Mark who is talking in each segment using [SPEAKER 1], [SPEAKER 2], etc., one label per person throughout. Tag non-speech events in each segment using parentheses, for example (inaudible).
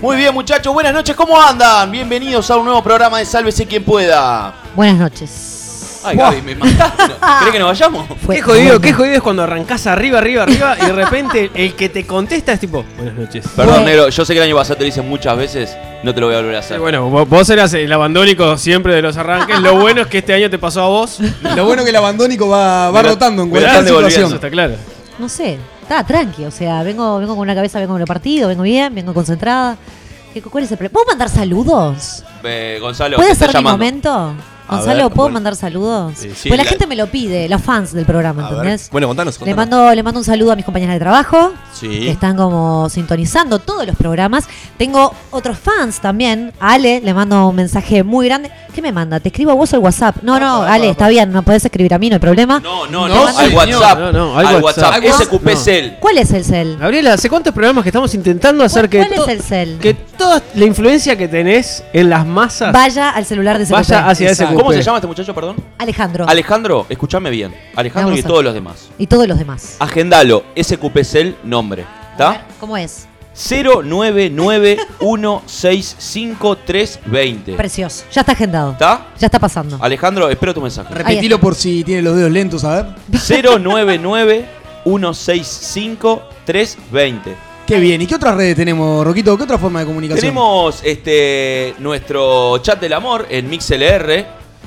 [SPEAKER 1] Muy bien, muchachos, buenas noches, ¿cómo andan? Bienvenidos a un nuevo programa de Sálvese quien pueda.
[SPEAKER 2] Buenas noches.
[SPEAKER 3] Ay, Gaby,
[SPEAKER 4] (laughs)
[SPEAKER 3] me mataste. ¿Crees que nos vayamos?
[SPEAKER 2] Fue
[SPEAKER 4] qué jodido,
[SPEAKER 2] tremendo.
[SPEAKER 4] qué jodido es cuando arrancás arriba, arriba, arriba y de repente el que te contesta es tipo, buenas noches.
[SPEAKER 3] Perdón, eh.
[SPEAKER 2] Bueno.
[SPEAKER 3] negro, yo sé que el año pasado te lo hice muchas veces, no te lo voy a volver a hacer.
[SPEAKER 4] Bueno, vo- vos eras el abandónico siempre de los arranques. Lo bueno es que este año te pasó a vos.
[SPEAKER 5] Lo bueno que el abandónico va, va
[SPEAKER 3] Me lo-
[SPEAKER 5] rotando en
[SPEAKER 3] me lo
[SPEAKER 5] cualquier
[SPEAKER 3] están devolviendo,
[SPEAKER 5] situación.
[SPEAKER 4] Eso está claro.
[SPEAKER 2] No sé, está tranqui, o sea, vengo, vengo con una cabeza, vengo con el partido, vengo bien, vengo concentrada. ¿Qué- ¿Cuál es el problema? ¿Puedo mandar saludos?
[SPEAKER 3] Eh, Gonzalo,
[SPEAKER 2] ¿Puede
[SPEAKER 3] te está
[SPEAKER 2] ser mi
[SPEAKER 3] llamando.
[SPEAKER 2] momento?
[SPEAKER 3] A
[SPEAKER 2] Gonzalo,
[SPEAKER 3] ver,
[SPEAKER 2] ¿puedo
[SPEAKER 3] bueno.
[SPEAKER 2] mandar saludos?
[SPEAKER 3] Eh, sí,
[SPEAKER 2] pues la,
[SPEAKER 3] la-
[SPEAKER 2] gente me lo pide, los fans del programa,
[SPEAKER 6] A ver.
[SPEAKER 2] ¿entendés?
[SPEAKER 6] Bueno, contanos.
[SPEAKER 2] Le
[SPEAKER 6] contanos.
[SPEAKER 2] mando, le mando un saludo a mis compañeras de trabajo, que
[SPEAKER 6] Sí.
[SPEAKER 2] están como sintonizando todos los programas. Tengo otros fans también. A Ale le mando un mensaje muy grande. ¿Qué me manda? ¿Te escribo a vos el WhatsApp? No, no, Ale, está bien, no podés escribir a mí, no hay problema.
[SPEAKER 3] No, no,
[SPEAKER 5] No,
[SPEAKER 3] no, al
[SPEAKER 5] señor,
[SPEAKER 3] WhatsApp.
[SPEAKER 4] no, no,
[SPEAKER 3] al
[SPEAKER 4] al
[SPEAKER 3] WhatsApp.
[SPEAKER 5] WhatsApp.
[SPEAKER 3] Ese cupé es
[SPEAKER 4] No.
[SPEAKER 3] él.
[SPEAKER 2] ¿Cuál es el cel?
[SPEAKER 4] Gabriela, ¿hace cuántos programas que estamos intentando hacer
[SPEAKER 2] ¿Cuál,
[SPEAKER 4] que,
[SPEAKER 2] cuál es
[SPEAKER 4] to-
[SPEAKER 2] el cel?
[SPEAKER 4] que toda la influencia que tenés en las masas
[SPEAKER 2] Vaya al celular de ese
[SPEAKER 4] vaya
[SPEAKER 2] cupé.
[SPEAKER 4] hacia ese
[SPEAKER 5] Exacto.
[SPEAKER 4] cupé?
[SPEAKER 3] ¿Cómo se llama este muchacho, perdón?
[SPEAKER 2] Alejandro.
[SPEAKER 3] Alejandro, escúchame bien. Alejandro
[SPEAKER 2] Vamos
[SPEAKER 3] y
[SPEAKER 2] a-
[SPEAKER 3] todos los demás.
[SPEAKER 2] y todos los demás.
[SPEAKER 3] Agendalo, ese cupé es él, nombre.
[SPEAKER 2] A
[SPEAKER 3] ¿Está?
[SPEAKER 2] ver, ¿Cómo es?
[SPEAKER 3] 099165320.
[SPEAKER 2] Precioso. Ya está agendado.
[SPEAKER 3] ¿Está?
[SPEAKER 2] Ya está pasando.
[SPEAKER 3] Alejandro, espero tu mensaje.
[SPEAKER 5] Repetilo por si tiene los dedos lentos, a ver.
[SPEAKER 3] 099165320.
[SPEAKER 5] Qué bien. ¿Y qué otras redes tenemos, Roquito? ¿Qué otra forma de comunicación?
[SPEAKER 3] Tenemos este nuestro chat del amor en MixLR.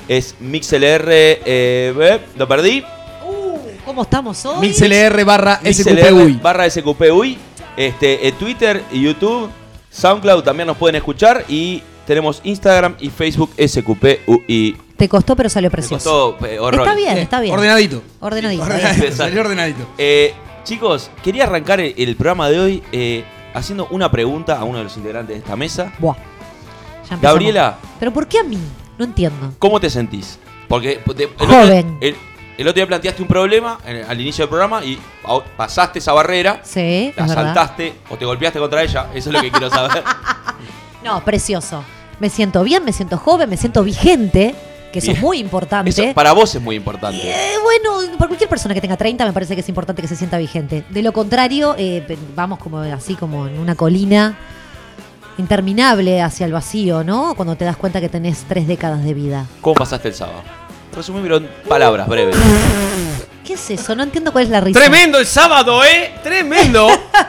[SPEAKER 3] Es MixLR. Eh, eh, lo perdí.
[SPEAKER 2] Uh, ¿Cómo estamos hoy?
[SPEAKER 5] MixLR barra
[SPEAKER 3] MixLR
[SPEAKER 5] SQPUI.
[SPEAKER 3] barra SQPUI. Este, en Twitter, y YouTube, SoundCloud también nos pueden escuchar. Y tenemos Instagram y Facebook SQPUI.
[SPEAKER 2] Te costó, pero salió
[SPEAKER 3] Me
[SPEAKER 2] precioso.
[SPEAKER 3] costó, eh, horror.
[SPEAKER 2] Está bien, está bien.
[SPEAKER 5] Ordenadito.
[SPEAKER 2] Ordenadito.
[SPEAKER 5] Ordenadito, salió ordenadito.
[SPEAKER 3] Eh, chicos, quería arrancar el, el programa de hoy eh, haciendo una pregunta a uno de los integrantes de esta mesa.
[SPEAKER 2] Buah. Ya empezamos.
[SPEAKER 3] Gabriela.
[SPEAKER 2] ¿Pero por qué a mí? No entiendo.
[SPEAKER 3] ¿Cómo te sentís? Porque te- el,
[SPEAKER 2] Joven.
[SPEAKER 3] Otro, el, el otro día planteaste un problema en- al inicio del programa y au- pasaste esa barrera,
[SPEAKER 2] Sí,
[SPEAKER 3] la
[SPEAKER 2] es verdad.
[SPEAKER 3] saltaste o te golpeaste contra ella. Eso es lo que quiero
[SPEAKER 2] (laughs)
[SPEAKER 3] saber.
[SPEAKER 2] No, precioso. Me siento bien, me siento joven, me siento vigente, que eso
[SPEAKER 3] Bien.
[SPEAKER 2] es muy importante.
[SPEAKER 3] Eso para vos es muy importante.
[SPEAKER 2] Eh, bueno, para cualquier persona que tenga 30 me parece que es importante que se sienta vigente. De lo contrario, eh, pe- vamos como así como en una colina interminable hacia el vacío, ¿no? Cuando te das cuenta que tenés tres décadas de vida.
[SPEAKER 3] ¿Cómo pasaste el sábado? Resumímelo en palabras breves.
[SPEAKER 2] ¿Qué es eso? No entiendo cuál es la risa.
[SPEAKER 4] Tremendo el sábado, ¿eh? Tremendo.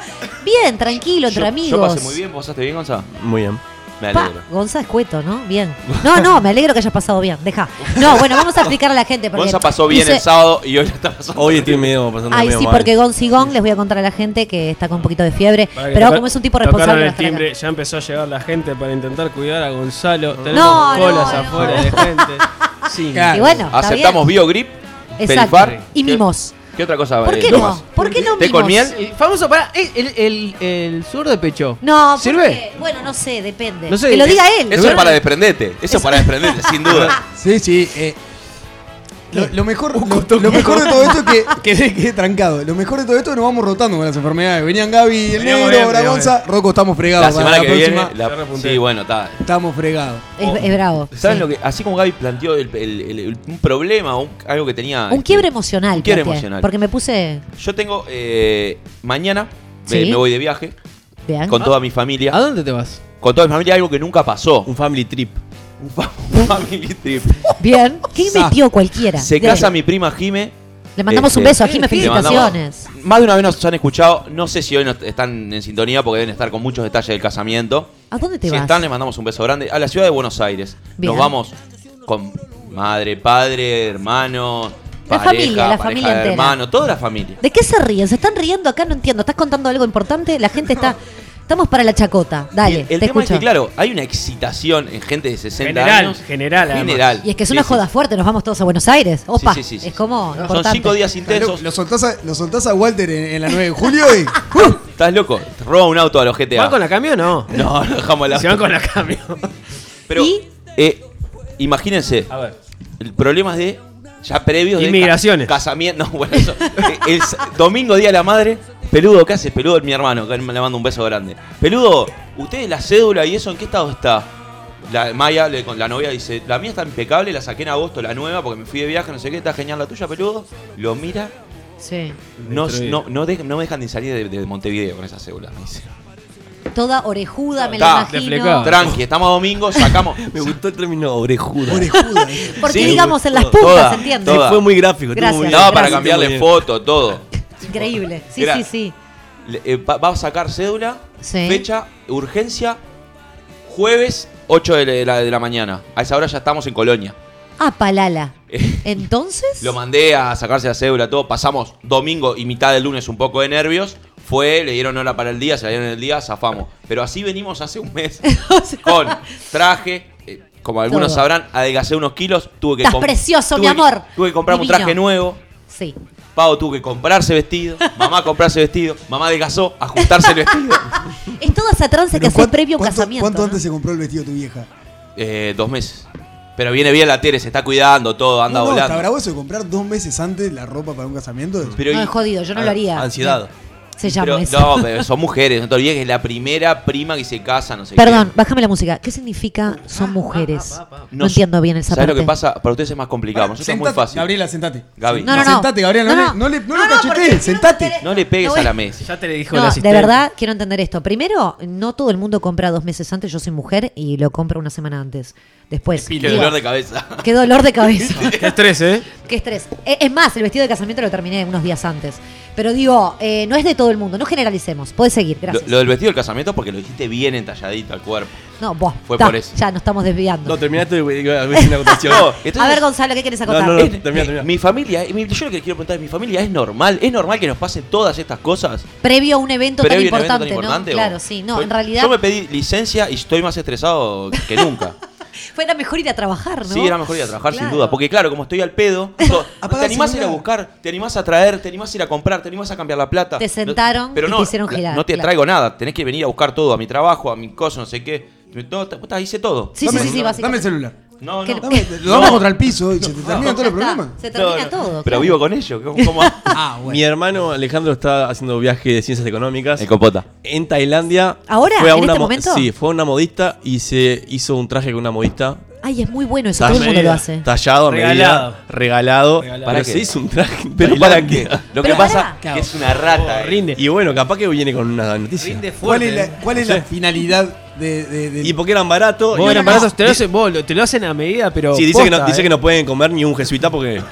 [SPEAKER 2] (laughs) Bien, tranquilo, entre
[SPEAKER 3] yo,
[SPEAKER 2] amigos.
[SPEAKER 3] yo pasé muy bien, ¿vos pasaste bien, Gonzalo?
[SPEAKER 6] Muy bien.
[SPEAKER 3] Me
[SPEAKER 2] Pa,
[SPEAKER 3] alegro.
[SPEAKER 2] Gonza es cueto, ¿no?
[SPEAKER 3] (laughs)
[SPEAKER 2] Bien. No, no, me alegro que hayas pasado bien. Deja. No, bueno, vamos a explicar a la gente. porque
[SPEAKER 3] Gonza pasó bien
[SPEAKER 2] hice-
[SPEAKER 3] el sábado y hoy la está pasando.
[SPEAKER 6] Hoy estoy medio pasando
[SPEAKER 2] Ay,
[SPEAKER 6] medio
[SPEAKER 2] sí,
[SPEAKER 6] mal.
[SPEAKER 2] porque Gonzi Gon, les voy a contar a la gente que está con un poquito de fiebre.
[SPEAKER 4] Para que
[SPEAKER 2] Pero
[SPEAKER 4] toca-
[SPEAKER 2] como es un tipo
[SPEAKER 4] tocaron
[SPEAKER 2] responsable. va a
[SPEAKER 4] el
[SPEAKER 2] estar acá.
[SPEAKER 4] timbre, ya empezó a llegar la gente para intentar cuidar a Gonzalo. Tenemos
[SPEAKER 2] No,
[SPEAKER 4] colas
[SPEAKER 2] no,
[SPEAKER 4] afuera
[SPEAKER 2] no.
[SPEAKER 4] de gente. Sí.
[SPEAKER 5] Claro.
[SPEAKER 2] Y bueno, está
[SPEAKER 3] Aceptamos
[SPEAKER 2] bien.
[SPEAKER 3] Biogrip,
[SPEAKER 2] Exacto.
[SPEAKER 3] Pelifar.
[SPEAKER 2] Y mimos.
[SPEAKER 3] ¿Qué, qué otra cosa?
[SPEAKER 2] ¿Por
[SPEAKER 3] eh,
[SPEAKER 2] qué
[SPEAKER 3] Tomás?
[SPEAKER 2] no? ¿Por qué no
[SPEAKER 3] ¿Té
[SPEAKER 2] mimos?
[SPEAKER 3] con miel?
[SPEAKER 4] Eh, Famoso para el, el, el, el sudor de pecho.
[SPEAKER 2] No,
[SPEAKER 4] ¿Sirve?
[SPEAKER 2] porque- Bueno, no sé, depende.
[SPEAKER 4] No sé,
[SPEAKER 2] que lo diga él. Ah,
[SPEAKER 3] Eso es
[SPEAKER 2] (laughs)
[SPEAKER 3] para desprenderte. Eso es para desprenderte, sin duda.
[SPEAKER 5] Sí, sí. eh, Lo, lo mejor, lo, lo mejor de todo esto es
[SPEAKER 3] (laughs)
[SPEAKER 5] que quedé, quedé trancado. Lo mejor de todo esto es que nos vamos rotando con las enfermedades. Venían Gaby, el
[SPEAKER 4] Veníamos
[SPEAKER 5] negro,
[SPEAKER 4] bien,
[SPEAKER 5] ahora
[SPEAKER 4] veníamos
[SPEAKER 5] Gonza. Rocco, estamos fregados.
[SPEAKER 3] La
[SPEAKER 5] para
[SPEAKER 3] semana que viene.
[SPEAKER 5] próxima,
[SPEAKER 3] la-
[SPEAKER 4] Ya repunté.
[SPEAKER 3] sí, bueno, está.
[SPEAKER 5] Estamos fregados.
[SPEAKER 2] Es, es bravo.
[SPEAKER 3] ¿Saben
[SPEAKER 2] sí.
[SPEAKER 3] lo que? Así como Gaby planteó el- el- el- el- un problema, un- algo que tenía.
[SPEAKER 2] Un
[SPEAKER 3] este,
[SPEAKER 2] quiebre emocional.
[SPEAKER 3] Un quiebre
[SPEAKER 2] planteé,
[SPEAKER 3] emocional.
[SPEAKER 2] Porque me puse.
[SPEAKER 3] Yo tengo. eh, mañana me-
[SPEAKER 2] Sí.
[SPEAKER 3] me, voy de viaje
[SPEAKER 2] Bien.
[SPEAKER 3] con toda mi
[SPEAKER 4] ¿A
[SPEAKER 3] familia.
[SPEAKER 4] dónde te vas?
[SPEAKER 3] Con toda mi familia, algo que nunca pasó.
[SPEAKER 6] Un family trip.
[SPEAKER 3] Un fa- (laughs) un family trip.
[SPEAKER 2] Bien. ¿Qué
[SPEAKER 5] Sa-
[SPEAKER 2] metió cualquiera?
[SPEAKER 3] Se
[SPEAKER 2] De-
[SPEAKER 3] casa mi prima Jime.
[SPEAKER 2] Le mandamos un
[SPEAKER 3] Este,
[SPEAKER 2] beso a Jimé,
[SPEAKER 3] le mandamos-
[SPEAKER 2] felicitaciones.
[SPEAKER 3] Más de una vez nos han escuchado. No sé si hoy nos están en sintonía porque deben estar con muchos detalles del casamiento.
[SPEAKER 2] ¿A dónde te
[SPEAKER 3] si
[SPEAKER 2] vas?
[SPEAKER 3] están, les mandamos un beso grande. A la ciudad de Buenos Aires.
[SPEAKER 2] Bien.
[SPEAKER 3] Nos vamos con madre, padre, hermano,
[SPEAKER 2] La
[SPEAKER 3] pareja,
[SPEAKER 2] familia, la
[SPEAKER 3] pareja
[SPEAKER 2] familia
[SPEAKER 3] de
[SPEAKER 2] entera.
[SPEAKER 3] hermano, toda la familia.
[SPEAKER 2] ¿De qué se ríen? ¿Se están riendo acá? No entiendo. ¿Estás contando algo importante? La gente
[SPEAKER 3] (laughs)
[SPEAKER 2] está. Estamos para la chacota.
[SPEAKER 3] Y
[SPEAKER 2] Dale,
[SPEAKER 3] el el
[SPEAKER 2] te
[SPEAKER 3] tema
[SPEAKER 2] escucho.
[SPEAKER 3] es que, claro, hay una excitación en gente de 60
[SPEAKER 4] General,
[SPEAKER 3] años.
[SPEAKER 4] general, además.
[SPEAKER 3] General.
[SPEAKER 2] Y es que es
[SPEAKER 3] Sí,
[SPEAKER 2] una
[SPEAKER 3] sí.
[SPEAKER 2] joda fuerte, nos vamos todos a Buenos Aires. Opa,
[SPEAKER 3] sí, sí, sí.
[SPEAKER 2] es como.
[SPEAKER 3] Son
[SPEAKER 2] importante.
[SPEAKER 3] cinco días
[SPEAKER 5] Lo,
[SPEAKER 3] intensos.
[SPEAKER 5] lo soltás a, lo soltás a Walter en, en la 9 de julio
[SPEAKER 3] (laughs)
[SPEAKER 5] y.
[SPEAKER 3] ¿Estás loco? Te roba un auto a los GTA.
[SPEAKER 4] ¿Van con la camión o no?
[SPEAKER 3] No, no dejamos el
[SPEAKER 4] Si
[SPEAKER 3] auto.
[SPEAKER 4] van con la camión.
[SPEAKER 3] Pero,
[SPEAKER 2] ¿Y?
[SPEAKER 3] eh, imagínense,
[SPEAKER 4] A ver.
[SPEAKER 3] el problema es de. Ya previos de
[SPEAKER 4] Inmigraciones.
[SPEAKER 3] ca- casamiento. No, bueno, eso. (laughs) Eh, el s- domingo, día de la madre. Peludo, ¿qué haces? Peludo es mi hermano, que le mando un beso grande. Peludo, ¿ustedes la cédula y eso en qué estado está? La Maya, le- con la novia, dice: La mía está impecable, la saqué en agosto, la nueva, porque me fui de viaje, no sé qué, está genial la tuya, peludo. Lo mira,
[SPEAKER 2] Sí.
[SPEAKER 3] no,
[SPEAKER 4] Destruido.
[SPEAKER 3] no, no, de- no me dejan ni salir de, de Montevideo con esa cédula, me dice.
[SPEAKER 2] toda orejuda, me
[SPEAKER 3] Está,
[SPEAKER 2] la imagino.
[SPEAKER 4] deflecada.
[SPEAKER 3] Tranqui, estamos a domingo, sacamos.
[SPEAKER 6] (laughs) Me gustó el término orejuda.
[SPEAKER 5] Orejuda.
[SPEAKER 2] Porque
[SPEAKER 3] Sí,
[SPEAKER 2] digamos en las
[SPEAKER 3] toda,
[SPEAKER 2] puntas,
[SPEAKER 3] toda,
[SPEAKER 2] ¿entiendes?
[SPEAKER 6] Sí, fue muy gráfico.
[SPEAKER 2] Gracias.
[SPEAKER 6] estuvo muy bien.
[SPEAKER 3] Daba para
[SPEAKER 2] Gracias.
[SPEAKER 3] cambiarle foto, todo.
[SPEAKER 2] Increíble. Sí,
[SPEAKER 3] Era-
[SPEAKER 2] sí, sí.
[SPEAKER 3] Le- eh, va, va a sacar cédula,
[SPEAKER 2] Sí.
[SPEAKER 3] fecha, urgencia, jueves 8 de la, de la- de la mañana. A esa hora ya estamos en Colonia.
[SPEAKER 2] Ah, palala.
[SPEAKER 3] Eh,
[SPEAKER 2] Entonces.
[SPEAKER 3] Lo mandé a sacarse la cédula, todo. Pasamos domingo y mitad del lunes un poco de nervios. Fue, le dieron hora para el día, se la dieron el día, zafamos. Pero así venimos hace un mes.
[SPEAKER 2] (laughs) O sea,
[SPEAKER 3] con traje. eh, Como algunos
[SPEAKER 2] Todo.
[SPEAKER 3] sabrán, adelgacé unos kilos. Tuve que
[SPEAKER 2] Estás
[SPEAKER 3] com-
[SPEAKER 2] precioso,
[SPEAKER 3] tuve
[SPEAKER 2] mi
[SPEAKER 3] que-
[SPEAKER 2] amor.
[SPEAKER 3] tuve que comprar
[SPEAKER 2] Divino.
[SPEAKER 3] un traje nuevo. (laughs)
[SPEAKER 2] Sí.
[SPEAKER 3] Pavo tuvo que comprarse vestido. Mamá (laughs) comprarse vestido. Mamá adelgazó, ajustarse el vestido.
[SPEAKER 2] Es toda esa trance que
[SPEAKER 5] Pero
[SPEAKER 2] hace
[SPEAKER 5] ¿cuán-
[SPEAKER 2] previo a un
[SPEAKER 5] cuánto-
[SPEAKER 2] casamiento.
[SPEAKER 5] ¿Cuánto
[SPEAKER 2] ¿no?
[SPEAKER 5] antes se compró el vestido tu vieja?
[SPEAKER 3] Eh, dos meses. Pero viene bien la Tere, se está cuidando todo, anda
[SPEAKER 5] No, no,
[SPEAKER 3] volando. Mm.
[SPEAKER 5] Está bravo eso de comprar dos meses antes la ropa para un casamiento.
[SPEAKER 3] pero
[SPEAKER 2] No,
[SPEAKER 3] y- Ah,
[SPEAKER 2] es jodido, yo no lo haría.
[SPEAKER 6] Ansiedad.
[SPEAKER 2] Se llama
[SPEAKER 3] pero-
[SPEAKER 2] eso.
[SPEAKER 3] no, pero son mujeres, no te olvides que es la primera prima que se casa, no sé
[SPEAKER 2] Perdón,
[SPEAKER 3] qué.
[SPEAKER 2] bájame la música. ¿Qué significa son mujeres? No,
[SPEAKER 3] No sé-
[SPEAKER 2] entiendo bien esa
[SPEAKER 3] ¿Sabes
[SPEAKER 2] parte.
[SPEAKER 3] lo que pasa? Para ustedes es más complicado, nosotros es muy
[SPEAKER 5] Ah, Sentate,
[SPEAKER 3] fácil.
[SPEAKER 5] Gabriela, sentate.
[SPEAKER 3] Gaby.
[SPEAKER 2] No, no, no.
[SPEAKER 5] Sentate, Gabriela, no, le- no le, no le
[SPEAKER 2] porque
[SPEAKER 5] cachetees,
[SPEAKER 2] si no
[SPEAKER 5] sentate.
[SPEAKER 2] me enteré-
[SPEAKER 3] No le pegues
[SPEAKER 2] No,
[SPEAKER 3] a la
[SPEAKER 2] es-
[SPEAKER 3] mesa.
[SPEAKER 4] Ya te le dijo
[SPEAKER 2] No,
[SPEAKER 4] el
[SPEAKER 2] de
[SPEAKER 4] asistente.
[SPEAKER 2] verdad quiero entender esto. Primero, no todo el mundo compra dos meses antes. Yo soy mujer y lo compro una semana antes. Después.
[SPEAKER 3] Qué
[SPEAKER 2] digo,
[SPEAKER 3] dolor de cabeza.
[SPEAKER 2] qué dolor de cabeza.
[SPEAKER 3] (laughs)
[SPEAKER 4] Qué estrés, ¿eh?
[SPEAKER 2] Qué estrés. E- Es más, el vestido de casamiento lo terminé unos días antes. Pero digo, eh, no es de todo el mundo. No generalicemos. Podés seguir.
[SPEAKER 3] Lo,
[SPEAKER 2] Gracias.
[SPEAKER 3] lo del vestido del casamiento porque lo dijiste bien entalladito al cuerpo.
[SPEAKER 2] no, vos.
[SPEAKER 3] Fue
[SPEAKER 2] ta,
[SPEAKER 3] por eso.
[SPEAKER 2] Ya nos estamos desviando.
[SPEAKER 6] No,
[SPEAKER 2] (laughs)
[SPEAKER 6] terminaste de decir una acotación.
[SPEAKER 3] No, entonces-
[SPEAKER 2] a ver, Gonzalo, ¿qué quieres
[SPEAKER 6] No, no,
[SPEAKER 2] acotar?
[SPEAKER 6] no,
[SPEAKER 3] Es-
[SPEAKER 6] termina, termina.
[SPEAKER 3] Mi familia, mi- yo lo que quiero preguntar es, ¿mi familia es normal? ¿Es normal que nos pasen todas estas cosas?
[SPEAKER 2] Previo a un evento tan
[SPEAKER 3] Previo a un
[SPEAKER 2] importante,
[SPEAKER 3] evento tan
[SPEAKER 2] ¿no?
[SPEAKER 3] importante, o-
[SPEAKER 2] Claro, sí. No,
[SPEAKER 3] Yo-
[SPEAKER 2] en realidad
[SPEAKER 3] Yo me pedí licencia y estoy más estresado
[SPEAKER 2] (laughs)
[SPEAKER 3] que nunca.
[SPEAKER 2] fue la mejor ir a trabajar, ¿no?
[SPEAKER 3] Sí, era mejor ir a trabajar sin
[SPEAKER 2] Claro.
[SPEAKER 3] duda. Porque claro, como estoy al
[SPEAKER 2] (laughs)
[SPEAKER 3] pedo, to-
[SPEAKER 5] Apaga
[SPEAKER 3] te
[SPEAKER 5] el
[SPEAKER 3] animás a ir a
[SPEAKER 5] celular.
[SPEAKER 3] buscar, te animás a traer, te animás a ir a comprar, te animás a cambiar la plata.
[SPEAKER 2] Te
[SPEAKER 3] No-
[SPEAKER 2] sentaron y te hicieron
[SPEAKER 3] la-
[SPEAKER 2] girar,
[SPEAKER 3] No te
[SPEAKER 2] claro.
[SPEAKER 3] traigo nada, tenés que venir a buscar todo, a mi trabajo, a mi cosa, no sé qué. No, te- puta, hice todo.
[SPEAKER 2] Sí, sí, sí, sí, básicamente.
[SPEAKER 5] Dame el celular.
[SPEAKER 3] No,
[SPEAKER 2] Que-
[SPEAKER 3] no.
[SPEAKER 5] Dame, lo damos contra el piso y se te terminan todos los
[SPEAKER 2] Ya está,
[SPEAKER 5] problemas.
[SPEAKER 2] Se termina
[SPEAKER 3] No, no.
[SPEAKER 2] todo.
[SPEAKER 3] Pero
[SPEAKER 2] claro.
[SPEAKER 3] vivo con ellos.
[SPEAKER 5] (laughs)
[SPEAKER 3] ¿cómo- (laughs) cómo hago?
[SPEAKER 5] Ah,
[SPEAKER 6] Mi hermano Alejandro está haciendo viaje de ciencias económicas.
[SPEAKER 3] El compota.
[SPEAKER 6] En Tailandia.
[SPEAKER 2] ¿Ahora? ¿En
[SPEAKER 6] una
[SPEAKER 2] este
[SPEAKER 6] mo-
[SPEAKER 2] momento?
[SPEAKER 6] Sí, fue a una modista y se hizo un traje con una modista.
[SPEAKER 2] Ay, es muy bueno eso.
[SPEAKER 6] Talla-
[SPEAKER 2] Todo el mundo lo hace.
[SPEAKER 6] Tallado, a medida, regalado.
[SPEAKER 4] Regalado. Regalado.
[SPEAKER 6] Pero
[SPEAKER 3] ¿Para qué?
[SPEAKER 6] se hizo un (laughs) traje. en
[SPEAKER 3] Pero para qué.
[SPEAKER 6] Tailandia.
[SPEAKER 3] Lo que
[SPEAKER 2] Pero
[SPEAKER 3] pasa
[SPEAKER 2] pará.
[SPEAKER 3] que es una rata. eh.
[SPEAKER 4] Oh, Rinde.
[SPEAKER 6] Y bueno, capaz que viene con una noticia.
[SPEAKER 4] Rinde fuerte. ¿eh?
[SPEAKER 5] ¿Cuál es la, cuál es la finalidad de, de- de-
[SPEAKER 6] Y porque eran baratos.
[SPEAKER 4] Vos
[SPEAKER 6] y-
[SPEAKER 4] eran baratos, te, lo hacen, vos lo- te lo hacen a medida, pero.
[SPEAKER 6] Sí, dice, que, no,
[SPEAKER 4] posta,
[SPEAKER 6] dice
[SPEAKER 4] ¿eh?
[SPEAKER 6] que no pueden comer ni un jesuita
[SPEAKER 2] (laughs)
[SPEAKER 6] porque el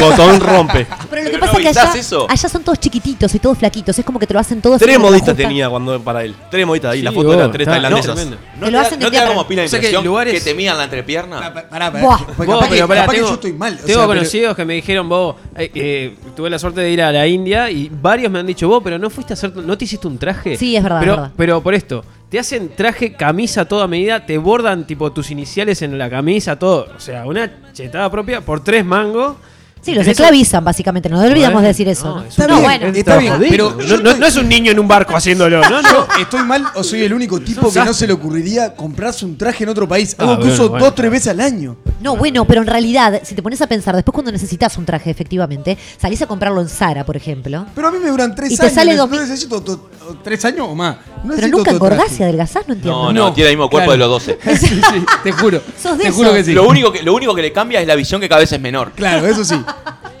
[SPEAKER 6] botón rompe.
[SPEAKER 2] Pero lo que
[SPEAKER 3] Ah, Pero
[SPEAKER 2] pasa
[SPEAKER 3] no
[SPEAKER 2] es que allá,
[SPEAKER 3] avisás eso.
[SPEAKER 2] allá son todos chiquititos y todos flaquitos. Es como que te lo hacen todos. así
[SPEAKER 6] Tres
[SPEAKER 2] como la
[SPEAKER 6] modistas
[SPEAKER 2] justa.
[SPEAKER 6] tenía cuando para él. Tres modistas. Y
[SPEAKER 4] Sí,
[SPEAKER 6] la foto
[SPEAKER 4] vos,
[SPEAKER 6] de las tres
[SPEAKER 4] está-
[SPEAKER 6] tailandesas.
[SPEAKER 4] no, tremendo.
[SPEAKER 3] No
[SPEAKER 2] Te
[SPEAKER 3] te,
[SPEAKER 2] lo
[SPEAKER 3] da-
[SPEAKER 2] hacen de
[SPEAKER 3] no te da
[SPEAKER 2] tierra.
[SPEAKER 3] como pila de
[SPEAKER 4] O sea que
[SPEAKER 3] impresión que,
[SPEAKER 4] lugares-
[SPEAKER 3] te midan la entrepierna.
[SPEAKER 5] Pa- Pará, pará.
[SPEAKER 2] Buah.
[SPEAKER 5] Porque
[SPEAKER 4] Vos,
[SPEAKER 5] capaz, que,
[SPEAKER 4] pero pará,
[SPEAKER 5] capaz que
[SPEAKER 4] tengo-
[SPEAKER 5] yo estoy mal. o
[SPEAKER 4] Tengo
[SPEAKER 5] sea, pero-
[SPEAKER 4] conocidos que me dijeron, vos, eh, eh, tuve la suerte de ir a la India y varios me han dicho, vos, pero no fuiste a hacer, no te hiciste un traje.
[SPEAKER 2] Sí, es verdad,
[SPEAKER 4] Pero,
[SPEAKER 2] es verdad.
[SPEAKER 4] pero por esto, te hacen traje, camisa a toda medida, te bordan tipo tus iniciales en la camisa, todo. O sea, una chetada propia por tres mangos.
[SPEAKER 2] Sí, los
[SPEAKER 4] Tenés-
[SPEAKER 2] esclavizan, básicamente. No olvidamos
[SPEAKER 4] Bueno,
[SPEAKER 2] de decir eso.
[SPEAKER 4] no,
[SPEAKER 2] No,
[SPEAKER 4] es
[SPEAKER 5] Está
[SPEAKER 2] No,
[SPEAKER 5] bien,
[SPEAKER 2] bueno.
[SPEAKER 5] está bien,
[SPEAKER 4] Jodido,
[SPEAKER 5] pero
[SPEAKER 4] no-
[SPEAKER 5] yo
[SPEAKER 4] no,
[SPEAKER 5] estoy-
[SPEAKER 4] no es un niño en un barco haciéndolo, no, no.
[SPEAKER 5] ¿Estoy mal o soy el único tipo que no se le ocurriría comprarse un traje en otro país?
[SPEAKER 4] Ah,
[SPEAKER 5] Algo que
[SPEAKER 4] bueno,
[SPEAKER 5] uso
[SPEAKER 4] bueno,
[SPEAKER 5] dos, tres veces al año.
[SPEAKER 2] No, bueno, pero en realidad, si te pones a pensar, después cuando necesitas un traje, efectivamente, salís a comprarlo en Zara, por ejemplo.
[SPEAKER 5] Pero a mí me duran tres
[SPEAKER 2] Y te
[SPEAKER 5] años.
[SPEAKER 2] sale
[SPEAKER 5] no
[SPEAKER 2] dos mil-
[SPEAKER 5] necesito to- o tres años o más. No
[SPEAKER 2] Pero
[SPEAKER 5] necesito
[SPEAKER 2] nunca
[SPEAKER 5] otro traje.
[SPEAKER 2] engordás y adelgazás, no entiendo.
[SPEAKER 3] No, no, tiene el mismo cuerpo de los 12.
[SPEAKER 5] (laughs) Sí, sí, te juro.
[SPEAKER 2] Sos de
[SPEAKER 5] te juro
[SPEAKER 2] esos.
[SPEAKER 5] que sí.
[SPEAKER 3] Lo, único que, lo único que le cambia es la visión que cada vez es menor.
[SPEAKER 5] Claro, eso sí.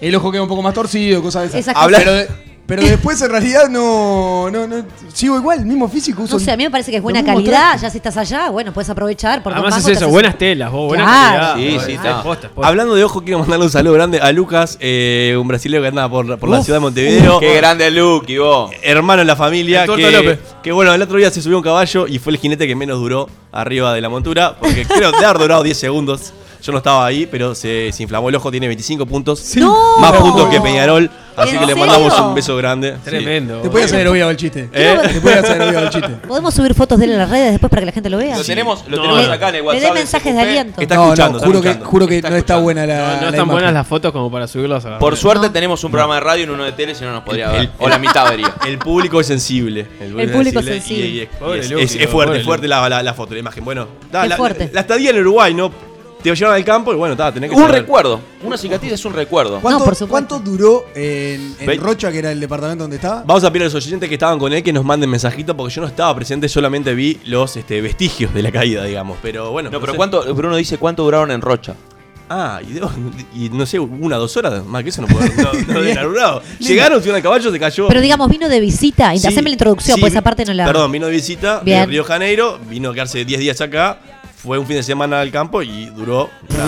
[SPEAKER 5] El ojo queda un poco más torcido, cosas de esas.
[SPEAKER 2] Esas Habla-
[SPEAKER 5] Pero, de- pero después en realidad no, no, no. Sigo igual, mismo físico. Uso
[SPEAKER 2] No sé, a mí me parece que es
[SPEAKER 5] los
[SPEAKER 2] buena
[SPEAKER 5] mismos
[SPEAKER 2] calidad.
[SPEAKER 5] trajes.
[SPEAKER 2] Ya si estás allá, bueno, puedes aprovechar. Por dos
[SPEAKER 4] Además
[SPEAKER 2] mangos
[SPEAKER 4] es
[SPEAKER 2] te
[SPEAKER 4] eso,
[SPEAKER 2] haces- (laughs)
[SPEAKER 4] buenas telas, vos, Oh, buena
[SPEAKER 2] Claro.
[SPEAKER 3] Sí, sí, está.
[SPEAKER 6] Hablando de ojos, quiero mandarle un saludo grande a Lucas, eh, un brasileño que anda por, por la
[SPEAKER 5] Uf,
[SPEAKER 6] ciudad de Montevideo.
[SPEAKER 3] Qué grande Lucky, vos.
[SPEAKER 6] Hermano en la familia.
[SPEAKER 4] El Tuerto
[SPEAKER 6] Que,
[SPEAKER 4] López.
[SPEAKER 6] que bueno, el otro día se subió a un caballo y fue el jinete que menos duró arriba de la montura.
[SPEAKER 4] (laughs)
[SPEAKER 6] Porque creo que haber durado 10 segundos. Yo no estaba ahí, pero se, se inflamó el ojo, tiene 25 puntos.
[SPEAKER 2] ¡No!
[SPEAKER 6] Más puntos que Peñarol. Así
[SPEAKER 2] ¿En
[SPEAKER 6] que le
[SPEAKER 2] serio?
[SPEAKER 6] mandamos un beso grande. Sí.
[SPEAKER 4] Tremendo.
[SPEAKER 5] Te
[SPEAKER 4] boludo.
[SPEAKER 5] podía hacer el obviado el chiste.
[SPEAKER 6] ¿Eh?
[SPEAKER 5] Te podía hacer el obviado el chiste.
[SPEAKER 2] Podemos subir fotos de él en las redes después para que la gente lo vea.
[SPEAKER 3] Lo tenemos, lo
[SPEAKER 4] No,
[SPEAKER 3] tenemos
[SPEAKER 4] no.
[SPEAKER 3] acá en el
[SPEAKER 2] Le
[SPEAKER 3] WhatsApp.
[SPEAKER 2] dé
[SPEAKER 3] del
[SPEAKER 2] mensajes de
[SPEAKER 3] CQP.
[SPEAKER 2] aliento.
[SPEAKER 6] Está
[SPEAKER 5] no,
[SPEAKER 6] escuchando,
[SPEAKER 5] no,
[SPEAKER 6] está
[SPEAKER 5] juro que,
[SPEAKER 6] escuchando.
[SPEAKER 5] juro que no está
[SPEAKER 3] escuchando.
[SPEAKER 5] buena la.
[SPEAKER 4] No, no
[SPEAKER 5] la
[SPEAKER 4] están
[SPEAKER 5] imagen.
[SPEAKER 4] buenas las fotos como para subirlas a la
[SPEAKER 3] Por
[SPEAKER 4] red.
[SPEAKER 3] suerte
[SPEAKER 2] No.
[SPEAKER 3] tenemos un programa de radio y uno de tele, si no nos podría haber. O la mitad vería.
[SPEAKER 6] El público es sensible.
[SPEAKER 2] El público es sensible.
[SPEAKER 6] y- y- y-
[SPEAKER 4] Pobre
[SPEAKER 6] es,
[SPEAKER 4] Luqui,
[SPEAKER 6] es- es
[SPEAKER 4] boludo,
[SPEAKER 6] fuerte,
[SPEAKER 4] pobre
[SPEAKER 6] es fuerte la, la- la foto, la imagen. Bueno, ta,
[SPEAKER 2] Qué
[SPEAKER 6] la,
[SPEAKER 2] fuerte.
[SPEAKER 6] la estadía en Uruguay, ¿no? Te llevan al campo y bueno, ta, tenés que
[SPEAKER 3] Un
[SPEAKER 6] cerrar.
[SPEAKER 3] recuerdo. Una cicatriz es un recuerdo.
[SPEAKER 5] ¿Cuánto,
[SPEAKER 2] No, por supuesto.
[SPEAKER 5] ¿Cuánto duró en, en
[SPEAKER 6] Ve-
[SPEAKER 5] Rocha, que era el departamento donde estaba?
[SPEAKER 6] Vamos a pedir a los oyentes que estaban con él que nos manden mensajitos porque yo no estaba presente, solamente vi los este, vestigios de la caída, digamos. Pero bueno.
[SPEAKER 3] No, pero
[SPEAKER 6] sé.
[SPEAKER 3] ¿cuánto? Bruno dice cuánto duraron en Rocha.
[SPEAKER 6] Ah, y, debo- (laughs) y no sé, una, dos horas, más que eso no puedo.
[SPEAKER 3] (laughs)
[SPEAKER 6] No, no deben haber durado. Llegaron, subieron a caballo, se cayó.
[SPEAKER 2] Pero digamos, vino de visita.
[SPEAKER 6] Sí,
[SPEAKER 2] Haceme la introducción,
[SPEAKER 6] sí,
[SPEAKER 2] pues esa
[SPEAKER 6] vi-
[SPEAKER 2] parte no la.
[SPEAKER 6] Perdón, vino de visita de
[SPEAKER 2] Bien.
[SPEAKER 6] Río Janeiro, vino a quedarse 10 días acá, fue un fin de semana al campo y
[SPEAKER 2] (laughs)
[SPEAKER 6] duró una,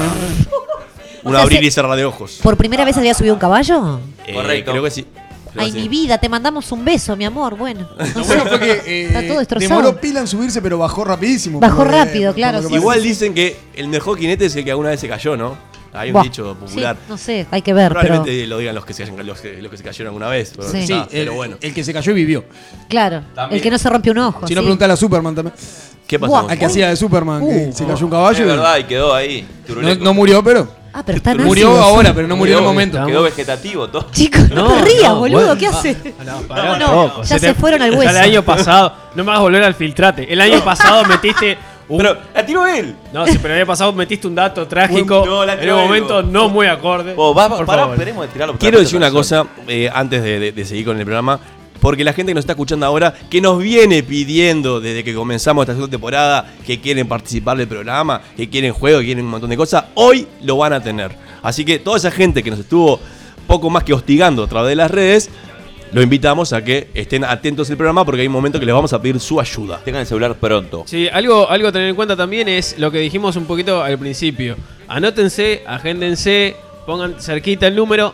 [SPEAKER 6] un
[SPEAKER 2] O sea,
[SPEAKER 6] abrir
[SPEAKER 2] se-
[SPEAKER 6] y cerrar de ojos.
[SPEAKER 2] ¿Por primera vez había subido un caballo?
[SPEAKER 6] Eh,
[SPEAKER 3] Correcto.
[SPEAKER 6] Creo que sí. Creo
[SPEAKER 2] Ay,
[SPEAKER 6] que sí.
[SPEAKER 2] mi vida, te mandamos un beso, mi amor. Bueno, no sé.
[SPEAKER 5] Bueno, fue que eh,
[SPEAKER 2] Está todo destrozado.
[SPEAKER 5] demoró pila en subirse, pero bajó rapidísimo.
[SPEAKER 2] Bajó
[SPEAKER 5] Como, eh,
[SPEAKER 2] rápido, claro,
[SPEAKER 5] como
[SPEAKER 2] sí,
[SPEAKER 5] lo
[SPEAKER 6] Igual
[SPEAKER 5] parece.
[SPEAKER 6] dicen que el mejor jinete es el que alguna vez se cayó, ¿no? Hay un
[SPEAKER 2] Buah.
[SPEAKER 6] dicho popular.
[SPEAKER 2] Sí, no sé, hay que ver, pero.
[SPEAKER 6] Probablemente lo digan los que se, hayan- los que, los que se cayeron alguna vez. pero
[SPEAKER 2] Sí.
[SPEAKER 6] está,
[SPEAKER 5] Sí,
[SPEAKER 6] pero
[SPEAKER 5] el,
[SPEAKER 6] bueno.
[SPEAKER 5] el que se cayó y vivió.
[SPEAKER 2] Claro,
[SPEAKER 3] También.
[SPEAKER 2] el que no se rompió un ojo.
[SPEAKER 5] Si no,
[SPEAKER 2] sí.
[SPEAKER 5] preguntale a Superman también.
[SPEAKER 6] ¿Qué pasó?
[SPEAKER 2] Buah,
[SPEAKER 6] con
[SPEAKER 5] Al que
[SPEAKER 6] Juan?
[SPEAKER 5] hacía de Superman, que
[SPEAKER 2] Uh.
[SPEAKER 5] se cayó un
[SPEAKER 3] Es
[SPEAKER 5] (laughs) caballo. y-
[SPEAKER 3] verdad, y quedó ahí.
[SPEAKER 5] No,
[SPEAKER 3] turuleco.
[SPEAKER 5] no murió, pero.
[SPEAKER 2] Ah, pero está
[SPEAKER 5] Murió
[SPEAKER 2] ácidos.
[SPEAKER 5] ahora, pero no murió en el momento.
[SPEAKER 3] Quedó vegetativo todo.
[SPEAKER 2] Chicos,
[SPEAKER 3] (laughs)
[SPEAKER 2] no, te rías, boludo,
[SPEAKER 4] bueno.
[SPEAKER 2] ¿qué hace?
[SPEAKER 4] No, pará,
[SPEAKER 2] No,
[SPEAKER 4] tampoco.
[SPEAKER 2] ya se fueron al
[SPEAKER 4] ya
[SPEAKER 2] hueso.
[SPEAKER 4] El año pasado, no me hagas volver al filtrate. El año pasado metiste un.
[SPEAKER 3] Pero la tiró él.
[SPEAKER 4] no, sí, pero el año pasado metiste un dato trágico.
[SPEAKER 3] No, la
[SPEAKER 4] en
[SPEAKER 3] creo,
[SPEAKER 4] un momento
[SPEAKER 3] digo.
[SPEAKER 4] no muy acorde.
[SPEAKER 3] Vos, vas,
[SPEAKER 4] Por
[SPEAKER 3] pará,
[SPEAKER 4] favor.
[SPEAKER 3] esperemos de tirarlo.
[SPEAKER 6] Quiero decir una cosa eh, antes de, de- de seguir con el programa, porque la gente que nos está escuchando ahora, que nos viene pidiendo desde que comenzamos esta segunda temporada, que quieren participar del programa, que quieren juegos, que quieren un montón de cosas, hoy lo van a tener. Así que toda esa gente que nos estuvo poco más que hostigando a través de las redes, lo invitamos a que estén atentos al programa porque hay un momento que les vamos a pedir su ayuda.
[SPEAKER 3] Tengan el celular pronto.
[SPEAKER 4] Sí, algo, algo a tener en cuenta también es lo que dijimos un poquito al principio. Anótense, agéndense, pongan cerquita el número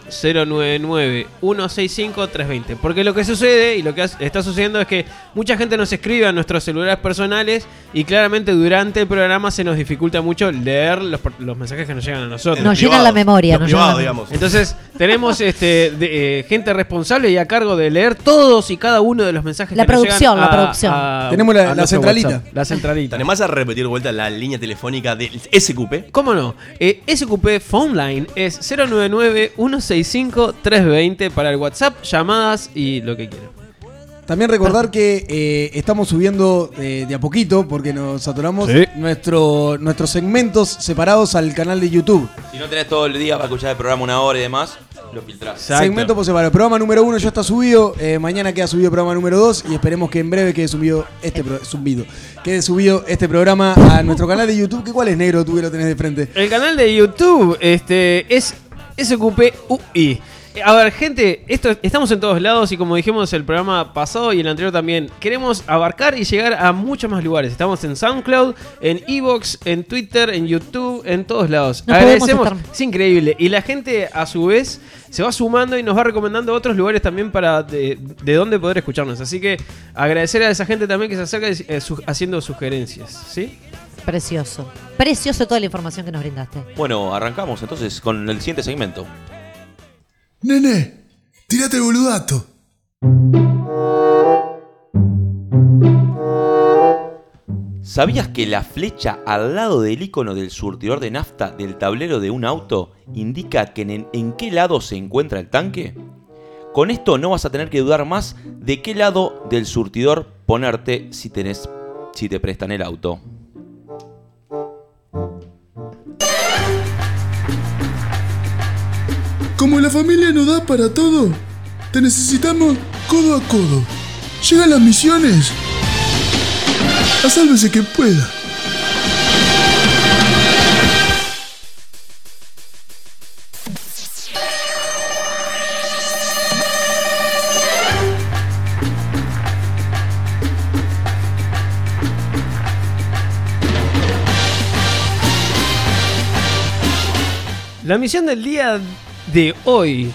[SPEAKER 4] 099-165-320. Porque lo que sucede y lo que has- está sucediendo es que mucha gente nos escribe a nuestros celulares personales y claramente durante el programa se nos dificulta mucho leer los, por- los mensajes que nos llegan a nosotros.
[SPEAKER 2] No,
[SPEAKER 6] Los
[SPEAKER 2] llenan la
[SPEAKER 6] privados,
[SPEAKER 2] memoria,
[SPEAKER 6] los
[SPEAKER 2] nos llenan
[SPEAKER 6] privados,
[SPEAKER 2] la
[SPEAKER 6] digamos.
[SPEAKER 4] Entonces, tenemos este, de, eh, gente responsable y a cargo de leer todos y cada uno de los mensajes
[SPEAKER 2] La
[SPEAKER 4] que nos llegan
[SPEAKER 2] producción, la
[SPEAKER 4] a-
[SPEAKER 2] producción.
[SPEAKER 4] a-
[SPEAKER 5] Tenemos la-
[SPEAKER 4] a
[SPEAKER 5] la
[SPEAKER 4] nuestro
[SPEAKER 5] centralita.
[SPEAKER 4] WhatsApp. La centralita.
[SPEAKER 6] Además a repetir de vuelta la línea telefónica del SQP.
[SPEAKER 4] ¿Cómo no? Eh, SQP Phone Line es 099-165-320 para el WhatsApp, llamadas y lo que quieran.
[SPEAKER 5] También recordar que eh, estamos subiendo eh, de a poquito, porque nos atoramos,
[SPEAKER 4] Sí.
[SPEAKER 5] nuestro, nuestros segmentos separados al canal de YouTube.
[SPEAKER 3] Si no tenés todo el día para escuchar el programa una hora y demás, lo filtrás.
[SPEAKER 5] Segmento por separado. Programa número uno ya está subido. eh, mañana queda subido programa número dos. Y esperemos que en breve quede subido este pro- subido. Quede subido este programa a nuestro canal de YouTube. ¿Que ¿Cuál es negro tú que lo tenés de frente?
[SPEAKER 4] El canal de YouTube este, es SQPUI. Eh, A ver, gente, esto, estamos en todos lados y como dijimos el programa pasado y el anterior también, queremos abarcar y llegar a muchos más lugares. Estamos en SoundCloud, en Evox, en Twitter, en YouTube, en todos lados.
[SPEAKER 2] No podemos
[SPEAKER 4] Agradecemos,
[SPEAKER 2] estar-
[SPEAKER 4] es increíble. Y la gente a su vez se va sumando y nos va recomendando otros lugares también para de, de dónde poder escucharnos. Así que agradecer a esa gente también que se acerca eh, su- haciendo sugerencias, ¿sí?
[SPEAKER 2] Precioso. Precioso toda la información que nos brindaste.
[SPEAKER 3] Bueno, arrancamos entonces con el siguiente segmento.
[SPEAKER 7] Nene, tirate el boludato.
[SPEAKER 3] ¿Sabías que la flecha al lado del icono del surtidor de nafta del tablero de un auto indica que en, en qué lado se encuentra el tanque? Con esto no vas a tener que dudar más de qué lado del surtidor ponerte si tenés si te prestan el auto.
[SPEAKER 7] Como la familia nos da para todo, te necesitamos codo a codo. Llegan las misiones. A sálvese que pueda.
[SPEAKER 4] La misión del día de hoy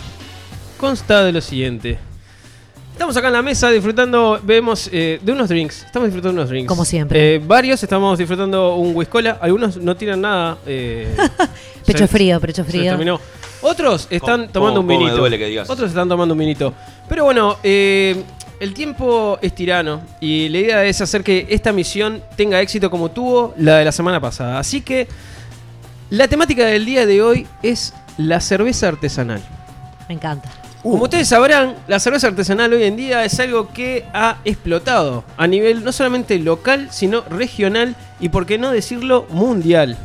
[SPEAKER 4] consta de lo siguiente. Estamos acá en la mesa disfrutando, vemos, eh, de unos drinks. Estamos disfrutando de unos drinks.
[SPEAKER 2] Como siempre.
[SPEAKER 4] Eh, varios estamos disfrutando un whiskola. Algunos no tiran nada. eh,
[SPEAKER 2] (laughs) Pecho
[SPEAKER 4] se-
[SPEAKER 2] frío, pecho
[SPEAKER 4] se
[SPEAKER 2] frío.
[SPEAKER 4] terminó. Otros están
[SPEAKER 3] ¿Cómo-
[SPEAKER 4] tomando un
[SPEAKER 3] cómo me
[SPEAKER 4] vinito.
[SPEAKER 3] duele que digas eso?
[SPEAKER 4] Otros están tomando un vinito. Pero bueno, eh, el tiempo es tirano y la idea es hacer que esta misión tenga éxito como tuvo la de la semana pasada. Así que la temática del día de hoy es la cerveza artesanal.
[SPEAKER 2] Me encanta.
[SPEAKER 4] Como ustedes sabrán, la cerveza artesanal hoy en día es algo que ha explotado a nivel no solamente local, sino regional y, por qué no decirlo, mundial.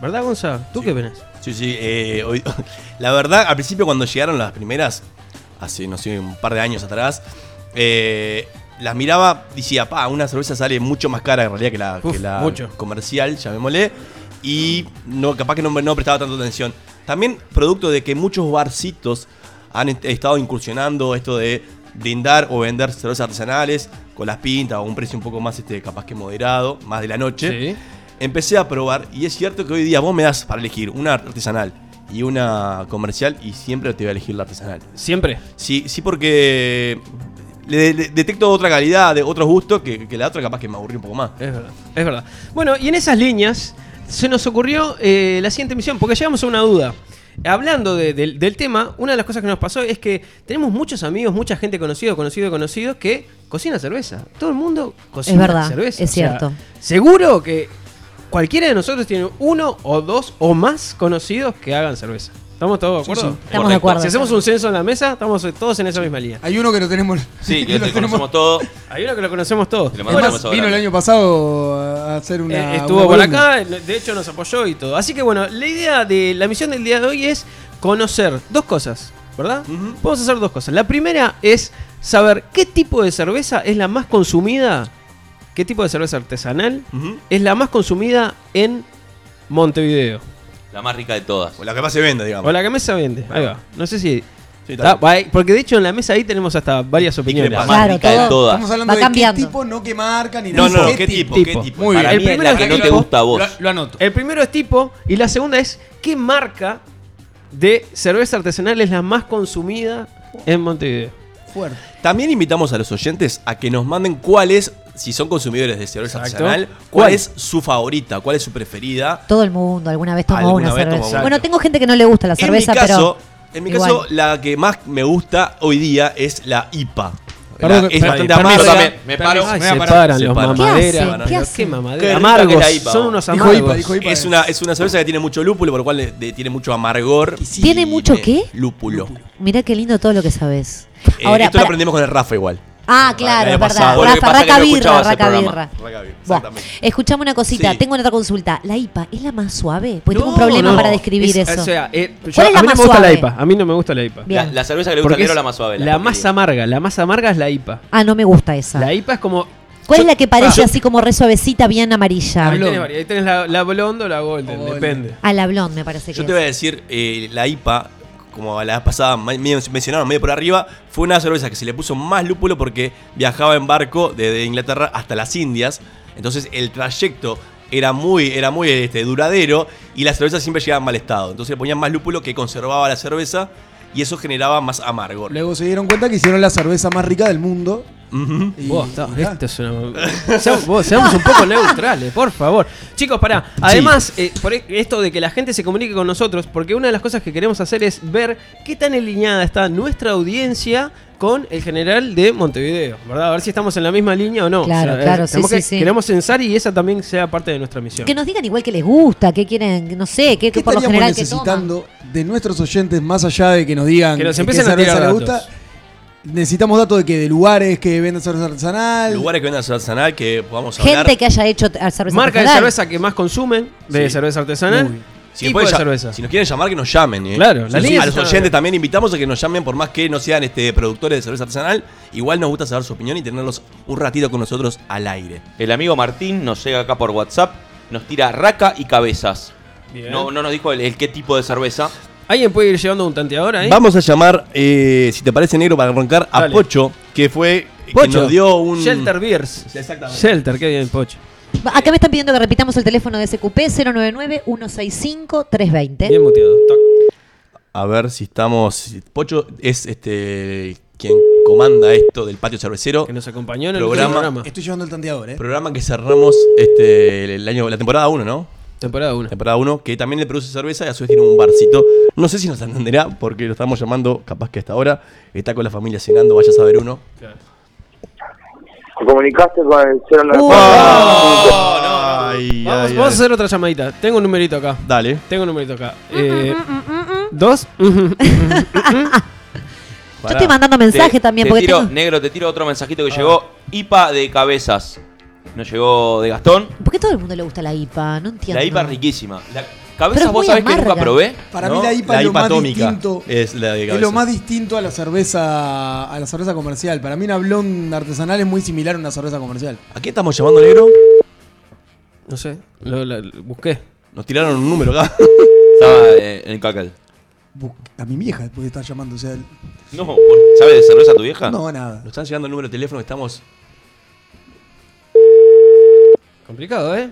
[SPEAKER 4] ¿Verdad, Gonzalo? ¿Tú qué opinas?
[SPEAKER 6] Sí, sí. eh, hoy- (laughs) la verdad, al principio cuando llegaron las primeras, hace, no sé, un par de años atrás, eh, las miraba, decía, pa, una cerveza sale mucho más cara en realidad que la,
[SPEAKER 4] Uf,
[SPEAKER 6] que la
[SPEAKER 4] mucho.
[SPEAKER 6] comercial, llamémosle. y no, capaz que no, no prestaba tanta atención. También producto de que muchos barcitos han est- estado incursionando esto de brindar o vender cervezas artesanales con las pintas o un precio un poco más este, capaz que moderado, más de la noche.
[SPEAKER 4] Sí.
[SPEAKER 6] Empecé a probar y es cierto que hoy día vos me das para elegir una artesanal y una comercial y siempre te voy a elegir la artesanal.
[SPEAKER 4] Siempre.
[SPEAKER 6] Sí, sí, porque le, le- detecto otra calidad, de otros gustos que, que la otra capaz que me aburrió un poco más.
[SPEAKER 4] Es verdad, es verdad. Bueno, y en esas líneas se nos ocurrió eh, la siguiente misión, porque llegamos a una duda. Hablando de- del- del tema, una de las cosas que nos pasó es que tenemos muchos amigos, mucha gente conocida, conocido, conocidos que cocina cerveza. Todo el mundo cocina
[SPEAKER 2] Es verdad,
[SPEAKER 4] cerveza.
[SPEAKER 2] es cierto.
[SPEAKER 4] seguro que cualquiera de nosotros tiene uno o dos o más conocidos que hagan cerveza. ¿Estamos todos de acuerdo?
[SPEAKER 2] Estamos de acuerdo.
[SPEAKER 4] Si hacemos un censo en la mesa, estamos eh, todos en esa misma línea.
[SPEAKER 5] Hay uno que lo tenemos. (laughs)
[SPEAKER 3] Sí, que
[SPEAKER 5] lo
[SPEAKER 3] te
[SPEAKER 5] tenemos-
[SPEAKER 3] conocemos todo.
[SPEAKER 4] Hay uno que lo conocemos todos.
[SPEAKER 3] Te lo
[SPEAKER 5] Es
[SPEAKER 3] mandamos
[SPEAKER 5] más,
[SPEAKER 3] a
[SPEAKER 5] vino el
[SPEAKER 3] grande.
[SPEAKER 5] año pasado a hacer una.
[SPEAKER 4] Eh, estuvo
[SPEAKER 5] una
[SPEAKER 4] por
[SPEAKER 5] columna.
[SPEAKER 4] acá, de hecho nos apoyó y todo. Así que bueno, la idea de la misión del día de hoy es conocer dos cosas, ¿verdad? Podemos hacer dos cosas. La primera es saber qué tipo de cerveza es la más consumida, qué tipo de cerveza artesanal
[SPEAKER 6] Ujú.
[SPEAKER 4] es la más consumida en Montevideo.
[SPEAKER 3] La más rica de todas.
[SPEAKER 6] O la que más se vende, digamos.
[SPEAKER 4] O la que más se vende. Ahí va. No sé si.
[SPEAKER 6] Sí,
[SPEAKER 4] Ah,
[SPEAKER 6] tal.
[SPEAKER 4] va- porque de hecho en la mesa ahí tenemos hasta varias opiniones.
[SPEAKER 3] La
[SPEAKER 2] pasa?
[SPEAKER 3] más
[SPEAKER 2] Claro,
[SPEAKER 3] rica de
[SPEAKER 2] todo-
[SPEAKER 3] todas.
[SPEAKER 5] Estamos hablando
[SPEAKER 2] Va
[SPEAKER 5] de
[SPEAKER 2] cambiando.
[SPEAKER 5] qué tipo, no qué marca ni
[SPEAKER 6] No,
[SPEAKER 5] nada.
[SPEAKER 6] no,
[SPEAKER 5] ¿Qué
[SPEAKER 6] ¿qué tipo? ¿Qué
[SPEAKER 4] tipo?
[SPEAKER 6] tipo?
[SPEAKER 5] Muy
[SPEAKER 3] Para
[SPEAKER 5] bien.
[SPEAKER 4] El
[SPEAKER 3] mí es
[SPEAKER 4] primero
[SPEAKER 3] la
[SPEAKER 4] es
[SPEAKER 3] que
[SPEAKER 4] la
[SPEAKER 3] no
[SPEAKER 4] que
[SPEAKER 3] te
[SPEAKER 4] lo-
[SPEAKER 3] gusta a vos.
[SPEAKER 5] Lo, lo anoto.
[SPEAKER 4] El primero es tipo y la segunda es qué marca de cerveza artesanal es la más consumida en Montevideo.
[SPEAKER 5] Fuerte.
[SPEAKER 6] También invitamos a los oyentes a que nos manden cuál es, si son consumidores de cerveza
[SPEAKER 4] Exacto.
[SPEAKER 6] artesanal, cuál,
[SPEAKER 4] ¿Cuál?
[SPEAKER 6] es su favorita, cuál es su preferida.
[SPEAKER 2] Todo el mundo alguna vez tomó
[SPEAKER 6] Alguna
[SPEAKER 2] una
[SPEAKER 6] vez
[SPEAKER 2] cerveza.
[SPEAKER 6] tomó una.
[SPEAKER 2] Bueno, tengo gente que no le gusta la cerveza,
[SPEAKER 6] en mi caso,
[SPEAKER 2] pero.
[SPEAKER 6] en mi
[SPEAKER 2] igual.
[SPEAKER 6] caso, la que más me gusta hoy día es la IPA.
[SPEAKER 5] Perdón,
[SPEAKER 6] La- es
[SPEAKER 5] per-
[SPEAKER 6] bastante
[SPEAKER 5] permiso,
[SPEAKER 6] amarga.
[SPEAKER 3] Yo también, me
[SPEAKER 5] Permiso.
[SPEAKER 3] paro.
[SPEAKER 4] Ay,
[SPEAKER 5] me
[SPEAKER 4] se
[SPEAKER 5] voy a parar.
[SPEAKER 4] paran
[SPEAKER 6] Se
[SPEAKER 4] los
[SPEAKER 6] paran.
[SPEAKER 2] ¿Qué
[SPEAKER 4] mamaderas.
[SPEAKER 2] hacen?
[SPEAKER 4] ¿no?
[SPEAKER 2] ¿Qué
[SPEAKER 4] Qué,
[SPEAKER 2] hacen?
[SPEAKER 4] mamadera.
[SPEAKER 3] Qué rica que
[SPEAKER 4] Amargos.
[SPEAKER 3] la IPA,
[SPEAKER 4] son
[SPEAKER 3] vos.
[SPEAKER 4] unos
[SPEAKER 5] Dijo
[SPEAKER 4] amargos.
[SPEAKER 5] IPA, dijo IPA.
[SPEAKER 6] Es una, es una cerveza que tiene mucho lúpulo, por lo cual le- de- tiene mucho amargor. y-
[SPEAKER 2] ¿Tiene mucho qué?
[SPEAKER 6] Lúpulo.
[SPEAKER 2] Mirá qué lindo todo lo que sabes.
[SPEAKER 6] Eh,
[SPEAKER 2] Ahora,
[SPEAKER 6] esto lo
[SPEAKER 2] para-
[SPEAKER 6] aprendimos con el Rafa igual.
[SPEAKER 2] Ah, claro,
[SPEAKER 6] El
[SPEAKER 2] es
[SPEAKER 6] año
[SPEAKER 2] verdad.
[SPEAKER 6] pasado.
[SPEAKER 3] Bueno, lo que
[SPEAKER 2] Rafa,
[SPEAKER 3] pasa es que
[SPEAKER 2] raca
[SPEAKER 3] no
[SPEAKER 2] birra,
[SPEAKER 3] escuchabas el
[SPEAKER 2] raca
[SPEAKER 3] programa.
[SPEAKER 2] birra. eh,
[SPEAKER 6] Raca birra,
[SPEAKER 2] Buah.
[SPEAKER 6] exactamente.
[SPEAKER 2] Escuchame una cosita,
[SPEAKER 6] Sí.
[SPEAKER 2] tengo otra consulta. ¿La IPA es la más suave? Pues tengo un
[SPEAKER 4] No,
[SPEAKER 2] problema
[SPEAKER 4] no.
[SPEAKER 2] para describir
[SPEAKER 4] Es-
[SPEAKER 2] eso.
[SPEAKER 4] o sea, eh, yo-
[SPEAKER 2] ¿Cuál es la
[SPEAKER 4] a mí
[SPEAKER 2] más
[SPEAKER 4] no me gusta
[SPEAKER 2] suave?
[SPEAKER 4] la IPA. A mí no me gusta la IPA.
[SPEAKER 3] La,
[SPEAKER 2] Bien.
[SPEAKER 3] la cerveza que le gusta
[SPEAKER 4] Porque
[SPEAKER 3] al negro
[SPEAKER 4] es
[SPEAKER 3] la más suave.
[SPEAKER 4] La,
[SPEAKER 3] porquería.
[SPEAKER 4] más amarga, la más amarga es la IPA.
[SPEAKER 2] Ah, no me gusta esa.
[SPEAKER 4] La IPA es como.
[SPEAKER 2] ¿Cuál es la que parece
[SPEAKER 4] Yo-
[SPEAKER 2] así como re suavecita, bien amarilla?
[SPEAKER 4] Ahí tenés, varias, ahí tenés la, la blonde o la golden,
[SPEAKER 5] Golden.
[SPEAKER 4] depende.
[SPEAKER 2] A la blonde, me parece que
[SPEAKER 6] Yo te voy a decir, eh, la IPA, como la pasada me- me- mencionaron medio por arriba, fue una cerveza que se le puso más lúpulo porque viajaba en barco desde Inglaterra hasta las Indias. Entonces el trayecto era muy, era muy este, duradero y la cerveza siempre llegaba en mal estado. Entonces le ponían más lúpulo que conservaba la cerveza y eso generaba más amargor.
[SPEAKER 5] Luego se dieron cuenta que hicieron la cerveza más rica del mundo.
[SPEAKER 6] Ujú.
[SPEAKER 5] Y-
[SPEAKER 4] Vos,
[SPEAKER 5] y
[SPEAKER 4] no,
[SPEAKER 5] nada.
[SPEAKER 4] esto
[SPEAKER 6] (laughs)
[SPEAKER 4] es una- Seamos, vos, seamos un poco neutrales, por favor. Chicos, pará. Además, eh, por e- esto de que la gente se comunique con nosotros, porque una de las cosas que queremos hacer es ver qué tan alineada está nuestra audiencia con el general de Montevideo, ¿verdad? A ver si estamos en la misma línea o no.
[SPEAKER 2] Claro,
[SPEAKER 4] O sea,
[SPEAKER 2] claro,
[SPEAKER 4] eh,
[SPEAKER 2] sí,
[SPEAKER 4] tenemos
[SPEAKER 2] sí,
[SPEAKER 4] que-
[SPEAKER 2] sí.
[SPEAKER 4] Queremos censar y esa también sea parte de nuestra misión.
[SPEAKER 2] Que nos digan igual que les gusta, que quieren, no sé, que,
[SPEAKER 5] ¿Qué
[SPEAKER 2] que por lo
[SPEAKER 5] estaríamos
[SPEAKER 2] general que toman.
[SPEAKER 5] necesitando de nuestros oyentes más allá de que nos digan
[SPEAKER 4] Que nos
[SPEAKER 5] eh,
[SPEAKER 4] empiecen
[SPEAKER 5] qué
[SPEAKER 4] a tirar
[SPEAKER 5] cerveza les
[SPEAKER 4] datos.
[SPEAKER 5] gusta? Necesitamos datos de que de lugares que venden cerveza artesanal.
[SPEAKER 6] Lugares que venden cerveza artesanal que podamos hablar.
[SPEAKER 2] Gente que haya hecho t- cerveza
[SPEAKER 4] Marca de
[SPEAKER 2] artesanal.
[SPEAKER 4] cerveza que más consumen, de
[SPEAKER 6] Sí.
[SPEAKER 4] cerveza artesanal,
[SPEAKER 5] Muy.
[SPEAKER 6] Si, nos
[SPEAKER 4] tipo de
[SPEAKER 6] pueden llam-
[SPEAKER 4] cerveza.
[SPEAKER 6] si nos quieren llamar, que nos llamen. ¿eh?
[SPEAKER 4] Claro, la
[SPEAKER 6] Sí,
[SPEAKER 4] línea
[SPEAKER 6] A los
[SPEAKER 4] está-
[SPEAKER 6] oyentes también invitamos a que nos llamen, por más que no sean este, productores de cerveza artesanal. Igual nos gusta saber su opinión y tenerlos un ratito con nosotros al aire.
[SPEAKER 3] El amigo Martín nos llega acá por WhatsApp, nos tira raca y cabezas.
[SPEAKER 4] Bien.
[SPEAKER 3] No, no nos dijo el, el qué tipo de cerveza.
[SPEAKER 4] ¿Alguien puede ir llevando un tanteador ahí?
[SPEAKER 6] Vamos a llamar, eh, si te parece negro, para arrancar a
[SPEAKER 4] Dale.
[SPEAKER 6] Pocho, que fue que
[SPEAKER 4] Pocho.
[SPEAKER 6] nos dio un.
[SPEAKER 4] Shelter Beers.
[SPEAKER 6] Exactamente.
[SPEAKER 4] Shelter, qué bien, Pocho.
[SPEAKER 2] Acá me están pidiendo que repitamos el teléfono de SQP 099-165-320.
[SPEAKER 4] Bien muteado. Toc.
[SPEAKER 6] A ver si estamos. Pocho es este quien comanda esto del patio cervecero.
[SPEAKER 4] Que nos acompañó en el
[SPEAKER 6] Programa.
[SPEAKER 4] programa.
[SPEAKER 5] Estoy llevando el tanteador, ¿eh?
[SPEAKER 6] Programa que cerramos este, el año, la temporada 1, ¿no?
[SPEAKER 4] Temporada 1.
[SPEAKER 6] temporada 1, que también le produce cerveza y a su vez tiene un barcito. No sé si nos entenderá porque lo estamos llamando, capaz que hasta ahora. Está con la familia cenando, vaya a saber uno.
[SPEAKER 8] Te comunicaste con el 09.
[SPEAKER 6] Ay,
[SPEAKER 4] Vamos,
[SPEAKER 6] ay,
[SPEAKER 4] vamos a
[SPEAKER 6] ay.
[SPEAKER 4] hacer otra llamadita. Tengo un numerito acá.
[SPEAKER 6] Dale.
[SPEAKER 4] Tengo un numerito acá.
[SPEAKER 2] Mm,
[SPEAKER 4] Eh,
[SPEAKER 2] (laughs)
[SPEAKER 4] dos. (laughs) Ujú.
[SPEAKER 2] Yo estoy mandando mensaje
[SPEAKER 3] Te-
[SPEAKER 2] también,
[SPEAKER 3] te
[SPEAKER 2] porque
[SPEAKER 3] tiro-
[SPEAKER 2] tengo-
[SPEAKER 3] Negro, te tiro otro mensajito que llegó. IPA de cabezas. Nos llegó de Gastón.
[SPEAKER 2] ¿Por qué todo el mundo le gusta la IPA? No entiendo.
[SPEAKER 3] La IPA es riquísima. La
[SPEAKER 2] Pero
[SPEAKER 3] cabezas
[SPEAKER 2] es
[SPEAKER 3] vos
[SPEAKER 2] muy
[SPEAKER 3] sabés que nunca
[SPEAKER 2] amarga.
[SPEAKER 3] probé.
[SPEAKER 5] Para
[SPEAKER 6] ¿No?
[SPEAKER 5] mí la IPA es lo más distinto.
[SPEAKER 6] Es la de
[SPEAKER 5] Es
[SPEAKER 6] cabeza.
[SPEAKER 5] lo más distinto a la cerveza a la cerveza comercial. Para mí una blonde artesanal es muy similar a una cerveza comercial.
[SPEAKER 6] ¿A quién estamos llamando, negro?
[SPEAKER 4] No sé. Lo, la- lo busqué.
[SPEAKER 6] Nos tiraron un número (laughs) acá.
[SPEAKER 3] Estaba eh, en el cacal.
[SPEAKER 5] Bu- A mi vieja puede estar llamando. O sea, el-
[SPEAKER 3] No, ¿por- ¿sabe de cerveza tu vieja?
[SPEAKER 5] no, nada.
[SPEAKER 6] Nos están llegando el número de teléfono que estamos.
[SPEAKER 4] Complicado, ¿eh?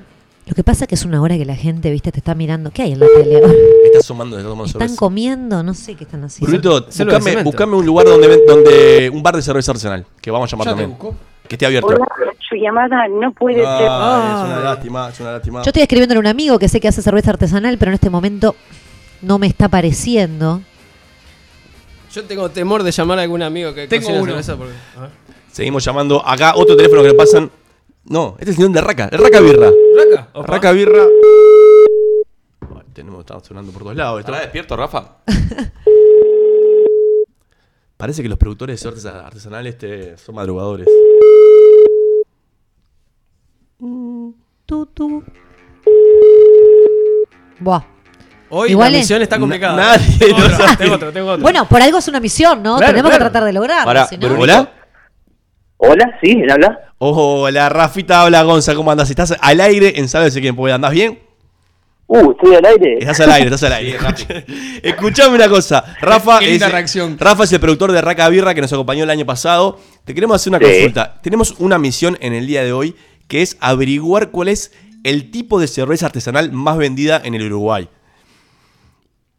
[SPEAKER 2] Lo que pasa es que es una hora que la gente, viste, te está mirando. ¿Qué hay en la tele? ahora?
[SPEAKER 6] Está asomando, está
[SPEAKER 2] (laughs)
[SPEAKER 6] tomando
[SPEAKER 2] Están
[SPEAKER 6] cerveza.
[SPEAKER 2] comiendo, no sé qué están haciendo.
[SPEAKER 6] Brunito,
[SPEAKER 4] Celo de
[SPEAKER 6] buscame,
[SPEAKER 4] cemento.
[SPEAKER 6] buscame un lugar donde, ven- donde. Un bar de cerveza arsenal. Que vamos a llamar
[SPEAKER 5] Ya te
[SPEAKER 6] también.
[SPEAKER 5] busco.
[SPEAKER 6] Que esté abierto.
[SPEAKER 9] Hola, su llamada no puede ser.
[SPEAKER 6] Ah, es una lástima, es una lástima.
[SPEAKER 2] Yo estoy escribiéndole a un amigo que sé que hace cerveza artesanal, pero en este momento no me está pareciendo.
[SPEAKER 4] Yo tengo temor de llamar a algún amigo que
[SPEAKER 5] Tengo
[SPEAKER 4] cocina
[SPEAKER 5] uno.
[SPEAKER 4] cerveza porque- a ver.
[SPEAKER 6] Seguimos llamando acá otro teléfono que le pasan. No, este es el señor de Raca, el Raca Birra.
[SPEAKER 4] Raca, opa.
[SPEAKER 6] Raca Birra. Ay, Tenemos, está sonando por todos lados.
[SPEAKER 3] ¿Estará
[SPEAKER 6] está-
[SPEAKER 3] despierto, Rafa?
[SPEAKER 6] Parece que los productores de cervezas artesanales este, son madrugadores.
[SPEAKER 2] Tu, tu. Buah.
[SPEAKER 4] Hoy
[SPEAKER 2] Igual
[SPEAKER 4] la
[SPEAKER 2] es-
[SPEAKER 4] misión está complicada.
[SPEAKER 6] Na-
[SPEAKER 4] ¿eh?
[SPEAKER 6] nadie
[SPEAKER 4] Tengo
[SPEAKER 6] lo
[SPEAKER 4] otra,
[SPEAKER 6] sabe.
[SPEAKER 4] Tengo otro, tengo otro.
[SPEAKER 2] Bueno, por algo es una misión, ¿no?
[SPEAKER 4] Claro,
[SPEAKER 2] Tenemos
[SPEAKER 4] claro.
[SPEAKER 2] que tratar de lograrlo.
[SPEAKER 3] Pará,
[SPEAKER 2] pues, si no-
[SPEAKER 3] Brunito.
[SPEAKER 6] ¿Hola?
[SPEAKER 9] Hola, sí, él habla.
[SPEAKER 6] Hola, Rafita, habla Gonza, ¿cómo andás? ¿Estás al aire en Sabe si quién puede? ¿Andás bien?
[SPEAKER 9] Uh, estoy al aire.
[SPEAKER 6] Estás al aire, estás al
[SPEAKER 9] (laughs)
[SPEAKER 6] aire. Escuchame una cosa. Rafa
[SPEAKER 5] Qué linda
[SPEAKER 6] es,
[SPEAKER 5] reacción.
[SPEAKER 6] Rafa es el productor de Raca Birra que nos acompañó el año pasado. Te queremos hacer una
[SPEAKER 9] Sí.
[SPEAKER 6] consulta. Tenemos una misión en el día de hoy que es averiguar cuál es el tipo de cerveza artesanal más vendida en el Uruguay.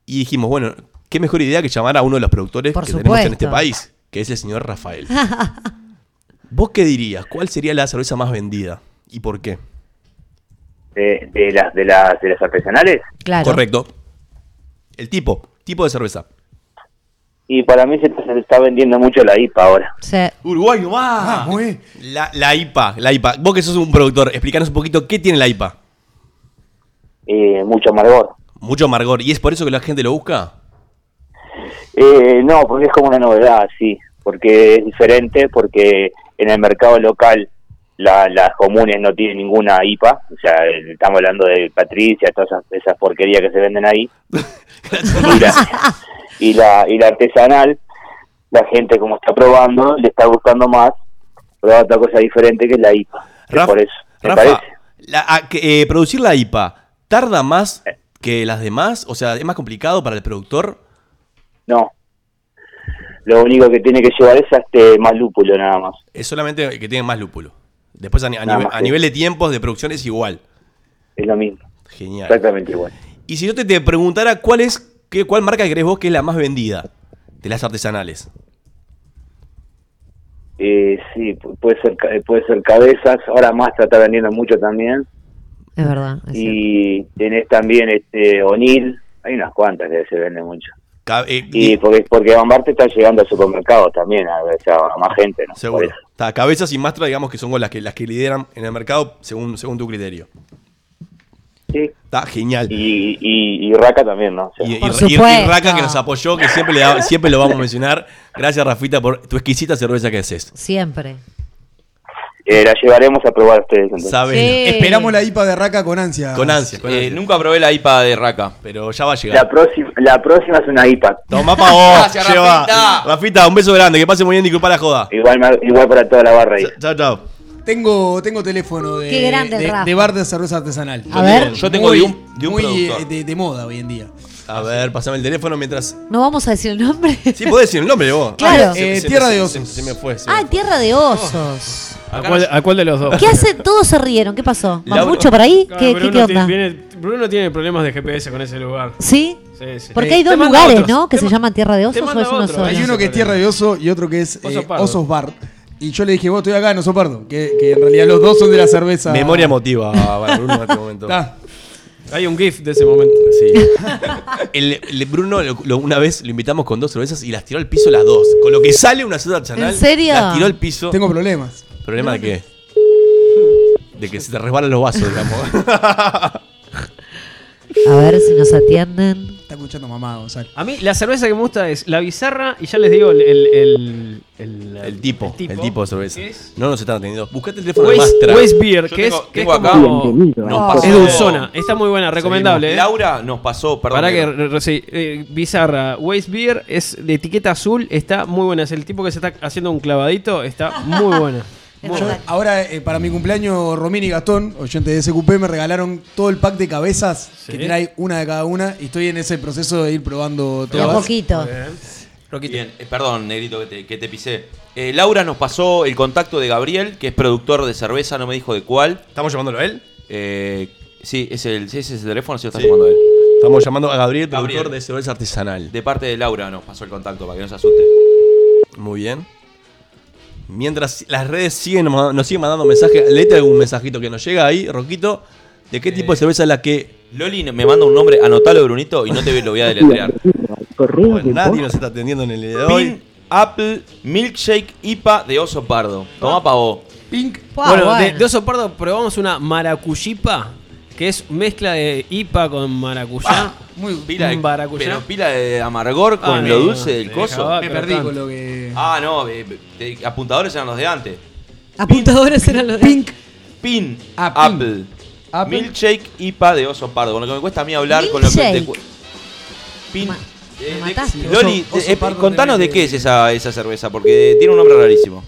[SPEAKER 6] Y dijimos, bueno, qué mejor idea que llamar a uno de los productores
[SPEAKER 2] Por
[SPEAKER 6] que tenemos en
[SPEAKER 2] supuesto.
[SPEAKER 6] este país, que es el señor Rafael. ¿Vos qué dirías? ¿Cuál sería la cerveza más vendida? ¿Y por qué?
[SPEAKER 9] De, de las, de, las, de las artesanales.
[SPEAKER 2] Claro.
[SPEAKER 6] Correcto. El tipo, tipo de cerveza.
[SPEAKER 9] Y para mí se, se está vendiendo mucho la IPA ahora.
[SPEAKER 2] (laughs) Sí.
[SPEAKER 3] Uruguay nomás.
[SPEAKER 5] Vamos, eh.
[SPEAKER 6] La, la IPA, la IPA. Vos que sos un productor, explícanos un poquito qué tiene la IPA.
[SPEAKER 9] Eh, mucho amargor.
[SPEAKER 6] Mucho amargor. ¿Y es por eso que la gente lo busca?
[SPEAKER 9] Eh, no, porque es como una novedad, sí. Porque es diferente, porque en el mercado local la- las comunes no tienen ninguna IPA. O sea, eh, estamos hablando de Patricia, todas esas, esas porquerías que se
[SPEAKER 6] (laughs)
[SPEAKER 9] venden ahí. y, la, y, la, y la artesanal, la gente como está probando, le está gustando más. Prueba otra cosa diferente que es la IPA. Es
[SPEAKER 6] Raf-
[SPEAKER 9] por eso, ¿te
[SPEAKER 6] Rafa,
[SPEAKER 9] parece?
[SPEAKER 6] la- a- que, eh, producir la IPA, ¿tarda más que las demás? O sea, ¿es más complicado para el productor?
[SPEAKER 9] No. Lo único que tiene que llevar es este, más lúpulo nada más.
[SPEAKER 6] Es solamente el que tiene más lúpulo. Después a, ni- a
[SPEAKER 9] Nada
[SPEAKER 6] nive-
[SPEAKER 9] más,
[SPEAKER 6] a
[SPEAKER 9] sí.
[SPEAKER 6] nivel de tiempos de producción es igual.
[SPEAKER 9] Es lo mismo.
[SPEAKER 6] Genial.
[SPEAKER 9] Exactamente igual.
[SPEAKER 6] Y si yo te, te preguntara cuál es, qué, cuál marca crees vos que es la más vendida de las artesanales.
[SPEAKER 9] Eh, sí, pu- puede ser, ca- puede ser cabezas. Ahora más está vendiendo mucho también.
[SPEAKER 2] (laughs) Es verdad. es cierto.
[SPEAKER 9] Y tenés también este O'Neill. Hay unas cuantas que se venden mucho.
[SPEAKER 6] Ca- eh,
[SPEAKER 9] Y
[SPEAKER 6] di-
[SPEAKER 9] porque, porque Van Bart está llegando al supermercado también, a, o sea, a más gente, ¿no?
[SPEAKER 6] Seguro.
[SPEAKER 9] Por eso.
[SPEAKER 6] Está, cabezas y Mastra, digamos que son las que, las que lideran en el mercado según, según tu criterio.
[SPEAKER 9] Sí.
[SPEAKER 6] Está genial. Y,
[SPEAKER 9] Y, y, y Raka también, ¿no? O sea,
[SPEAKER 6] y-
[SPEAKER 2] Por
[SPEAKER 6] y-
[SPEAKER 2] supuesto.
[SPEAKER 6] y Raka que nos apoyó, que siempre, le da- siempre lo vamos a mencionar. Gracias, Rafita, por tu exquisita cerveza que haces.
[SPEAKER 2] Siempre.
[SPEAKER 9] eh, la llevaremos a probar a ustedes entonces.
[SPEAKER 6] Sabes,
[SPEAKER 2] Sí.
[SPEAKER 5] Esperamos la IPA de Raca con ansia.
[SPEAKER 6] con ansia, con
[SPEAKER 3] Eh,
[SPEAKER 6] ansia.
[SPEAKER 3] nunca probé la IPA de Raca.
[SPEAKER 6] Pero ya va a
[SPEAKER 9] La
[SPEAKER 6] llegar.
[SPEAKER 9] próxima, la próxima es una IPA.
[SPEAKER 6] Tomá pa' vos.
[SPEAKER 9] (laughs)
[SPEAKER 3] Gracias,
[SPEAKER 6] lleva.
[SPEAKER 3] Rafita.
[SPEAKER 6] Rafita, un beso grande. Que pase muy bien. Disculpa la joda.
[SPEAKER 9] Igual, me- igual para toda la barra ahí.
[SPEAKER 6] Chao, chao.
[SPEAKER 5] Tengo, tengo teléfono de,
[SPEAKER 2] Qué grande el
[SPEAKER 5] de,
[SPEAKER 2] Rafa.
[SPEAKER 5] de bar de cerveza artesanal.
[SPEAKER 2] A ver.
[SPEAKER 3] Yo tengo
[SPEAKER 5] Muy-
[SPEAKER 3] de un, de un
[SPEAKER 5] muy,
[SPEAKER 3] productor.
[SPEAKER 5] eh, de, de moda hoy en día.
[SPEAKER 6] A ver, pasame el teléfono mientras.
[SPEAKER 2] ¿No vamos a decir el nombre?
[SPEAKER 6] Sí, podés decir el nombre vos.
[SPEAKER 2] Claro.
[SPEAKER 6] Ay, se-
[SPEAKER 5] Eh,
[SPEAKER 6] se-
[SPEAKER 5] Tierra
[SPEAKER 6] se-
[SPEAKER 5] de
[SPEAKER 6] se-
[SPEAKER 5] Osos.
[SPEAKER 6] Se me fue. se me
[SPEAKER 2] Ah,
[SPEAKER 6] fue.
[SPEAKER 2] Tierra de Osos.
[SPEAKER 4] ¿A cuál, a cuál de los dos?
[SPEAKER 2] ¿Qué hace? Todos se rieron. ¿Qué pasó?
[SPEAKER 6] Laura-
[SPEAKER 2] ¿Mapucho por ahí?
[SPEAKER 4] Claro,
[SPEAKER 2] ¿Qué,
[SPEAKER 4] Bruno
[SPEAKER 2] qué, qué onda?
[SPEAKER 4] tiene- viene- Bruno tiene problemas de GPS con ese lugar.
[SPEAKER 2] ¿Sí?
[SPEAKER 4] Sí, sí.
[SPEAKER 2] Porque
[SPEAKER 4] Eh,
[SPEAKER 2] hay
[SPEAKER 4] te
[SPEAKER 2] dos
[SPEAKER 4] manda
[SPEAKER 2] lugares,
[SPEAKER 4] otros.
[SPEAKER 2] ¿no? Que
[SPEAKER 4] Te
[SPEAKER 2] se
[SPEAKER 4] ma-
[SPEAKER 2] llaman Tierra de
[SPEAKER 4] te
[SPEAKER 2] Osos o
[SPEAKER 4] manda
[SPEAKER 2] es uno
[SPEAKER 4] otro.
[SPEAKER 2] solo.
[SPEAKER 5] Hay uno que es Tierra de Oso y otro que es
[SPEAKER 4] Oso
[SPEAKER 5] eh,
[SPEAKER 4] Pardo.
[SPEAKER 5] Osos Bar. Y yo le dije, vos estoy acá en Oso Pardo. Que, que en realidad los dos son de la cerveza.
[SPEAKER 6] Memoria emotiva para Bruno en este momento.
[SPEAKER 5] (laughs) Está.
[SPEAKER 4] Hay un GIF de ese momento. (laughs)
[SPEAKER 6] Sí. El, el Bruno lo- lo- una vez lo invitamos con dos cervezas y las tiró al piso las dos. Con lo que sale una cerveza artesanal.
[SPEAKER 2] ¿En serio?
[SPEAKER 6] Las tiró al piso.
[SPEAKER 5] Tengo problemas.
[SPEAKER 6] ¿Problema de qué? De que se te resbalan los vasos,
[SPEAKER 4] (laughs)
[SPEAKER 6] digamos.
[SPEAKER 2] A ver si nos atienden.
[SPEAKER 5] Está escuchando mamá, Gonzalo.
[SPEAKER 4] A mí la cerveza que me gusta es la bizarra y ya les digo el, el, el, el-
[SPEAKER 6] El tipo, el tipo, de cerveza.
[SPEAKER 4] que es-
[SPEAKER 6] No nos están atendiendo. Buscate el teléfono de
[SPEAKER 4] West,
[SPEAKER 6] Mastra.
[SPEAKER 4] West Beer,
[SPEAKER 3] Yo
[SPEAKER 4] que
[SPEAKER 3] tengo-
[SPEAKER 4] es, que es
[SPEAKER 3] tengo acá-
[SPEAKER 4] como...
[SPEAKER 3] Nos
[SPEAKER 4] Es dulzona, está muy buena, recomendable. eh.
[SPEAKER 3] Laura nos pasó, perdón.
[SPEAKER 4] Para que
[SPEAKER 3] negro.
[SPEAKER 4] re- re- sí, eh, bizarra, Waste Beer
[SPEAKER 5] (laughs)
[SPEAKER 4] es de etiqueta azul, está muy buena. Es el tipo que se está haciendo un clavadito, está muy buena.
[SPEAKER 2] Es
[SPEAKER 5] Yo,
[SPEAKER 2] verdad.
[SPEAKER 5] ahora, eh, para mi cumpleaños, Romín y Gastón, oyente de SQP, me regalaron todo el pack de cabezas, que tiene ahí una de cada una, y estoy en ese proceso de ir probando
[SPEAKER 2] De a
[SPEAKER 5] todas.
[SPEAKER 2] poquito.
[SPEAKER 3] Bien, eh, perdón, negrito, que te, que te pisé. Eh, Laura nos pasó el contacto de Gabriel, que es productor de cerveza, no me dijo de cuál.
[SPEAKER 6] ¿Estamos llamándolo a él?
[SPEAKER 3] Eh, sí, es el, sí, ese es el teléfono, sí, lo está llamando él.
[SPEAKER 6] Estamos llamando a Gabriel,
[SPEAKER 3] Gabriel.
[SPEAKER 6] productor de cerveza artesanal.
[SPEAKER 3] De parte de Laura nos pasó el contacto, para que no se asuste.
[SPEAKER 6] Muy bien. Mientras las redes siguen ma- nos siguen mandando mensajes, leete algún mensajito que nos llega ahí, Roquito, de qué tipo de cerveza es la que
[SPEAKER 3] Eh, Loli me manda un nombre, anotalo, Brunito, y no te lo voy a
[SPEAKER 6] (laughs)
[SPEAKER 3] deletrear.
[SPEAKER 6] bueno, nadie nos está atendiendo en el día de
[SPEAKER 3] Pin
[SPEAKER 6] hoy.
[SPEAKER 3] Apple Milkshake IPA de oso pardo. Toma pa' vos.
[SPEAKER 5] Pink.
[SPEAKER 2] Guau,
[SPEAKER 4] bueno, De,
[SPEAKER 2] bueno.
[SPEAKER 4] de oso pardo probamos una maracuyipa, que es mezcla de IPA con maracuyá.
[SPEAKER 5] Muy,
[SPEAKER 3] Ah, Pila de,
[SPEAKER 4] Maracuyá.
[SPEAKER 3] pero pila de amargor con
[SPEAKER 4] Ah,
[SPEAKER 3] lo
[SPEAKER 4] no,
[SPEAKER 3] dulce del
[SPEAKER 4] me
[SPEAKER 3] coso.
[SPEAKER 4] dejaba.
[SPEAKER 5] me perdí con lo que.
[SPEAKER 3] Ah, no, eh, te- apuntadores eran los de antes.
[SPEAKER 2] Apuntadores eran los de-
[SPEAKER 5] Pink.
[SPEAKER 3] Pin
[SPEAKER 5] Ah, Pin.
[SPEAKER 3] Apple.
[SPEAKER 5] Apple.
[SPEAKER 3] Milkshake IPA de oso pardo. Con lo que me cuesta a mí hablar con lo que
[SPEAKER 2] Milkshake.
[SPEAKER 3] te cu- Pin.
[SPEAKER 2] Ma-
[SPEAKER 3] eh,
[SPEAKER 2] me
[SPEAKER 3] de-
[SPEAKER 2] mataste.
[SPEAKER 3] Loli,
[SPEAKER 5] Oso- oso
[SPEAKER 3] eh,
[SPEAKER 5] pardo
[SPEAKER 3] contanos de
[SPEAKER 5] tenés
[SPEAKER 3] qué
[SPEAKER 5] que-
[SPEAKER 3] es esa, esa cerveza, porque tiene un nombre rarísimo.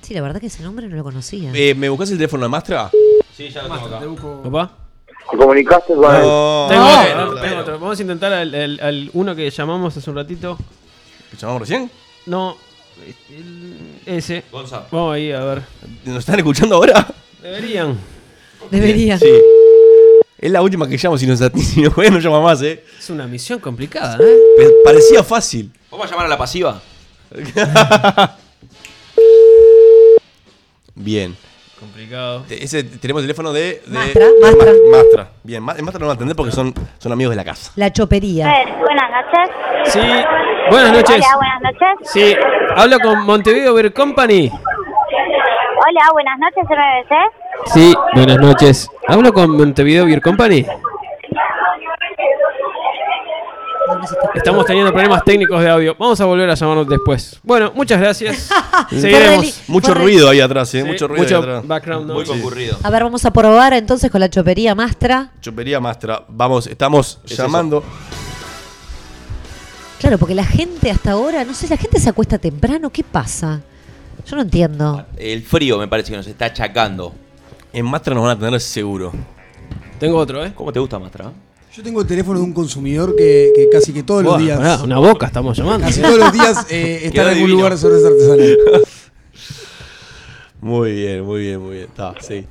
[SPEAKER 2] Sí, la verdad que ese nombre no lo conocía.
[SPEAKER 6] Eh, ¿Me buscas el teléfono de Mastra?
[SPEAKER 3] Sí, ya lo tengo acá.
[SPEAKER 4] ¿Papá?
[SPEAKER 8] ¿Te comunicaste con él?
[SPEAKER 6] No.
[SPEAKER 4] Tengo Ah.
[SPEAKER 2] No.
[SPEAKER 4] otro,
[SPEAKER 6] Claro.
[SPEAKER 4] tengo otro. Vamos a intentar al, al- al uno que llamamos hace un ratito.
[SPEAKER 6] ¿Lo llamamos recién?
[SPEAKER 4] No, el- ese.
[SPEAKER 3] Gonza.
[SPEAKER 4] Vamos ahí a ver.
[SPEAKER 6] ¿Nos están escuchando ahora?
[SPEAKER 4] Deberían.
[SPEAKER 2] Debería.
[SPEAKER 6] Sí. Es la última que llamo, si nos, at- (laughs) si nos juegan no llama más, ¿eh?
[SPEAKER 4] Es una misión complicada, ¿eh?
[SPEAKER 6] Pe- Parecía fácil.
[SPEAKER 3] Vamos a llamar a la pasiva.
[SPEAKER 6] Bien.
[SPEAKER 4] Complicado.
[SPEAKER 6] Te- Ese, tenemos el teléfono de... de-
[SPEAKER 2] Mastra,
[SPEAKER 6] de Ma-
[SPEAKER 2] Mastra.
[SPEAKER 6] Mastra. Bien, Ma- Mastra no va a atender porque son, son amigos de la casa.
[SPEAKER 2] La chopería.
[SPEAKER 9] Eh, buenas noches.
[SPEAKER 4] Sí, buenas noches.
[SPEAKER 9] Hola, buenas noches.
[SPEAKER 4] Sí, hablo con Montevideo Beer Company.
[SPEAKER 9] Hola, buenas noches, MBC.
[SPEAKER 4] Sí, buenas noches. Hablo con Montevideo Beer Company.
[SPEAKER 2] No nos está-
[SPEAKER 4] Estamos teniendo problemas técnicos de audio. Vamos a volver a llamarnos después. Bueno, muchas
[SPEAKER 2] (laughs)
[SPEAKER 4] gracias.
[SPEAKER 2] Correli.
[SPEAKER 4] Seguiremos.
[SPEAKER 6] Mucho
[SPEAKER 2] Fue re-
[SPEAKER 6] ruido ahí atrás, ¿eh?
[SPEAKER 4] Sí,
[SPEAKER 6] mucho ruido
[SPEAKER 4] mucho
[SPEAKER 6] ahí atrás.
[SPEAKER 4] background
[SPEAKER 3] Muy
[SPEAKER 4] noise.
[SPEAKER 3] concurrido.
[SPEAKER 2] A ver, vamos a probar entonces con la chopería Mastra.
[SPEAKER 6] Chopería Mastra. Vamos, estamos
[SPEAKER 3] Es
[SPEAKER 6] llamando.
[SPEAKER 2] Claro, porque la gente hasta ahora, no sé, la gente se acuesta temprano, ¿qué pasa? Yo no entiendo.
[SPEAKER 3] (laughs) El frío me parece que nos está achacando.
[SPEAKER 6] En Mastra nos van a tener seguro.
[SPEAKER 4] Tengo otro, ¿eh?
[SPEAKER 3] ¿Cómo te gusta, Mastra?
[SPEAKER 5] Yo tengo el teléfono de un consumidor que, que casi que todos los
[SPEAKER 4] Buah,
[SPEAKER 5] días.
[SPEAKER 4] pará, una boca estamos llamando.
[SPEAKER 5] Casi todos los días eh, está en algún
[SPEAKER 3] divino.
[SPEAKER 5] lugar de cerveza artesanal.
[SPEAKER 6] Muy bien, muy bien, muy bien. Está, sí.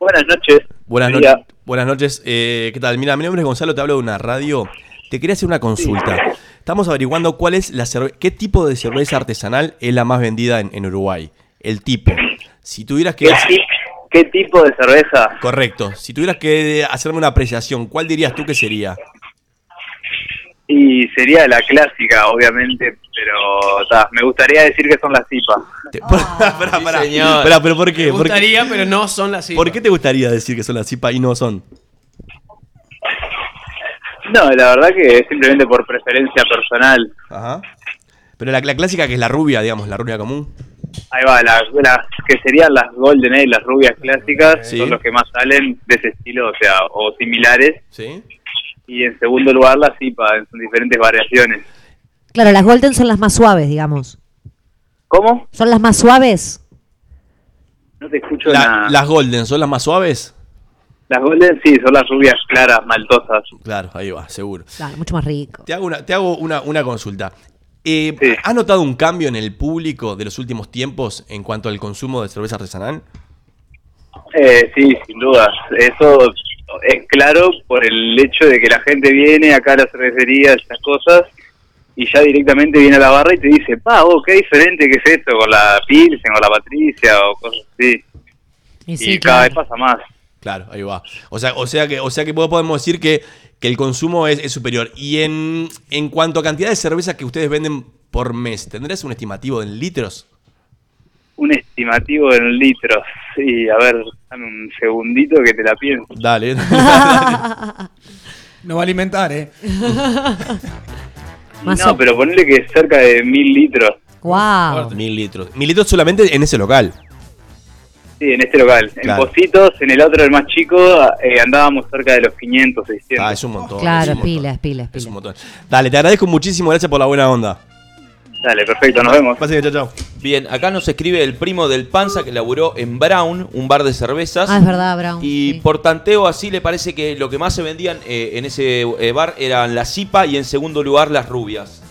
[SPEAKER 8] Buenas noches.
[SPEAKER 6] Buenas,
[SPEAKER 8] Mira,
[SPEAKER 6] no- buenas noches. Eh, ¿Qué tal? Mira, mi nombre es Gonzalo, te hablo de una radio. Te quería hacer una consulta. Estamos averiguando cuál es la cerve- qué tipo de cerveza artesanal es la más vendida en, en Uruguay. El tipo. Si tuvieras que
[SPEAKER 8] ¿Qué, ti- qué tipo de cerveza?
[SPEAKER 6] correcto. Si tuvieras que hacerme una apreciación, ¿cuál dirías tú que sería?
[SPEAKER 8] Y sería la clásica, obviamente, pero ta, me gustaría decir que son las tipas.
[SPEAKER 6] Te- (laughs) pará, pará,
[SPEAKER 3] Sí,
[SPEAKER 6] pará.
[SPEAKER 3] señor.
[SPEAKER 6] Pará, pero ¿por
[SPEAKER 4] Ah, Me
[SPEAKER 6] qué? ¿Por qué?
[SPEAKER 4] gustaría, pero no son las
[SPEAKER 6] ¿Por qué te gustaría decir que son las IPA y no son?
[SPEAKER 8] No, la verdad que es simplemente por preferencia personal.
[SPEAKER 6] Ajá. Pero la, la clásica que es la rubia, digamos, la rubia común.
[SPEAKER 8] Ahí va, las, las que serían las Golden Ale, las rubias clásicas,
[SPEAKER 6] Sí.
[SPEAKER 8] son los que más salen de ese estilo, o sea, o similares.
[SPEAKER 6] Sí.
[SPEAKER 8] Y en segundo lugar, las IPA, en sus diferentes variaciones.
[SPEAKER 2] Claro, las Golden son las más suaves, digamos.
[SPEAKER 8] ¿Cómo?
[SPEAKER 2] ¿Son las más suaves?
[SPEAKER 8] No te escucho
[SPEAKER 6] La-
[SPEAKER 8] nada.
[SPEAKER 6] las Golden, ¿son las más suaves?
[SPEAKER 8] Las Golden sí, son las rubias claras, maltosas.
[SPEAKER 6] Claro, ahí va, seguro.
[SPEAKER 2] Claro, mucho más rico.
[SPEAKER 6] Te hago una, te hago una, una consulta. Eh,
[SPEAKER 8] Sí.
[SPEAKER 6] ¿Has notado un cambio en el público de los últimos tiempos en cuanto al consumo de cerveza artesanal?
[SPEAKER 8] Eh, sí, sin duda. Eso es claro por el hecho de que la gente viene acá a las cervecerías, estas cosas, y ya directamente viene a la barra y te dice, pa, vos, qué diferente que es esto con la Pilsen, con la Patricia o cosas así.
[SPEAKER 2] Y
[SPEAKER 8] Y,
[SPEAKER 2] sí,
[SPEAKER 8] cada vez
[SPEAKER 2] claro.
[SPEAKER 8] pasa más.
[SPEAKER 6] Claro, ahí va. O sea, o sea que, o sea que podemos decir que, que el consumo es, es superior. Y en, en cuanto a cantidad de cerveza que ustedes venden por mes, ¿tendrías un estimativo en litros?
[SPEAKER 8] Un estimativo en litros. Sí, a ver, dame un segundito que te la pienso. (laughs)
[SPEAKER 6] Dale.
[SPEAKER 5] Nos va a alimentar, ¿eh?
[SPEAKER 2] (laughs) Más
[SPEAKER 8] no,
[SPEAKER 2] o-
[SPEAKER 8] pero ponle que es cerca de mil litros.
[SPEAKER 2] Guau.
[SPEAKER 6] Mil litros. Mil litros solamente en ese local.
[SPEAKER 8] Sí, en este local.
[SPEAKER 6] Claro.
[SPEAKER 8] En Positos, en el otro, el más chico, eh, andábamos cerca de los 500, 600.
[SPEAKER 6] Ah, es un montón.
[SPEAKER 2] Claro,
[SPEAKER 6] es un montón.
[SPEAKER 2] pilas, pilas,
[SPEAKER 6] Es un
[SPEAKER 2] pilas.
[SPEAKER 6] montón. Dale, te agradezco muchísimo. Gracias por la buena onda.
[SPEAKER 8] Dale, perfecto, nos vemos.
[SPEAKER 6] Pase que chao, chao.
[SPEAKER 3] Bien, acá nos escribe el primo del Panza que laburó en Brown, un bar de cervezas.
[SPEAKER 2] Ah, es verdad, Brown.
[SPEAKER 3] Y
[SPEAKER 2] sí.
[SPEAKER 3] por tanteo así le parece que lo que más se vendían eh, en ese eh, bar eran la cipa y en segundo lugar las rubias.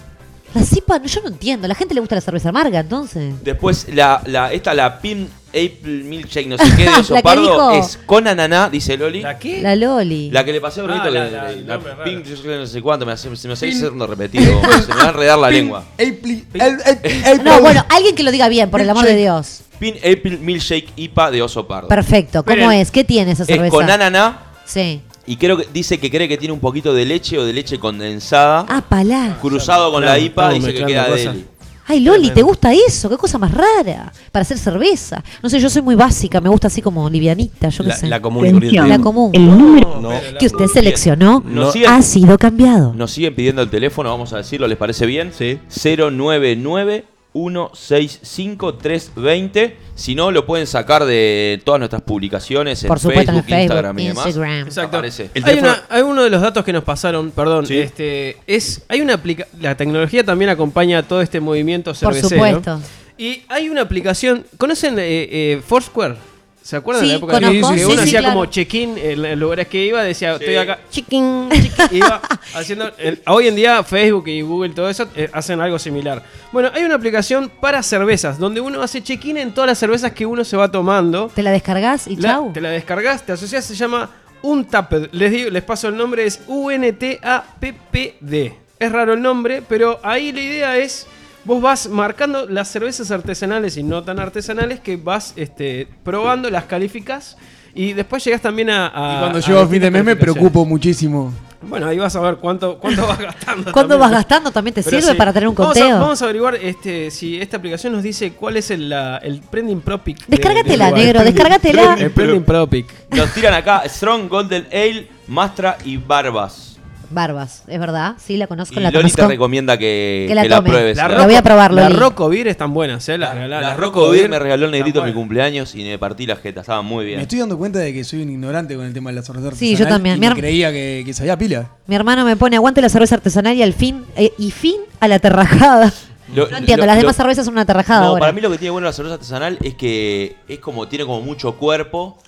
[SPEAKER 2] La cipa, no, yo no entiendo. ¿A la gente le gusta la cerveza amarga entonces?
[SPEAKER 3] Después la, la esta la pin apple milkshake no sé qué
[SPEAKER 2] (laughs)
[SPEAKER 3] de oso
[SPEAKER 2] La que
[SPEAKER 3] pardo
[SPEAKER 2] dijo-
[SPEAKER 3] es con ananá, dice Loli.
[SPEAKER 4] ¿La
[SPEAKER 3] La,
[SPEAKER 4] qué?
[SPEAKER 2] La Loli.
[SPEAKER 3] que le pasé a Brunito
[SPEAKER 4] Ah, la-
[SPEAKER 3] que-
[SPEAKER 4] la- el
[SPEAKER 3] la
[SPEAKER 4] nombre raro.
[SPEAKER 3] pink no sé cuánto, me hace, se me hace ser uno repetido, se me va a enredar la lengua.
[SPEAKER 5] Apple- el- el-
[SPEAKER 3] (laughs)
[SPEAKER 5] el-
[SPEAKER 2] No, bueno, alguien que lo diga bien, por el amor de Dios.
[SPEAKER 3] Pin apple milkshake IPA de oso pardo.
[SPEAKER 2] Perfecto. ¿Cómo
[SPEAKER 4] Miren,
[SPEAKER 2] es? ¿Qué tiene esa cerveza?
[SPEAKER 3] Es con ananá
[SPEAKER 2] Sí.
[SPEAKER 3] y creo que dice que cree que tiene un poquito de leche o de leche condensada.
[SPEAKER 2] Ah, palá.
[SPEAKER 3] cruzado con
[SPEAKER 4] Claro,
[SPEAKER 3] la IPA,
[SPEAKER 4] estamos
[SPEAKER 3] dice que
[SPEAKER 4] mezclando
[SPEAKER 3] queda de
[SPEAKER 4] cosas.
[SPEAKER 3] él.
[SPEAKER 2] Ay, Loli, ¿te gusta eso? Qué cosa más rara. Para hacer cerveza. No sé, yo soy muy básica. Me gusta así como livianita, yo qué
[SPEAKER 6] La,
[SPEAKER 2] sé.
[SPEAKER 6] la común y corriente.
[SPEAKER 2] La común.
[SPEAKER 6] No.
[SPEAKER 2] que usted seleccionó
[SPEAKER 3] Nos siguen-
[SPEAKER 2] ha sido cambiado.
[SPEAKER 3] Nos siguen pidiendo el teléfono, vamos a decirlo, ¿les parece bien?
[SPEAKER 6] Sí.
[SPEAKER 3] 099 165 320. Si no, lo pueden sacar de todas nuestras publicaciones en,
[SPEAKER 2] Por supuesto, en
[SPEAKER 3] Facebook,
[SPEAKER 2] Facebook,
[SPEAKER 3] Instagram y
[SPEAKER 2] Instagram.
[SPEAKER 3] demás.
[SPEAKER 4] Exacto.
[SPEAKER 3] Aparece.
[SPEAKER 6] El
[SPEAKER 4] hay,
[SPEAKER 6] teléfono-
[SPEAKER 4] una- hay uno de los datos que nos pasaron, perdón,
[SPEAKER 6] Sí.
[SPEAKER 4] este, es, hay una aplica la tecnología también acompaña a todo este movimiento
[SPEAKER 2] Por
[SPEAKER 4] cervecero.
[SPEAKER 2] supuesto.
[SPEAKER 4] Y hay una aplicación, ¿conocen eh, eh, Foursquare? ¿Se acuerdan
[SPEAKER 2] Sí,
[SPEAKER 4] de la época de
[SPEAKER 2] conozco,
[SPEAKER 4] que
[SPEAKER 2] sí,
[SPEAKER 4] uno
[SPEAKER 2] sí,
[SPEAKER 4] hacía
[SPEAKER 2] claro.
[SPEAKER 4] como check-in en los lugares que iba? Decía, estoy acá,
[SPEAKER 2] Chiquín.
[SPEAKER 4] iba haciendo. el- hoy en día, Facebook y Google, todo eso, eh, hacen algo similar. Bueno, hay una aplicación para cervezas, donde uno hace check-in en todas las cervezas que uno se va tomando.
[SPEAKER 2] Te la descargas y
[SPEAKER 4] La-
[SPEAKER 2] chau.
[SPEAKER 4] te la descargas, te asocias, se llama Untapped. Les, digo, les paso el nombre, es UNTAPPD. Es raro el nombre, pero ahí la idea es. Vos vas marcando las cervezas artesanales y no tan artesanales que vas este, probando, las calificas y después llegas también a. a-
[SPEAKER 5] Y cuando
[SPEAKER 4] Ah, a
[SPEAKER 5] llego a fin de mes me
[SPEAKER 4] distintas
[SPEAKER 5] preocupo muchísimo.
[SPEAKER 4] bueno, ahí vas a ver cuánto, cuánto
[SPEAKER 2] (laughs)
[SPEAKER 4] vas gastando.
[SPEAKER 2] ¿Cuándo
[SPEAKER 4] también.
[SPEAKER 2] vas gastando? También te
[SPEAKER 4] Pero
[SPEAKER 2] sirve
[SPEAKER 4] sí.
[SPEAKER 2] para tener un
[SPEAKER 4] Vamos a-
[SPEAKER 2] conteo.
[SPEAKER 4] Vamos a, averiguar este, si esta aplicación nos dice cuál es el, la- el trending topic. de-
[SPEAKER 2] Descárgatela,
[SPEAKER 4] de Uruguay. (laughs)
[SPEAKER 2] negro, descárgatela.
[SPEAKER 4] El trending topic.
[SPEAKER 3] Nos tiran acá Strong, Golden Ale, Mastra y Barbas.
[SPEAKER 2] Barbas, es verdad. Sí, la conozco,
[SPEAKER 3] Y
[SPEAKER 2] la
[SPEAKER 3] Loli te
[SPEAKER 2] conozco.
[SPEAKER 3] recomienda que,
[SPEAKER 2] Que la
[SPEAKER 3] que la
[SPEAKER 2] tome.
[SPEAKER 3] pruebes.
[SPEAKER 2] La Lo voy a probar,
[SPEAKER 4] Las
[SPEAKER 2] Loli.
[SPEAKER 4] Rocco Beer están buenas, ¿eh? Las
[SPEAKER 3] La,
[SPEAKER 4] regaladas.
[SPEAKER 3] la Rocco Beer me regaló el
[SPEAKER 4] están
[SPEAKER 3] negrito en mi
[SPEAKER 4] buenas.
[SPEAKER 3] cumpleaños y me partí la jeta. Estaba muy bien.
[SPEAKER 5] Me estoy dando cuenta de que soy un ignorante con el tema de la cerveza
[SPEAKER 2] Sí, yo
[SPEAKER 5] artesanal
[SPEAKER 2] también. Mi
[SPEAKER 5] y me
[SPEAKER 2] herma-
[SPEAKER 5] creía que, que sabía pila.
[SPEAKER 2] Mi hermano me pone aguante la cerveza artesanal y al fin eh, y fin a la terrajada.
[SPEAKER 3] Lo-
[SPEAKER 2] no entiendo,
[SPEAKER 3] lo-
[SPEAKER 2] las
[SPEAKER 3] lo-
[SPEAKER 2] demás cervezas son una terrajada
[SPEAKER 3] No,
[SPEAKER 2] ahora.
[SPEAKER 3] para mí lo que tiene bueno la cerveza artesanal es que es como tiene como mucho cuerpo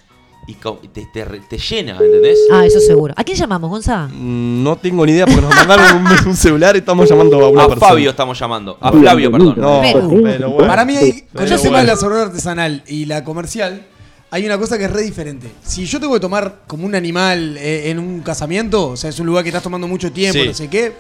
[SPEAKER 3] y co- te, te re- te llena, ¿entendés?
[SPEAKER 2] Ah, eso seguro. ¿A quién llamamos, Gonza?
[SPEAKER 6] Mm, No tengo ni idea porque nos mandaron un, (laughs) un celular y estamos llamando a una
[SPEAKER 3] a
[SPEAKER 6] persona.
[SPEAKER 3] Fabio estamos llamando, a Flavio, perdón.
[SPEAKER 6] No,
[SPEAKER 2] Pero-
[SPEAKER 6] pero bueno.
[SPEAKER 5] Para mí, hay- con
[SPEAKER 6] Pero
[SPEAKER 5] el tema de
[SPEAKER 6] bueno.
[SPEAKER 5] la cerveza artesanal y la comercial, hay una cosa que es re diferente. Si yo tengo que tomar como un animal eh, en un casamiento, o sea, es un lugar que estás tomando mucho tiempo,
[SPEAKER 6] Sí.
[SPEAKER 5] no sé qué,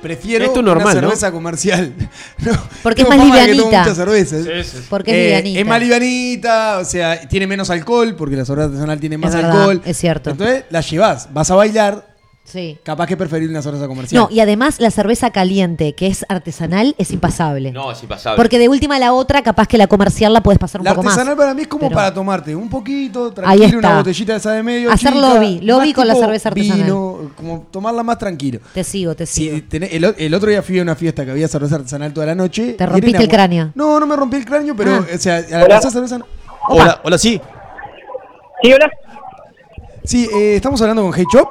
[SPEAKER 5] prefiero
[SPEAKER 4] Esto es normal,
[SPEAKER 5] una
[SPEAKER 4] ¿no?
[SPEAKER 5] cerveza comercial. (laughs) No,
[SPEAKER 2] Porque es
[SPEAKER 5] tengo
[SPEAKER 2] más
[SPEAKER 5] fama de que tomo
[SPEAKER 2] livianita.
[SPEAKER 5] muchas cervezas.
[SPEAKER 2] Porque
[SPEAKER 5] Eh,
[SPEAKER 2] es livianita.
[SPEAKER 5] es más livianita, o sea, tiene menos alcohol, porque la cerveza artesanal tiene más
[SPEAKER 2] verdad,
[SPEAKER 5] alcohol.
[SPEAKER 2] es cierto.
[SPEAKER 5] Entonces, la llevas, vas a bailar,
[SPEAKER 2] Sí.
[SPEAKER 5] capaz que preferir una cerveza comercial.
[SPEAKER 2] No, y además la cerveza caliente, que es artesanal, es impasable.
[SPEAKER 3] No, es impasable.
[SPEAKER 2] Porque de última a la otra, capaz que la comercial la puedes pasar un
[SPEAKER 5] La
[SPEAKER 2] poco más.
[SPEAKER 5] artesanal para mí es como
[SPEAKER 2] Pero-
[SPEAKER 5] para tomarte un poquito,
[SPEAKER 2] Ahí
[SPEAKER 5] tranquilo,
[SPEAKER 2] está.
[SPEAKER 5] una botellita de esa de medio.
[SPEAKER 2] Hacer
[SPEAKER 5] chica,
[SPEAKER 2] lobby, lobby
[SPEAKER 5] más
[SPEAKER 2] con la
[SPEAKER 5] tipo
[SPEAKER 2] cerveza artesanal.
[SPEAKER 5] Vino, como tomarla más tranquilo.
[SPEAKER 2] Te sigo, te
[SPEAKER 5] Si
[SPEAKER 2] sigo.
[SPEAKER 5] tenés- el, o- el otro día fui a una fiesta que había cerveza artesanal toda la noche.
[SPEAKER 2] Te
[SPEAKER 5] y era
[SPEAKER 2] rompiste el
[SPEAKER 5] inagu-
[SPEAKER 2] cráneo.
[SPEAKER 5] No, no me rompí el cráneo, pero,
[SPEAKER 2] Ah.
[SPEAKER 5] o sea, a la casa cerveza.
[SPEAKER 6] Hola, hola, sí.
[SPEAKER 8] Sí, hola.
[SPEAKER 5] Sí, eh, estamos hablando con Hey Chop.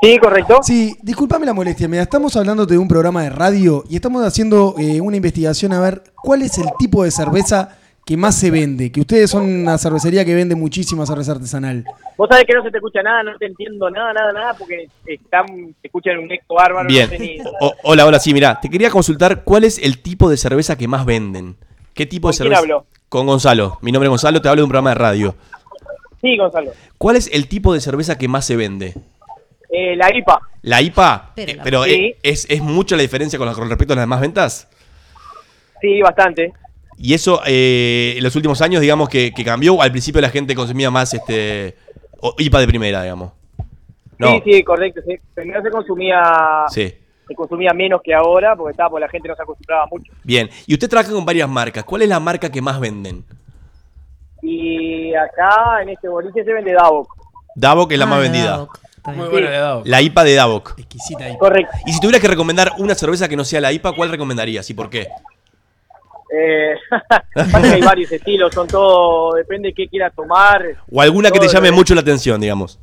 [SPEAKER 8] Sí, correcto.
[SPEAKER 5] Sí, discúlpame la molestia, mira, estamos hablando de un programa de radio y estamos haciendo eh, una investigación a ver cuál es el tipo de cerveza que más se vende, que ustedes son una cervecería que vende muchísima cerveza artesanal.
[SPEAKER 10] Vos sabés que no se te escucha nada, no te entiendo nada, nada, nada, porque están, te escuchan un eco bárbaro.
[SPEAKER 6] Bien.
[SPEAKER 10] No sé ni, ¿Con
[SPEAKER 6] O- hola, hola, sí, mirá. Te quería consultar cuál es el tipo de cerveza que más venden. ¿Qué tipo de
[SPEAKER 10] quién
[SPEAKER 6] cerveza?
[SPEAKER 10] hablo?
[SPEAKER 6] Con Gonzalo. Mi nombre es Gonzalo, te hablo de un programa de radio.
[SPEAKER 10] Sí, Gonzalo.
[SPEAKER 6] ¿Cuál es el tipo de cerveza que más se vende?
[SPEAKER 10] Eh, la IPA.
[SPEAKER 6] ¿La IPA?
[SPEAKER 2] Pero
[SPEAKER 6] Eh,
[SPEAKER 2] la-
[SPEAKER 6] Pero,
[SPEAKER 10] Sí.
[SPEAKER 6] eh, es, es mucha la diferencia con, la- con respecto a las demás ventas.
[SPEAKER 10] Sí, bastante.
[SPEAKER 6] Y eso, eh, en los últimos años, digamos que, que cambió. Al principio la gente consumía más este o- IPA de primera, digamos. No.
[SPEAKER 10] Sí, sí, correcto. sí. Primero se consumía,
[SPEAKER 6] Sí.
[SPEAKER 10] se consumía menos que ahora, porque estaba, porque la gente no se acostumbraba mucho.
[SPEAKER 6] Bien. Y usted trabaja con varias marcas. ¿Cuál es la marca que más venden?
[SPEAKER 10] Y acá, en este boliche, se vende Davok.
[SPEAKER 6] Davok es la
[SPEAKER 2] Ah,
[SPEAKER 6] más
[SPEAKER 2] la
[SPEAKER 6] vendida.
[SPEAKER 2] Davok, está bien.
[SPEAKER 4] Muy buena le he dado.
[SPEAKER 6] La IPA de Davok.
[SPEAKER 5] Exquisita ahí.
[SPEAKER 10] Correcto.
[SPEAKER 6] Y si tuvieras que recomendar una cerveza que no sea la IPA, ¿cuál recomendarías y por qué?
[SPEAKER 9] (laughs)
[SPEAKER 10] Eh, pasa que hay varios estilos, son todos, depende de qué quieras tomar.
[SPEAKER 6] O alguna que te
[SPEAKER 10] Todo,
[SPEAKER 6] llame
[SPEAKER 10] eh.
[SPEAKER 6] mucho la atención, digamos.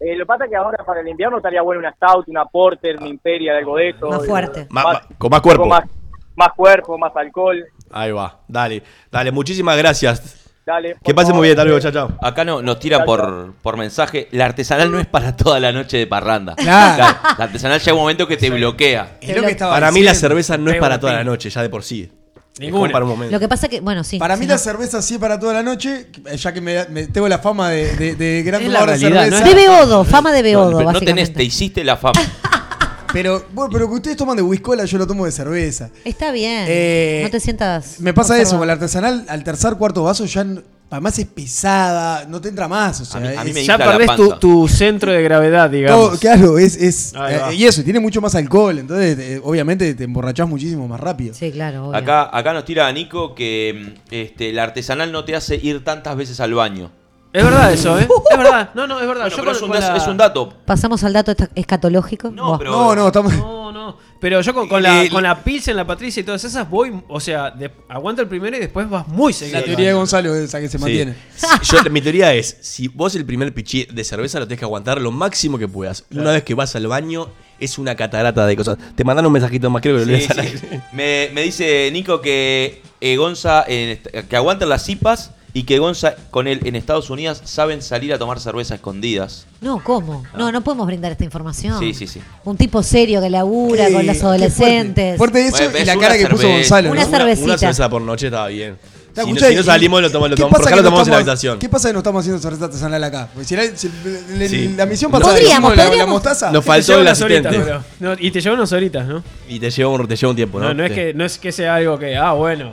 [SPEAKER 10] Eh, lo que pasa es que ahora para el
[SPEAKER 9] Eh,
[SPEAKER 10] invierno estaría bueno una Stout, una Porter, una Imperial, algo de eso.
[SPEAKER 2] Más fuerte.
[SPEAKER 6] Ma- ma- con más cuerpo.
[SPEAKER 10] Ah, Con más, más cuerpo, más alcohol.
[SPEAKER 6] Ahí va. Dale, dale. Muchísimas gracias.
[SPEAKER 10] Dale. por
[SPEAKER 6] Que pasen
[SPEAKER 10] favor.
[SPEAKER 6] muy bien. Hasta luego. Chao, chao.
[SPEAKER 3] Acá no, nos tiran por, por mensaje, la artesanal no es para toda la noche de parranda.
[SPEAKER 5] Claro.
[SPEAKER 3] La artesanal llega un momento que te bloquea.
[SPEAKER 5] Es lo que estaba
[SPEAKER 6] Para mí la
[SPEAKER 5] diciendo.
[SPEAKER 6] cerveza no es
[SPEAKER 4] Tengo
[SPEAKER 6] para
[SPEAKER 4] un
[SPEAKER 6] toda la
[SPEAKER 4] pin.
[SPEAKER 6] noche, ya de por sí. Es como
[SPEAKER 4] Ninguna.
[SPEAKER 6] Para un momento.
[SPEAKER 2] Lo que pasa que, bueno, sí.
[SPEAKER 5] Para
[SPEAKER 2] sí,
[SPEAKER 5] mí
[SPEAKER 2] no.
[SPEAKER 5] la cerveza sí es para toda la noche, eh, ya que me, me- tengo la fama de, de- de gran
[SPEAKER 4] Es
[SPEAKER 5] tomador
[SPEAKER 4] la
[SPEAKER 5] de
[SPEAKER 4] realidad,
[SPEAKER 5] cerveza.
[SPEAKER 4] no
[SPEAKER 2] De Beodo, fama de Beodo,
[SPEAKER 3] no, no
[SPEAKER 2] básicamente.
[SPEAKER 3] tenés, te hiciste la fama.
[SPEAKER 5] (laughs) Pero, bueno, pero que ustedes toman de whiskola, yo lo tomo de cerveza.
[SPEAKER 2] Está bien.
[SPEAKER 5] Eh,
[SPEAKER 2] no te sientas.
[SPEAKER 5] Me pasa eso,
[SPEAKER 2] observado.
[SPEAKER 5] con la artesanal, al tercer cuarto vaso ya n- además es pesada, no te entra más. O sea,
[SPEAKER 3] mí- a mí
[SPEAKER 5] es-
[SPEAKER 3] me
[SPEAKER 4] Ya
[SPEAKER 3] infla la
[SPEAKER 4] perdés tu,
[SPEAKER 3] panza.
[SPEAKER 4] tu centro de gravedad, digamos.
[SPEAKER 5] todo- claro, es, es
[SPEAKER 4] Ahí
[SPEAKER 5] eh,
[SPEAKER 4] va.
[SPEAKER 5] y eso, y tiene mucho más alcohol, entonces eh, obviamente te emborrachás muchísimo más rápido.
[SPEAKER 2] Sí, claro.
[SPEAKER 6] Ah,
[SPEAKER 2] obvio.
[SPEAKER 3] Acá, acá nos tira a Nico que mm, este, la artesanal no te hace ir tantas veces al baño.
[SPEAKER 4] Es verdad eso,
[SPEAKER 2] (laughs)
[SPEAKER 4] ¿eh? Es verdad. No, no, es verdad. Yo
[SPEAKER 3] Bueno, pero
[SPEAKER 4] con-
[SPEAKER 3] es, un,
[SPEAKER 4] con
[SPEAKER 3] da-
[SPEAKER 4] la-
[SPEAKER 3] es un dato.
[SPEAKER 2] Pasamos al dato esta- escatológico.
[SPEAKER 3] No,
[SPEAKER 2] Buah.
[SPEAKER 3] pero-
[SPEAKER 5] No, no, estamos.
[SPEAKER 4] No, no. Pero yo con, con la,
[SPEAKER 6] Le-
[SPEAKER 4] con la Pilsen, la Patricia y todas esas voy, o sea, de- aguanto el primero y después vas muy seguido.
[SPEAKER 5] La teoría de Gonzalo esa que se
[SPEAKER 6] Sí.
[SPEAKER 5] mantiene.
[SPEAKER 6] Si- yo- mi teoría es, si vos el primer pichí de cerveza lo tenés que aguantar lo máximo que puedas. Una vez que vas al baño, es una catarata de cosas. Te mandaron un mensajito más, (laughs) creo que lo
[SPEAKER 3] Sí,
[SPEAKER 6] lees al
[SPEAKER 3] sí.
[SPEAKER 6] aire.
[SPEAKER 3] Me, me dice Nico que eh, Gonza, en est- que aguantan las cipas y que Gonza con él en Estados Unidos saben salir a tomar cerveza a escondidas.
[SPEAKER 2] No, ¿cómo? No, no podemos brindar esta información.
[SPEAKER 3] Sí, sí, sí.
[SPEAKER 2] Un tipo serio que labura
[SPEAKER 5] Eh,
[SPEAKER 2] con
[SPEAKER 5] qué
[SPEAKER 2] los
[SPEAKER 5] fuerte.
[SPEAKER 2] adolescentes.
[SPEAKER 5] Fuerte,
[SPEAKER 3] Bueno,
[SPEAKER 5] eso y
[SPEAKER 3] es
[SPEAKER 5] la
[SPEAKER 3] una
[SPEAKER 5] cara que puso
[SPEAKER 3] cerveza.
[SPEAKER 5] Gonzalo.
[SPEAKER 2] Una
[SPEAKER 5] ¿no?
[SPEAKER 2] cerveza. cervecita.
[SPEAKER 6] Una cerveza por noche estaba bien. Si
[SPEAKER 5] Está,
[SPEAKER 6] no,
[SPEAKER 5] escuchá,
[SPEAKER 6] si no
[SPEAKER 5] y-
[SPEAKER 6] salimos, lo tomamos, lo
[SPEAKER 5] ¿qué
[SPEAKER 6] tomamos,
[SPEAKER 5] pasa
[SPEAKER 6] acá
[SPEAKER 5] que
[SPEAKER 6] lo
[SPEAKER 5] no
[SPEAKER 6] tomamos en la
[SPEAKER 5] estamos-
[SPEAKER 6] habitación.
[SPEAKER 5] ¿Qué pasa que no estamos haciendo cerveza artesanal acá? Porque si la, si la-
[SPEAKER 6] Sí.
[SPEAKER 5] la misión
[SPEAKER 6] No.
[SPEAKER 5] pasada que
[SPEAKER 2] Podríamos,
[SPEAKER 5] hicimos, la, la
[SPEAKER 2] podríamos.
[SPEAKER 5] mostaza.
[SPEAKER 6] Nos
[SPEAKER 4] Te
[SPEAKER 6] faltó
[SPEAKER 4] lleva
[SPEAKER 6] el
[SPEAKER 4] unas horitas,
[SPEAKER 6] asistente.
[SPEAKER 4] bro. No, y te lleva unas horitas, ¿no?
[SPEAKER 6] Y te lleva, un, te lleva un tiempo, ¿no?
[SPEAKER 4] No, no es,
[SPEAKER 6] Sí.
[SPEAKER 4] que, no es que sea algo que, ah, bueno,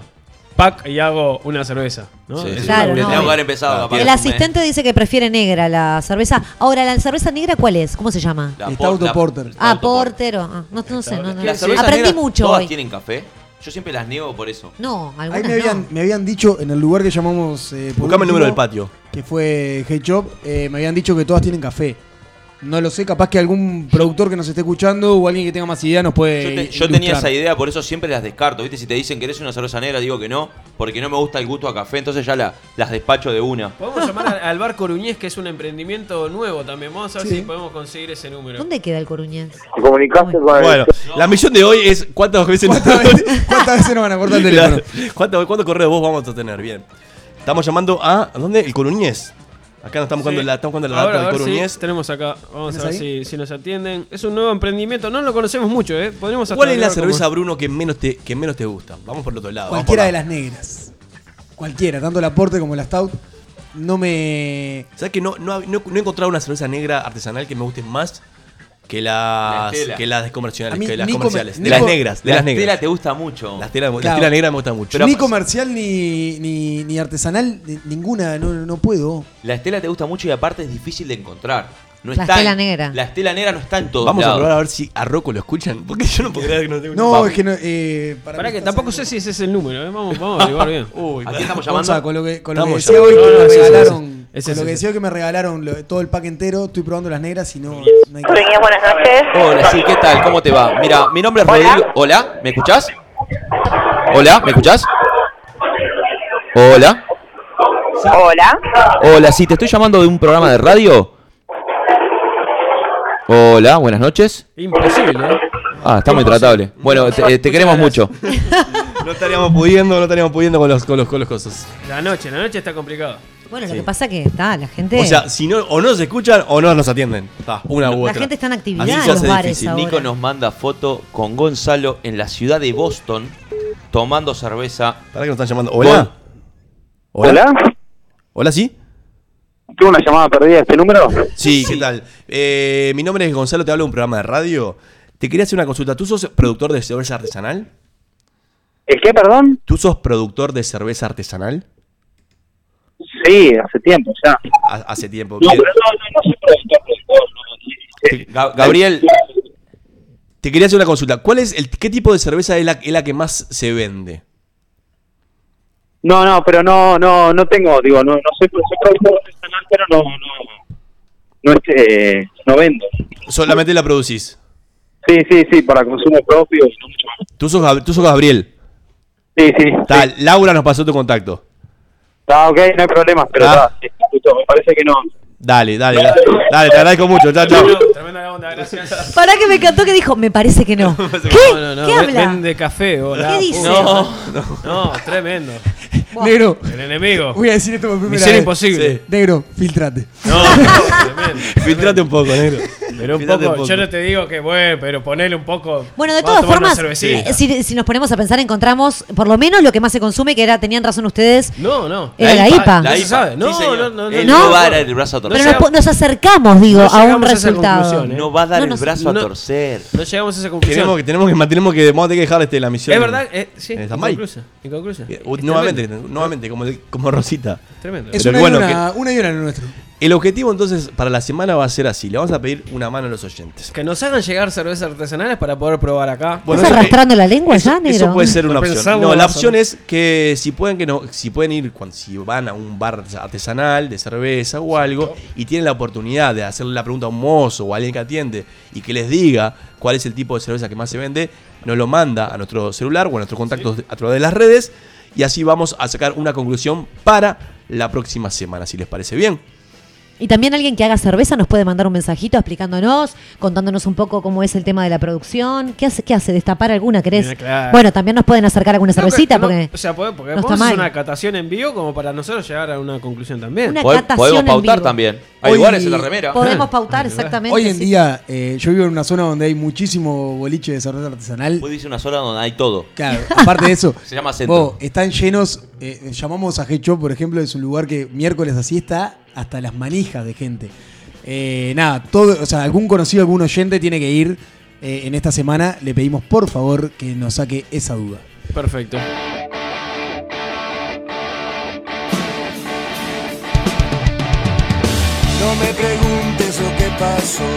[SPEAKER 4] pack y hago una cerveza. ¿no?
[SPEAKER 3] Sí,
[SPEAKER 6] Es
[SPEAKER 3] sí.
[SPEAKER 2] Claro,
[SPEAKER 6] una
[SPEAKER 2] no.
[SPEAKER 3] Tengo que haber
[SPEAKER 6] boleta.
[SPEAKER 3] empezado,
[SPEAKER 6] Ah,
[SPEAKER 3] capaz.
[SPEAKER 2] El
[SPEAKER 3] Me-
[SPEAKER 2] asistente dice que prefiere negra la cerveza. Ahora, ¿la cerveza negra cuál es? ¿Cómo se llama?
[SPEAKER 3] la
[SPEAKER 5] Está
[SPEAKER 3] por-
[SPEAKER 5] auto
[SPEAKER 3] la-
[SPEAKER 5] porter.
[SPEAKER 3] la
[SPEAKER 2] Ah,
[SPEAKER 3] auto porter.
[SPEAKER 2] portero. Ah, no, no sé, no, no.
[SPEAKER 3] Las cervezas
[SPEAKER 2] Aprendí
[SPEAKER 3] negras,
[SPEAKER 2] mucho
[SPEAKER 3] ¿Todas
[SPEAKER 2] hoy.
[SPEAKER 3] tienen café? Yo siempre las niego por eso.
[SPEAKER 2] No,
[SPEAKER 5] Ahí
[SPEAKER 2] algunas
[SPEAKER 5] me habían,
[SPEAKER 2] no.
[SPEAKER 5] me habían dicho en el lugar que llamamos. Eh, por
[SPEAKER 6] Buscame el
[SPEAKER 5] último,
[SPEAKER 6] número del patio.
[SPEAKER 5] Que fue Hey Shop. eh, me habían dicho que todas tienen café. No lo sé, capaz que algún productor que nos esté escuchando o alguien que tenga más idea nos puede.
[SPEAKER 3] Yo, te- yo
[SPEAKER 5] ilustrar.
[SPEAKER 3] tenía esa idea, por eso siempre las descarto. ¿Viste? Si te dicen que eres una cerveza negra, digo que no, porque no me gusta el gusto a café, entonces ya la- las despacho de una.
[SPEAKER 4] Podemos llamar al, al bar Coruñés, que es un emprendimiento nuevo también. Vamos a ver si podemos conseguir ese número.
[SPEAKER 2] ¿Dónde queda el coruñés?
[SPEAKER 8] ¿Te comunicaste con el-
[SPEAKER 6] Bueno, la misión de hoy es cuántas veces
[SPEAKER 5] ¿Cuántas
[SPEAKER 6] (laughs)
[SPEAKER 5] veces, cuántas veces nos van a cortar el teléfono?
[SPEAKER 6] ¿Cuántos, ¿Cuántos correos vos vamos a tener? Bien. Estamos llamando a. ¿a ¿Dónde? El Coruñez. Acá nos estamos jugando
[SPEAKER 4] Sí.
[SPEAKER 6] la, estamos jugando la
[SPEAKER 4] Ahora,
[SPEAKER 6] data del
[SPEAKER 4] a ver si
[SPEAKER 6] Coruñez.
[SPEAKER 4] tenemos acá, vamos a ver
[SPEAKER 5] ¿Tenés
[SPEAKER 4] si, si nos atienden. Es un nuevo emprendimiento, no lo conocemos mucho, ¿eh? Podríamos
[SPEAKER 6] ¿Cuál
[SPEAKER 4] hasta
[SPEAKER 6] es la
[SPEAKER 4] hablar como-
[SPEAKER 6] cerveza, Bruno, que menos te, que menos te gusta? Vamos por el otro lado. vamos por
[SPEAKER 5] Cualquiera
[SPEAKER 6] la-
[SPEAKER 5] de las negras. Cualquiera, tanto la Porter como la Stout. No me.
[SPEAKER 6] ¿Sabes que no, no, no- no he encontrado una cerveza negra artesanal que me guste más que
[SPEAKER 3] La
[SPEAKER 6] las,
[SPEAKER 3] Estela.
[SPEAKER 6] que las comerciales?
[SPEAKER 5] A mí
[SPEAKER 6] que las
[SPEAKER 5] Nico me-
[SPEAKER 6] comerciales. de
[SPEAKER 5] Nico-
[SPEAKER 6] las negras, de
[SPEAKER 3] la
[SPEAKER 6] las
[SPEAKER 3] tela
[SPEAKER 6] negras.
[SPEAKER 3] te gusta mucho.
[SPEAKER 6] Las telas- La
[SPEAKER 5] Claro.
[SPEAKER 6] estela negra me gusta mucho.
[SPEAKER 5] ni comercial ni, ni, ni artesanal, ni- ninguna, no, no puedo.
[SPEAKER 3] La estela te gusta mucho y aparte es difícil de encontrar. No
[SPEAKER 2] La
[SPEAKER 3] está en-
[SPEAKER 2] Estela negra.
[SPEAKER 3] La estela negra no está en todos
[SPEAKER 6] Vamos a
[SPEAKER 3] lados.
[SPEAKER 6] probar a ver si a Rocco lo escuchan. Porque yo no puedo creer que no tengo
[SPEAKER 5] No,
[SPEAKER 6] una-
[SPEAKER 5] es que no. eh, para
[SPEAKER 4] Pará
[SPEAKER 5] mí
[SPEAKER 4] que
[SPEAKER 5] está
[SPEAKER 4] tampoco sé
[SPEAKER 5] saliendo-
[SPEAKER 4] si ese es el número, ¿eh? Vamos, vamos a averiguar bien.
[SPEAKER 6] (laughs) Uy,
[SPEAKER 3] ¿A quién estamos
[SPEAKER 5] Gonza,
[SPEAKER 3] llamando?
[SPEAKER 5] con lo que, con lo que
[SPEAKER 6] Estamos
[SPEAKER 5] decía hoy que
[SPEAKER 4] llamando. No, no,
[SPEAKER 5] me
[SPEAKER 4] es ese,
[SPEAKER 5] regalaron.
[SPEAKER 4] es
[SPEAKER 5] con lo
[SPEAKER 4] ese,
[SPEAKER 5] que
[SPEAKER 4] es ese.
[SPEAKER 5] decía hoy que me regalaron lo- todo el pack entero, estoy probando las negras y no, no hay que-
[SPEAKER 9] Coruñez, buenas noches.
[SPEAKER 3] Hola, sí, ¿qué tal? ¿Cómo te va? Mira, mi nombre es
[SPEAKER 9] Hola.
[SPEAKER 3] Rodrigo. Hola, ¿me escuchás? Hola, ¿me escuchás? Hola.
[SPEAKER 9] eh? Hola.
[SPEAKER 3] Hola, sí, te estoy llamando de un programa de radio. Hola, buenas noches.
[SPEAKER 4] Imposible, ¿eh?
[SPEAKER 3] Ah, está muy tratable. Bueno, te, eh, te queremos mucho.
[SPEAKER 6] (laughs) No estaríamos pudiendo, no estaríamos pudiendo con los, con los, con los cosas.
[SPEAKER 4] La noche, la noche está complicado.
[SPEAKER 2] Bueno,
[SPEAKER 6] Sí.
[SPEAKER 2] lo que pasa que está, la gente.
[SPEAKER 6] O sea, si no, o no nos escuchan o no nos atienden. Está, una u
[SPEAKER 2] La
[SPEAKER 6] otra.
[SPEAKER 2] gente está en actividad
[SPEAKER 6] Así se
[SPEAKER 2] en los
[SPEAKER 6] hace
[SPEAKER 2] bares
[SPEAKER 6] difícil.
[SPEAKER 2] ahora.
[SPEAKER 3] Nico nos manda foto con Gonzalo en la ciudad de Boston tomando cerveza.
[SPEAKER 6] ¿Para que nos están llamando? ¿Hola?
[SPEAKER 8] Hola.
[SPEAKER 6] ¿Hola, sí?
[SPEAKER 8] ¿Tuve una llamada perdida de este número?
[SPEAKER 6] Sí, ¿qué tal? Eh, mi nombre es Gonzalo, te hablo de un programa de radio. Te quería hacer una consulta. ¿Tú sos productor de cerveza artesanal?
[SPEAKER 8] ¿El qué, perdón?
[SPEAKER 6] ¿Tú sos productor de cerveza artesanal?
[SPEAKER 8] Sí, hace tiempo ya.
[SPEAKER 6] Ha- hace tiempo.
[SPEAKER 8] No,
[SPEAKER 6] Te-
[SPEAKER 8] pero no, no, no soy productor, productor, no, no,
[SPEAKER 3] Ga- Gabriel,
[SPEAKER 6] Eh, Te quería hacer una consulta. ¿Cuál es el, ¿Qué tipo de cerveza es la, es la que más se vende?
[SPEAKER 8] No, no, pero no, no, no tengo, digo, no, no soy, soy productor artesanal, pero no, no, no, este, no vendo.
[SPEAKER 6] Solamente la producís.
[SPEAKER 8] Sí, sí, sí, para consumo propio, no mucho más.
[SPEAKER 6] Tú sos, Gab- tú sos Gabriel.
[SPEAKER 8] Sí, sí.
[SPEAKER 6] Está,
[SPEAKER 8] sí.
[SPEAKER 6] Laura nos pasó tu contacto.
[SPEAKER 8] Está ok, no hay problema, pero
[SPEAKER 6] Ah.
[SPEAKER 8] está, sí, justo, me parece que no,
[SPEAKER 6] Dale, dale, dale. Dale, te agradezco mucho. Chao, chao.
[SPEAKER 4] Tremenda la onda, gracias.
[SPEAKER 2] Pará que me encantó que dijo, me parece que no. ¿Qué?
[SPEAKER 4] No, no, no.
[SPEAKER 2] ¿Qué
[SPEAKER 4] ven-
[SPEAKER 2] habla?
[SPEAKER 4] Vende café, hola.
[SPEAKER 2] ¿Qué dice?
[SPEAKER 4] No, no, tremendo.
[SPEAKER 5] Negro,
[SPEAKER 4] El enemigo.
[SPEAKER 5] voy a decir esto por primera
[SPEAKER 4] Misión
[SPEAKER 5] vez.
[SPEAKER 4] imposible.
[SPEAKER 5] Negro, filtrate.
[SPEAKER 4] No, tremendo.
[SPEAKER 6] (laughs) Filtrate un poco, negro.
[SPEAKER 4] Pero un
[SPEAKER 6] Filtrate
[SPEAKER 4] poco, yo no te digo que, bueno, pero ponele un poco.
[SPEAKER 2] Bueno, de
[SPEAKER 4] Vamos
[SPEAKER 2] todas
[SPEAKER 4] a tomar una
[SPEAKER 2] formas,
[SPEAKER 4] cervecita.
[SPEAKER 2] eh, si, si nos ponemos a pensar, encontramos por lo menos lo que más se consume, que era, tenían razón ustedes.
[SPEAKER 4] No, no.
[SPEAKER 2] Era la IPA. Eh,
[SPEAKER 4] No se sabe. No,
[SPEAKER 3] Sí, señor.
[SPEAKER 4] no, no, no,
[SPEAKER 3] Él
[SPEAKER 2] no.
[SPEAKER 3] no va a dar el brazo a
[SPEAKER 2] Pero
[SPEAKER 3] torcer.
[SPEAKER 2] nos, po- nos acercamos, digo,
[SPEAKER 4] No
[SPEAKER 2] a un
[SPEAKER 4] llegamos a esa
[SPEAKER 2] resultado.
[SPEAKER 4] conclusión, ¿eh?
[SPEAKER 3] No va a dar
[SPEAKER 2] No,
[SPEAKER 3] el
[SPEAKER 2] no sé.
[SPEAKER 3] brazo
[SPEAKER 4] No.
[SPEAKER 3] a torcer.
[SPEAKER 4] No llegamos a esa conclusión.
[SPEAKER 6] Tenemos que, tenemos que, mantenemos que, vamos a tener que dejar este, la misión.
[SPEAKER 4] es verdad, eh, sí.
[SPEAKER 6] En Zamay.
[SPEAKER 4] Inconclusa. inconclusa.
[SPEAKER 6] Eh,
[SPEAKER 4] Es
[SPEAKER 6] u- nuevamente, nuevamente, como, como Rosita.
[SPEAKER 4] Tremendo.
[SPEAKER 5] Es
[SPEAKER 6] Pero
[SPEAKER 5] una,
[SPEAKER 6] bueno,
[SPEAKER 5] y una, una y una lo nuestro.
[SPEAKER 6] El objetivo entonces para la semana va a ser así. Le vamos a pedir una mano a los oyentes.
[SPEAKER 4] Que nos hagan llegar cervezas artesanales para poder probar acá.
[SPEAKER 6] Bueno,
[SPEAKER 2] ¿Estás
[SPEAKER 6] eso-
[SPEAKER 2] arrastrando la lengua
[SPEAKER 6] eso,
[SPEAKER 2] ya, negro?
[SPEAKER 6] eso puede ser una
[SPEAKER 4] Lo
[SPEAKER 6] opción.
[SPEAKER 4] pensamos,
[SPEAKER 6] No, la
[SPEAKER 4] vamos a
[SPEAKER 6] opción
[SPEAKER 4] ver.
[SPEAKER 6] es que si pueden que no, si pueden ir cuando si van a un bar artesanal de cerveza o algo y tienen la oportunidad de hacerle la pregunta a un mozo o a alguien que atiende y que les diga cuál es el tipo de cerveza que más se vende, nos lo manda a nuestro celular o a nuestros contactos a través de las redes y así vamos a sacar una conclusión para la próxima semana, si les parece bien.
[SPEAKER 2] Y también alguien que haga cerveza nos puede mandar un mensajito explicándonos, contándonos un poco cómo es el tema de la producción. ¿Qué hace? ¿Qué hace? ¿Destapar alguna, querés?
[SPEAKER 4] Mira, claro.
[SPEAKER 2] Bueno, también nos pueden acercar alguna
[SPEAKER 4] No,
[SPEAKER 2] cervecita
[SPEAKER 4] que no-
[SPEAKER 2] porque
[SPEAKER 4] o sea, puede- porque
[SPEAKER 2] no
[SPEAKER 4] podemos
[SPEAKER 2] está
[SPEAKER 4] hacer
[SPEAKER 2] mal.
[SPEAKER 4] una catación en vivo como para nosotros llegar a una conclusión también.
[SPEAKER 2] Una-
[SPEAKER 3] Pod-
[SPEAKER 2] catación
[SPEAKER 3] Podemos
[SPEAKER 2] en
[SPEAKER 3] pautar
[SPEAKER 2] vivo.
[SPEAKER 3] también. Hay
[SPEAKER 5] Hoy-
[SPEAKER 3] lugares en la remera.
[SPEAKER 2] podemos
[SPEAKER 3] (laughs)
[SPEAKER 2] pautar exactamente.
[SPEAKER 5] Hoy en
[SPEAKER 2] sí.
[SPEAKER 5] día, eh, yo vivo en una zona donde hay muchísimo boliche de cerveza artesanal.
[SPEAKER 3] Vos dice una sola donde hay todo. (laughs)
[SPEAKER 5] Claro, aparte de eso,
[SPEAKER 3] Se llama centro.
[SPEAKER 5] vos, están llenos. eh, llamamos a Hecho, por ejemplo, es un lugar que miércoles así está hasta las manijas de gente. Eh, nada, todo, o sea, algún conocido, algún oyente tiene que ir eh, en esta semana. Le pedimos por favor que nos saque esa duda.
[SPEAKER 4] Perfecto.
[SPEAKER 11] No me preguntes lo que pasó,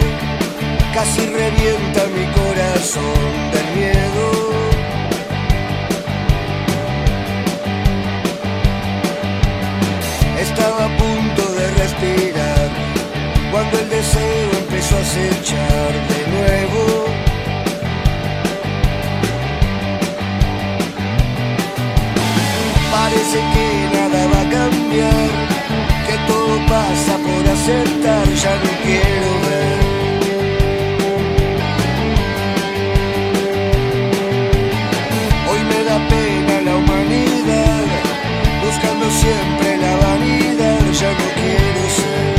[SPEAKER 11] casi revienta mi corazón del miedo. Estaba a punto de respirar cuando el deseo empezó a acechar de nuevo. Parece que nada va a cambiar, que todo pasa por aceptar, ya no quiero ver. Hoy me da pena la humanidad, buscando siempre la vanidad, ya no quiero ser.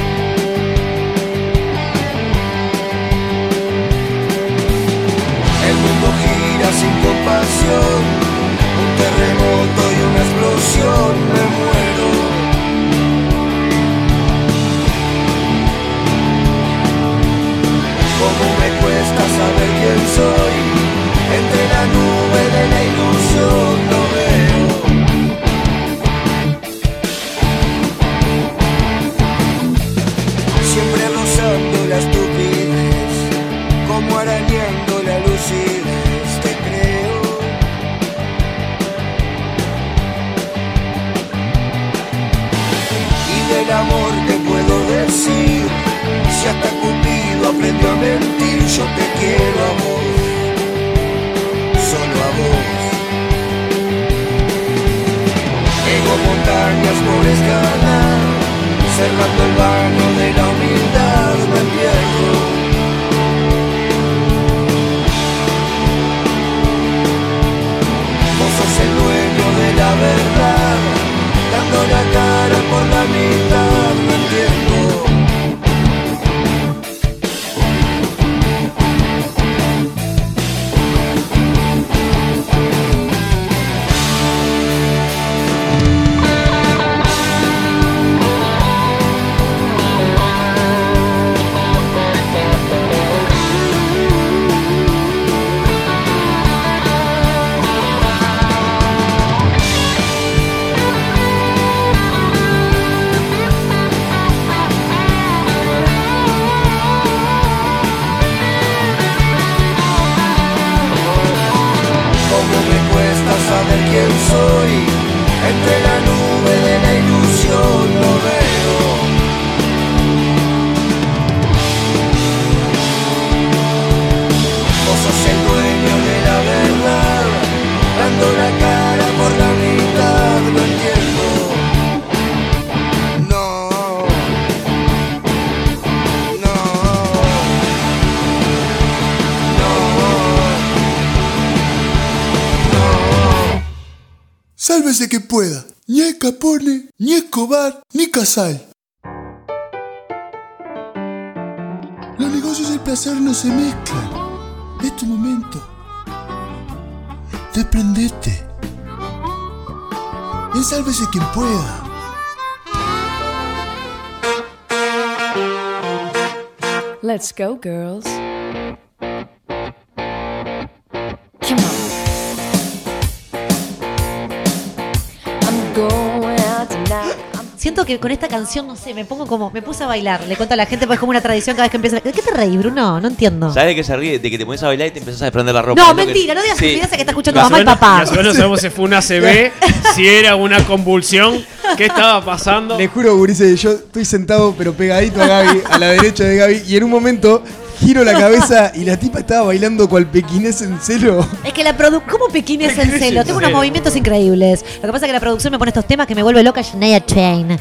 [SPEAKER 11] El mundo gira sin compasión, un terremoto y una explosión, me muero. Cómo me cuesta saber quién soy, entre la nube de la ilusión no veo. Siempre rozando la estupidez, como arañando la lucidez, te creo. Y del amor te puedo decir, si hasta Cupido aprendió a mentir, yo te quiero a vos, solo a vos. Ego montañas por escala, cerrando el vano de la humildad me pierdo. Vos sos el dueño de la verdad, dando la cara por la mitad, no entiendo.
[SPEAKER 7] Sálvese que pueda. Ni Capone, ni Escobar, ni Casal. Los negocios y el placer no se mezclan. Es tu momento. Desprendete. Y sálvese quien pueda.
[SPEAKER 12] Let's go, girls. I'm going out tonight.
[SPEAKER 2] Siento que con esta canción, no sé, me pongo como. Me puse a bailar. Le cuento a la gente, pues es como una tradición cada vez que empieza. ¿De qué te reís, Bruno? No entiendo.
[SPEAKER 3] ¿Sabes de qué se ríe? De que te pones a bailar y te empezás a desprender la ropa.
[SPEAKER 2] No,
[SPEAKER 3] Es lo que-
[SPEAKER 2] mentira, no digas
[SPEAKER 3] Sí.
[SPEAKER 2] estupideces que está escuchando mamá y papá.
[SPEAKER 4] Nosotros sabemos si fue una CB, si era una
[SPEAKER 2] (laughs)
[SPEAKER 4] convulsión, qué estaba pasando.
[SPEAKER 5] Le juro, Gurice, yo estoy sentado pero pegadito a Gaby, a la derecha de Gaby, y en un momento giro la cabeza y la tipa estaba bailando cual pequinés en celo.
[SPEAKER 2] Es que la producción. ¿Cómo Pekín es el celo? Tengo unos
[SPEAKER 5] celo,
[SPEAKER 2] movimientos increíbles. Lo que pasa es que la producción me pone estos temas que me vuelve loca Shania Chain.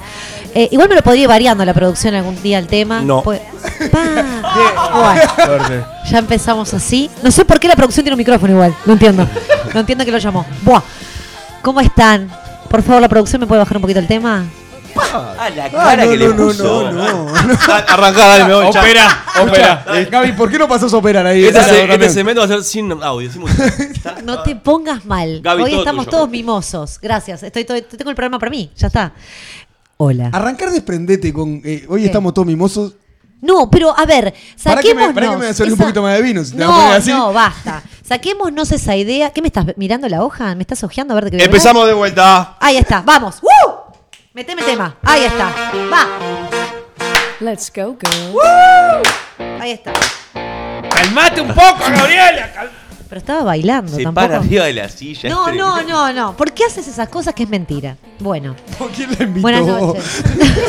[SPEAKER 2] Eh, igual me lo podría ir variando la producción algún día el tema.
[SPEAKER 6] No.
[SPEAKER 2] Pues-
[SPEAKER 4] (laughs)
[SPEAKER 2] Pa. Bueno,
[SPEAKER 6] Suerte.
[SPEAKER 2] ya empezamos así. No sé por qué la producción tiene un micrófono igual. No entiendo. No entiendo que lo llamó. Buah. ¿Cómo están? Por favor, la producción me puede bajar un poquito el tema.
[SPEAKER 3] Ah, la cara
[SPEAKER 5] no,
[SPEAKER 3] que le
[SPEAKER 5] no, no,
[SPEAKER 3] puso.
[SPEAKER 5] no,
[SPEAKER 6] Arrancá, dale, me voy. chao.
[SPEAKER 4] Opera, opera.
[SPEAKER 5] Eh, Gaby, ¿por qué no pasas a operar ahí?
[SPEAKER 6] Este,
[SPEAKER 5] Dale,
[SPEAKER 6] se-
[SPEAKER 5] también.
[SPEAKER 6] este segmento va a ser sin audio. sin música.
[SPEAKER 2] No te pongas mal.
[SPEAKER 6] Gaby,
[SPEAKER 2] Hoy
[SPEAKER 6] todo
[SPEAKER 2] estamos
[SPEAKER 6] tuyo.
[SPEAKER 2] todos mimosos. Gracias. Estoy, todo- tengo el programa para mí. Ya está. Hola.
[SPEAKER 5] Arrancar desprendete con. eh, hoy estamos todos mimosos.
[SPEAKER 2] No, pero a ver,
[SPEAKER 5] Para que me,
[SPEAKER 2] saquémonos.
[SPEAKER 5] pará que me suene un
[SPEAKER 2] esa-
[SPEAKER 5] poquito más de vino. Si te la
[SPEAKER 2] No,
[SPEAKER 5] pones así.
[SPEAKER 2] no, basta. Saquémonos esa idea. ¿Qué me estás mirando la hoja? ¿Me estás ojeando a ver de qué voy a hablar?
[SPEAKER 6] Empezamos de vuelta.
[SPEAKER 2] Ahí está, vamos. ¡Woo! Meteme el tema. Ahí está. Va.
[SPEAKER 12] Let's go, girls.
[SPEAKER 2] Ahí está.
[SPEAKER 4] Calmate un poco, Gabriela. cal-
[SPEAKER 2] Pero estaba bailando
[SPEAKER 3] Se
[SPEAKER 2] tampoco.
[SPEAKER 3] para arriba de la silla.
[SPEAKER 2] no,
[SPEAKER 3] es
[SPEAKER 2] no,
[SPEAKER 3] tremendo.
[SPEAKER 2] no, no. ¿Por qué haces esas cosas que es mentira? Bueno,
[SPEAKER 5] ¿Quién la invitó?
[SPEAKER 2] buenas
[SPEAKER 4] (laughs)
[SPEAKER 2] noches. (laughs)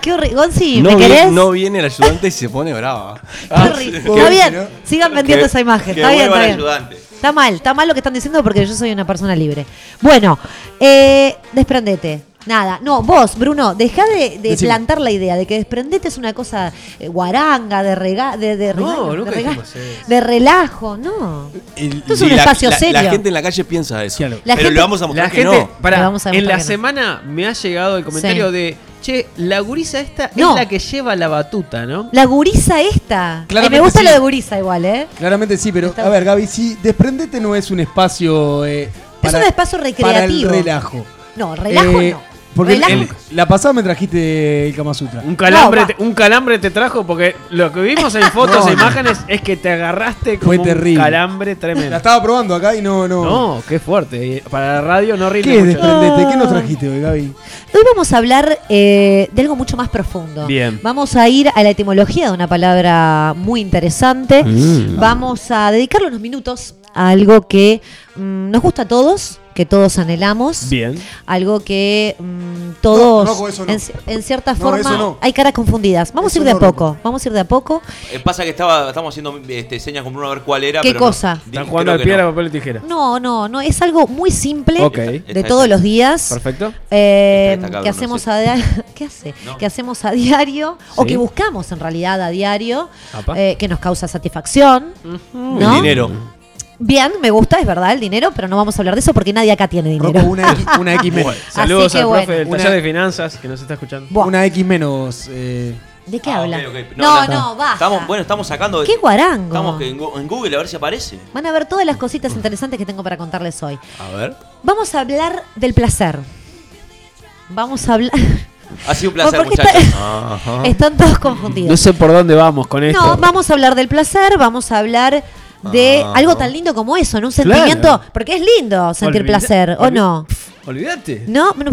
[SPEAKER 2] qué horrible. Gonzi,
[SPEAKER 6] No,
[SPEAKER 2] ¿me
[SPEAKER 6] vi-
[SPEAKER 2] querés?
[SPEAKER 6] no viene el ayudante y se pone Ah, brava.
[SPEAKER 2] Qué horrible.
[SPEAKER 5] sí,
[SPEAKER 2] (laughs) Está
[SPEAKER 5] sí,
[SPEAKER 2] bien,
[SPEAKER 5] ¿no?
[SPEAKER 2] sigan vendiendo
[SPEAKER 3] Que-
[SPEAKER 2] esa imagen.
[SPEAKER 3] que
[SPEAKER 2] Está bien,
[SPEAKER 3] vuelva
[SPEAKER 2] está
[SPEAKER 3] el
[SPEAKER 2] bien.
[SPEAKER 3] ayudante.
[SPEAKER 2] Está mal, está mal lo que están diciendo porque yo soy una persona libre. Bueno, eh, desprendete. Nada, no, vos, Bruno, dejá de, de
[SPEAKER 5] Decime.
[SPEAKER 2] plantar la idea de que desprendete es una cosa eh, guaranga, de rega, de, de,
[SPEAKER 4] No,
[SPEAKER 2] regalo,
[SPEAKER 4] nunca
[SPEAKER 2] de, rega-
[SPEAKER 4] dijimos eso.
[SPEAKER 2] de relajo, no.
[SPEAKER 5] El-
[SPEAKER 2] Esto es
[SPEAKER 6] Sí,
[SPEAKER 2] un
[SPEAKER 6] la-
[SPEAKER 2] espacio
[SPEAKER 6] la-
[SPEAKER 2] serio.
[SPEAKER 6] La gente en la calle piensa eso.
[SPEAKER 5] Claro.
[SPEAKER 2] La
[SPEAKER 6] pero
[SPEAKER 2] gente-
[SPEAKER 6] lo vamos a mostrar
[SPEAKER 4] La
[SPEAKER 6] que
[SPEAKER 4] gente,
[SPEAKER 6] no.
[SPEAKER 4] pará,
[SPEAKER 2] Lo vamos a
[SPEAKER 4] en
[SPEAKER 2] mostrar
[SPEAKER 4] la
[SPEAKER 2] que no.
[SPEAKER 4] semana me ha llegado el comentario
[SPEAKER 2] Sí.
[SPEAKER 4] de, che, la gurisa esta
[SPEAKER 2] No.
[SPEAKER 4] es la que lleva la batuta, ¿no?
[SPEAKER 2] La gurisa esta. Ay,
[SPEAKER 5] Claramente
[SPEAKER 2] me gusta
[SPEAKER 5] sí.
[SPEAKER 2] lo de gurisa igual, ¿eh?
[SPEAKER 5] Claramente sí, pero a ver, Gaby, sí, desprendete no es un espacio. eh,
[SPEAKER 2] un espacio
[SPEAKER 5] Para el
[SPEAKER 2] recreativo.
[SPEAKER 5] relajo.
[SPEAKER 2] No, relajo
[SPEAKER 5] Eh,
[SPEAKER 2] no.
[SPEAKER 5] Porque
[SPEAKER 2] Relajo
[SPEAKER 5] el-
[SPEAKER 2] no.
[SPEAKER 5] la pasada me trajiste el Kama Sutra.
[SPEAKER 4] Un calambre,
[SPEAKER 2] No, va.
[SPEAKER 4] te, un calambre te trajo porque lo que vimos en
[SPEAKER 5] (laughs)
[SPEAKER 4] fotos
[SPEAKER 5] No,
[SPEAKER 4] e
[SPEAKER 5] no.
[SPEAKER 4] imágenes es que te
[SPEAKER 5] Fue
[SPEAKER 4] agarraste como un
[SPEAKER 5] terrible.
[SPEAKER 4] calambre
[SPEAKER 5] La
[SPEAKER 4] tremendo.
[SPEAKER 5] estaba probando acá y no, no.
[SPEAKER 4] No, qué fuerte. Para la radio no
[SPEAKER 5] ¿Qué
[SPEAKER 4] rinde
[SPEAKER 5] es
[SPEAKER 4] mucho.
[SPEAKER 5] desprendete? ¿Qué nos trajiste hoy, Gaby?
[SPEAKER 2] Hoy vamos a hablar eh, de algo mucho más profundo.
[SPEAKER 4] Bien.
[SPEAKER 2] Vamos a ir a la etimología de una palabra muy interesante.
[SPEAKER 5] Mm.
[SPEAKER 2] Vamos a dedicarle unos minutos a algo que mm, nos gusta a todos, que todos anhelamos.
[SPEAKER 4] Bien.
[SPEAKER 2] Algo que mm, todos,
[SPEAKER 5] No, no, eso no.
[SPEAKER 2] en, ci- en cierta
[SPEAKER 5] No,
[SPEAKER 2] forma,
[SPEAKER 5] eso no.
[SPEAKER 2] hay caras confundidas. Vamos a
[SPEAKER 5] Eso
[SPEAKER 2] ir de
[SPEAKER 5] no,
[SPEAKER 2] a poco,
[SPEAKER 5] Rocco.
[SPEAKER 2] vamos a ir de a poco.
[SPEAKER 3] Eh, Pasa que estaba, estamos haciendo este, señas con Bruno a ver cuál era.
[SPEAKER 2] ¿Qué
[SPEAKER 3] pero no.
[SPEAKER 2] cosa?
[SPEAKER 3] Dije,
[SPEAKER 4] Están jugando
[SPEAKER 3] creo
[SPEAKER 4] al
[SPEAKER 3] que
[SPEAKER 4] piedra,
[SPEAKER 3] no.
[SPEAKER 4] papel y tijera.
[SPEAKER 2] No, no, no, es algo muy simple
[SPEAKER 4] Ok.
[SPEAKER 2] de
[SPEAKER 3] Esta, esta,
[SPEAKER 2] todos
[SPEAKER 3] esta.
[SPEAKER 2] los días.
[SPEAKER 4] Perfecto.
[SPEAKER 2] Eh,
[SPEAKER 3] Está destacado,
[SPEAKER 2] que
[SPEAKER 3] ¿no?
[SPEAKER 2] hacemos
[SPEAKER 3] Sí.
[SPEAKER 2] a diario, (laughs) ¿qué hace?
[SPEAKER 3] No.
[SPEAKER 2] Que hacemos a diario o
[SPEAKER 4] Sí.
[SPEAKER 2] que buscamos en realidad a diario
[SPEAKER 4] Apa.
[SPEAKER 2] eh, que nos causa satisfacción, ¿no?
[SPEAKER 6] El
[SPEAKER 5] (laughs)
[SPEAKER 6] dinero.
[SPEAKER 2] Bien, me gusta, es verdad el dinero, pero no vamos a hablar de eso porque nadie acá tiene dinero.
[SPEAKER 5] Rocco, una, X- una X menos.
[SPEAKER 4] Saludos
[SPEAKER 2] que
[SPEAKER 4] al profe
[SPEAKER 2] bueno.
[SPEAKER 4] del
[SPEAKER 5] Una-
[SPEAKER 4] taller de finanzas que nos está escuchando.
[SPEAKER 2] Buah,
[SPEAKER 5] Una X menos. eh,
[SPEAKER 2] (laughs) ¿De qué
[SPEAKER 3] Ah,
[SPEAKER 2] habla?
[SPEAKER 3] ok, ok.
[SPEAKER 2] No, no, basta.
[SPEAKER 3] Estamos, bueno, estamos sacando.
[SPEAKER 2] Qué guarango.
[SPEAKER 3] Estamos que en Gu- en Google a ver si aparece.
[SPEAKER 2] Van a ver todas las cositas interesantes que tengo para contarles hoy.
[SPEAKER 6] A ver.
[SPEAKER 2] Vamos a hablar del placer. Vamos a hablar.
[SPEAKER 3] Ha sido un placer,
[SPEAKER 2] Porque
[SPEAKER 3] muchachos.
[SPEAKER 2] está-
[SPEAKER 6] Ajá.
[SPEAKER 2] Están todos confundidos.
[SPEAKER 4] No sé por dónde vamos con esto.
[SPEAKER 2] No, vamos a hablar del placer, vamos a hablar de
[SPEAKER 6] Ah.
[SPEAKER 2] algo tan lindo como eso, ¿no? Un
[SPEAKER 4] Claro.
[SPEAKER 2] sentimiento, porque es lindo sentir
[SPEAKER 4] Olvida-
[SPEAKER 2] placer, ¿o
[SPEAKER 4] olvi-
[SPEAKER 2] no?
[SPEAKER 4] Olvídate.
[SPEAKER 2] No, (laughs)
[SPEAKER 4] (laughs)
[SPEAKER 2] bueno,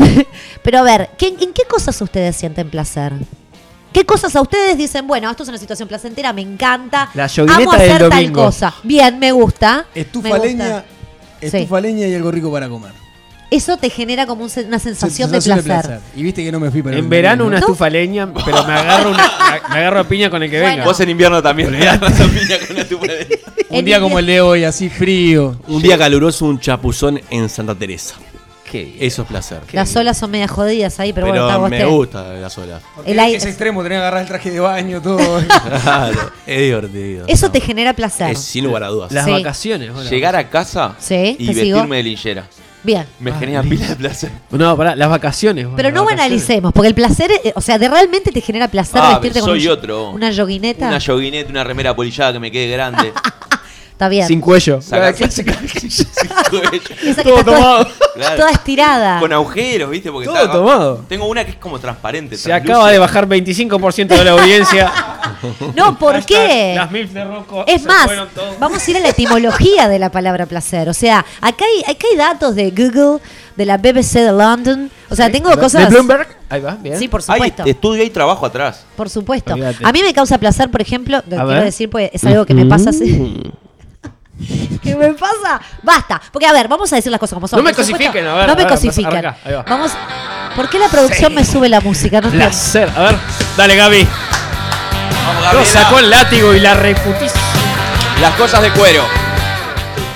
[SPEAKER 2] pero a ver, ¿qué- ¿en qué cosas ustedes sienten placer? ¿Qué cosas a ustedes dicen, bueno, esto es una situación placentera, me encanta,
[SPEAKER 4] La
[SPEAKER 2] amo
[SPEAKER 4] yoguineta del
[SPEAKER 2] hacer tal
[SPEAKER 4] domingo.
[SPEAKER 2] cosa? Bien, me gusta. me
[SPEAKER 5] Estufa
[SPEAKER 2] gusta.
[SPEAKER 5] leña.
[SPEAKER 2] Sí.
[SPEAKER 5] Estufa leña y algo rico para comer.
[SPEAKER 2] Eso te genera como un se- una sensación, de placer.
[SPEAKER 5] Y viste que no me fui para el
[SPEAKER 4] En verano una
[SPEAKER 5] ¿no?
[SPEAKER 2] ¿No?
[SPEAKER 4] estufa leña, pero me
[SPEAKER 2] (laughs)
[SPEAKER 4] agarro, una, me agarro a piña con el que
[SPEAKER 2] Bueno.
[SPEAKER 4] venga.
[SPEAKER 3] Vos en invierno también. Vas a piña con la
[SPEAKER 2] (laughs)
[SPEAKER 3] tupa de-
[SPEAKER 5] Un día como el de hoy, así frío.
[SPEAKER 6] Un día caluroso, un chapuzón en Santa Teresa.
[SPEAKER 4] ¿Qué?
[SPEAKER 6] Eso es placer.
[SPEAKER 2] Las olas son media jodidas ahí, pero,
[SPEAKER 6] Pero,
[SPEAKER 2] bueno, está vos
[SPEAKER 6] me
[SPEAKER 2] te-
[SPEAKER 6] gusta
[SPEAKER 2] (laughs)
[SPEAKER 6] las olas.
[SPEAKER 2] El aire-
[SPEAKER 5] Es extremo, tenés que agarrar el traje de baño, todo.
[SPEAKER 2] (laughs)
[SPEAKER 6] Claro, es divertido.
[SPEAKER 2] Eso
[SPEAKER 6] No.
[SPEAKER 2] te genera placer.
[SPEAKER 6] Es sin lugar a dudas.
[SPEAKER 4] Las
[SPEAKER 2] Sí.
[SPEAKER 4] vacaciones. bueno.
[SPEAKER 3] Llegar a casa
[SPEAKER 2] Sí,
[SPEAKER 3] y
[SPEAKER 2] te
[SPEAKER 3] vestirme
[SPEAKER 2] sigo.
[SPEAKER 3] de linchera.
[SPEAKER 2] Bien.
[SPEAKER 3] Me
[SPEAKER 4] Ah,
[SPEAKER 3] generan pila de placer.
[SPEAKER 4] No, pará, las vacaciones.
[SPEAKER 2] Pero no banalicemos, porque el placer, eh, o sea, de realmente te genera placer
[SPEAKER 3] Ah,
[SPEAKER 2] vestirte con
[SPEAKER 3] soy
[SPEAKER 2] un-
[SPEAKER 3] otro.
[SPEAKER 2] una joguineta.
[SPEAKER 3] Una yoguineta, una remera apolillada que me quede
[SPEAKER 2] (laughs)
[SPEAKER 3] grande.
[SPEAKER 2] Está bien.
[SPEAKER 4] Sin cuello.
[SPEAKER 3] Sacar-
[SPEAKER 2] Y esa que
[SPEAKER 4] Todo
[SPEAKER 2] está toda-
[SPEAKER 4] tomado.
[SPEAKER 3] Claro.
[SPEAKER 2] toda estirada.
[SPEAKER 3] Con agujeros, ¿viste? Porque
[SPEAKER 4] Todo tomado.
[SPEAKER 3] Tengo una que es como transparente.
[SPEAKER 4] Se acaba de bajar 25% de la audiencia.
[SPEAKER 2] No, ¿por qué?
[SPEAKER 4] Las MILF de Rocco.
[SPEAKER 2] Es
[SPEAKER 4] se
[SPEAKER 2] más,
[SPEAKER 4] fueron todos.
[SPEAKER 2] vamos a ir a la etimología de la palabra placer. O sea, acá hay, acá hay datos de Google, de la BBC de London. O sea, tengo
[SPEAKER 4] ¿De
[SPEAKER 2] cosas.
[SPEAKER 4] Bloomberg? Ahí va, bien.
[SPEAKER 2] Sí, por supuesto.
[SPEAKER 3] Hay estudio y trabajo atrás.
[SPEAKER 2] Por supuesto.
[SPEAKER 3] Olvídate.
[SPEAKER 2] A mí me causa placer, por ejemplo, lo quiero
[SPEAKER 3] ver.
[SPEAKER 2] decir, pues es algo que me pasa. así- ¿Qué me pasa? Basta. Porque, a ver, vamos a decir las cosas como son.
[SPEAKER 4] No me
[SPEAKER 2] Por supuesto,
[SPEAKER 4] cosifiquen, a ver,
[SPEAKER 2] No
[SPEAKER 4] a
[SPEAKER 2] me
[SPEAKER 4] ver,
[SPEAKER 2] cosifiquen.
[SPEAKER 4] arranca, ahí va.
[SPEAKER 2] Vamos. ¿Por qué la producción me sube la música? No entiendo.
[SPEAKER 4] Placer. A ver, dale, Gaby. Lo sacó el látigo y la reputiza.
[SPEAKER 3] Las cosas de cuero.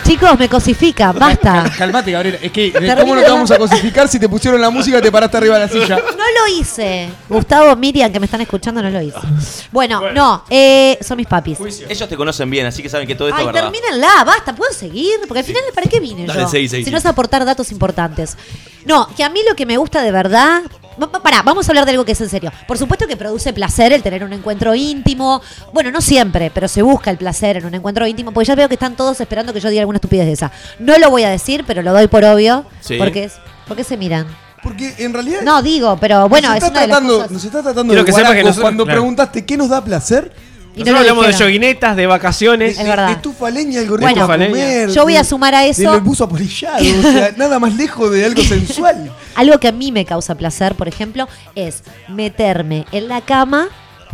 [SPEAKER 2] Chicos, me
[SPEAKER 5] (laughs)
[SPEAKER 2] cosifica. Basta.
[SPEAKER 5] Calmate, Gabriel. Es que, eh,
[SPEAKER 2] Termina
[SPEAKER 5] ¿cómo no te
[SPEAKER 2] de (laughs)
[SPEAKER 5] vamos a cosificar si te pusieron la música y te paraste arriba de la silla?
[SPEAKER 2] No lo hice. Gustavo, Miriam, que me están escuchando, no lo hice.
[SPEAKER 4] Ah.
[SPEAKER 2] Bueno, no, eh, son mis papis.
[SPEAKER 3] Ellos te conocen bien, así que saben que todo esto
[SPEAKER 2] Ay,
[SPEAKER 3] es verdad.
[SPEAKER 2] termínenla, basta, ¿puedo seguir? Porque al final, ¿para qué vine
[SPEAKER 3] Dale,
[SPEAKER 2] yo?
[SPEAKER 3] seguí, seguí,
[SPEAKER 2] si
[SPEAKER 3] seguí.
[SPEAKER 2] no es aportar datos importantes. No, que a mí lo que me gusta de verdad... va- va- Pará, vamos a hablar de algo que es en serio. Por supuesto que produce placer el tener un encuentro íntimo. Bueno, no siempre, pero se busca el placer en un encuentro íntimo. Porque ya veo que están todos esperando que yo diga alguna estupidez de esa. No lo voy a decir, pero lo doy por obvio.
[SPEAKER 5] Sí.
[SPEAKER 2] Porque es... ¿Por qué se miran?
[SPEAKER 5] Porque en realidad.
[SPEAKER 2] No, digo, pero bueno,
[SPEAKER 5] nos
[SPEAKER 2] es
[SPEAKER 5] está
[SPEAKER 2] una de las
[SPEAKER 5] tratando,
[SPEAKER 2] cosas...
[SPEAKER 5] Nos está tratando
[SPEAKER 4] Quiero
[SPEAKER 5] de
[SPEAKER 4] que sepa
[SPEAKER 5] guaracos
[SPEAKER 4] que nosotros-
[SPEAKER 5] cuando
[SPEAKER 4] claro.
[SPEAKER 5] preguntamos. ¿Qué nos da placer?
[SPEAKER 2] Y
[SPEAKER 4] Nosotros hablamos de
[SPEAKER 2] dijeron.
[SPEAKER 4] yoguinetas, de vacaciones.
[SPEAKER 2] Es verdad.
[SPEAKER 5] Estufa leña, algoritmo
[SPEAKER 4] Bueno,
[SPEAKER 5] para comer,
[SPEAKER 2] yo voy a
[SPEAKER 5] de-
[SPEAKER 2] sumar a
[SPEAKER 5] de
[SPEAKER 2] eso-
[SPEAKER 5] lo puso apolillado,
[SPEAKER 2] (laughs)
[SPEAKER 5] o sea, nada más lejos de algo sensual.
[SPEAKER 2] Algo que a mí me causa placer, por ejemplo, es meterme en la cama,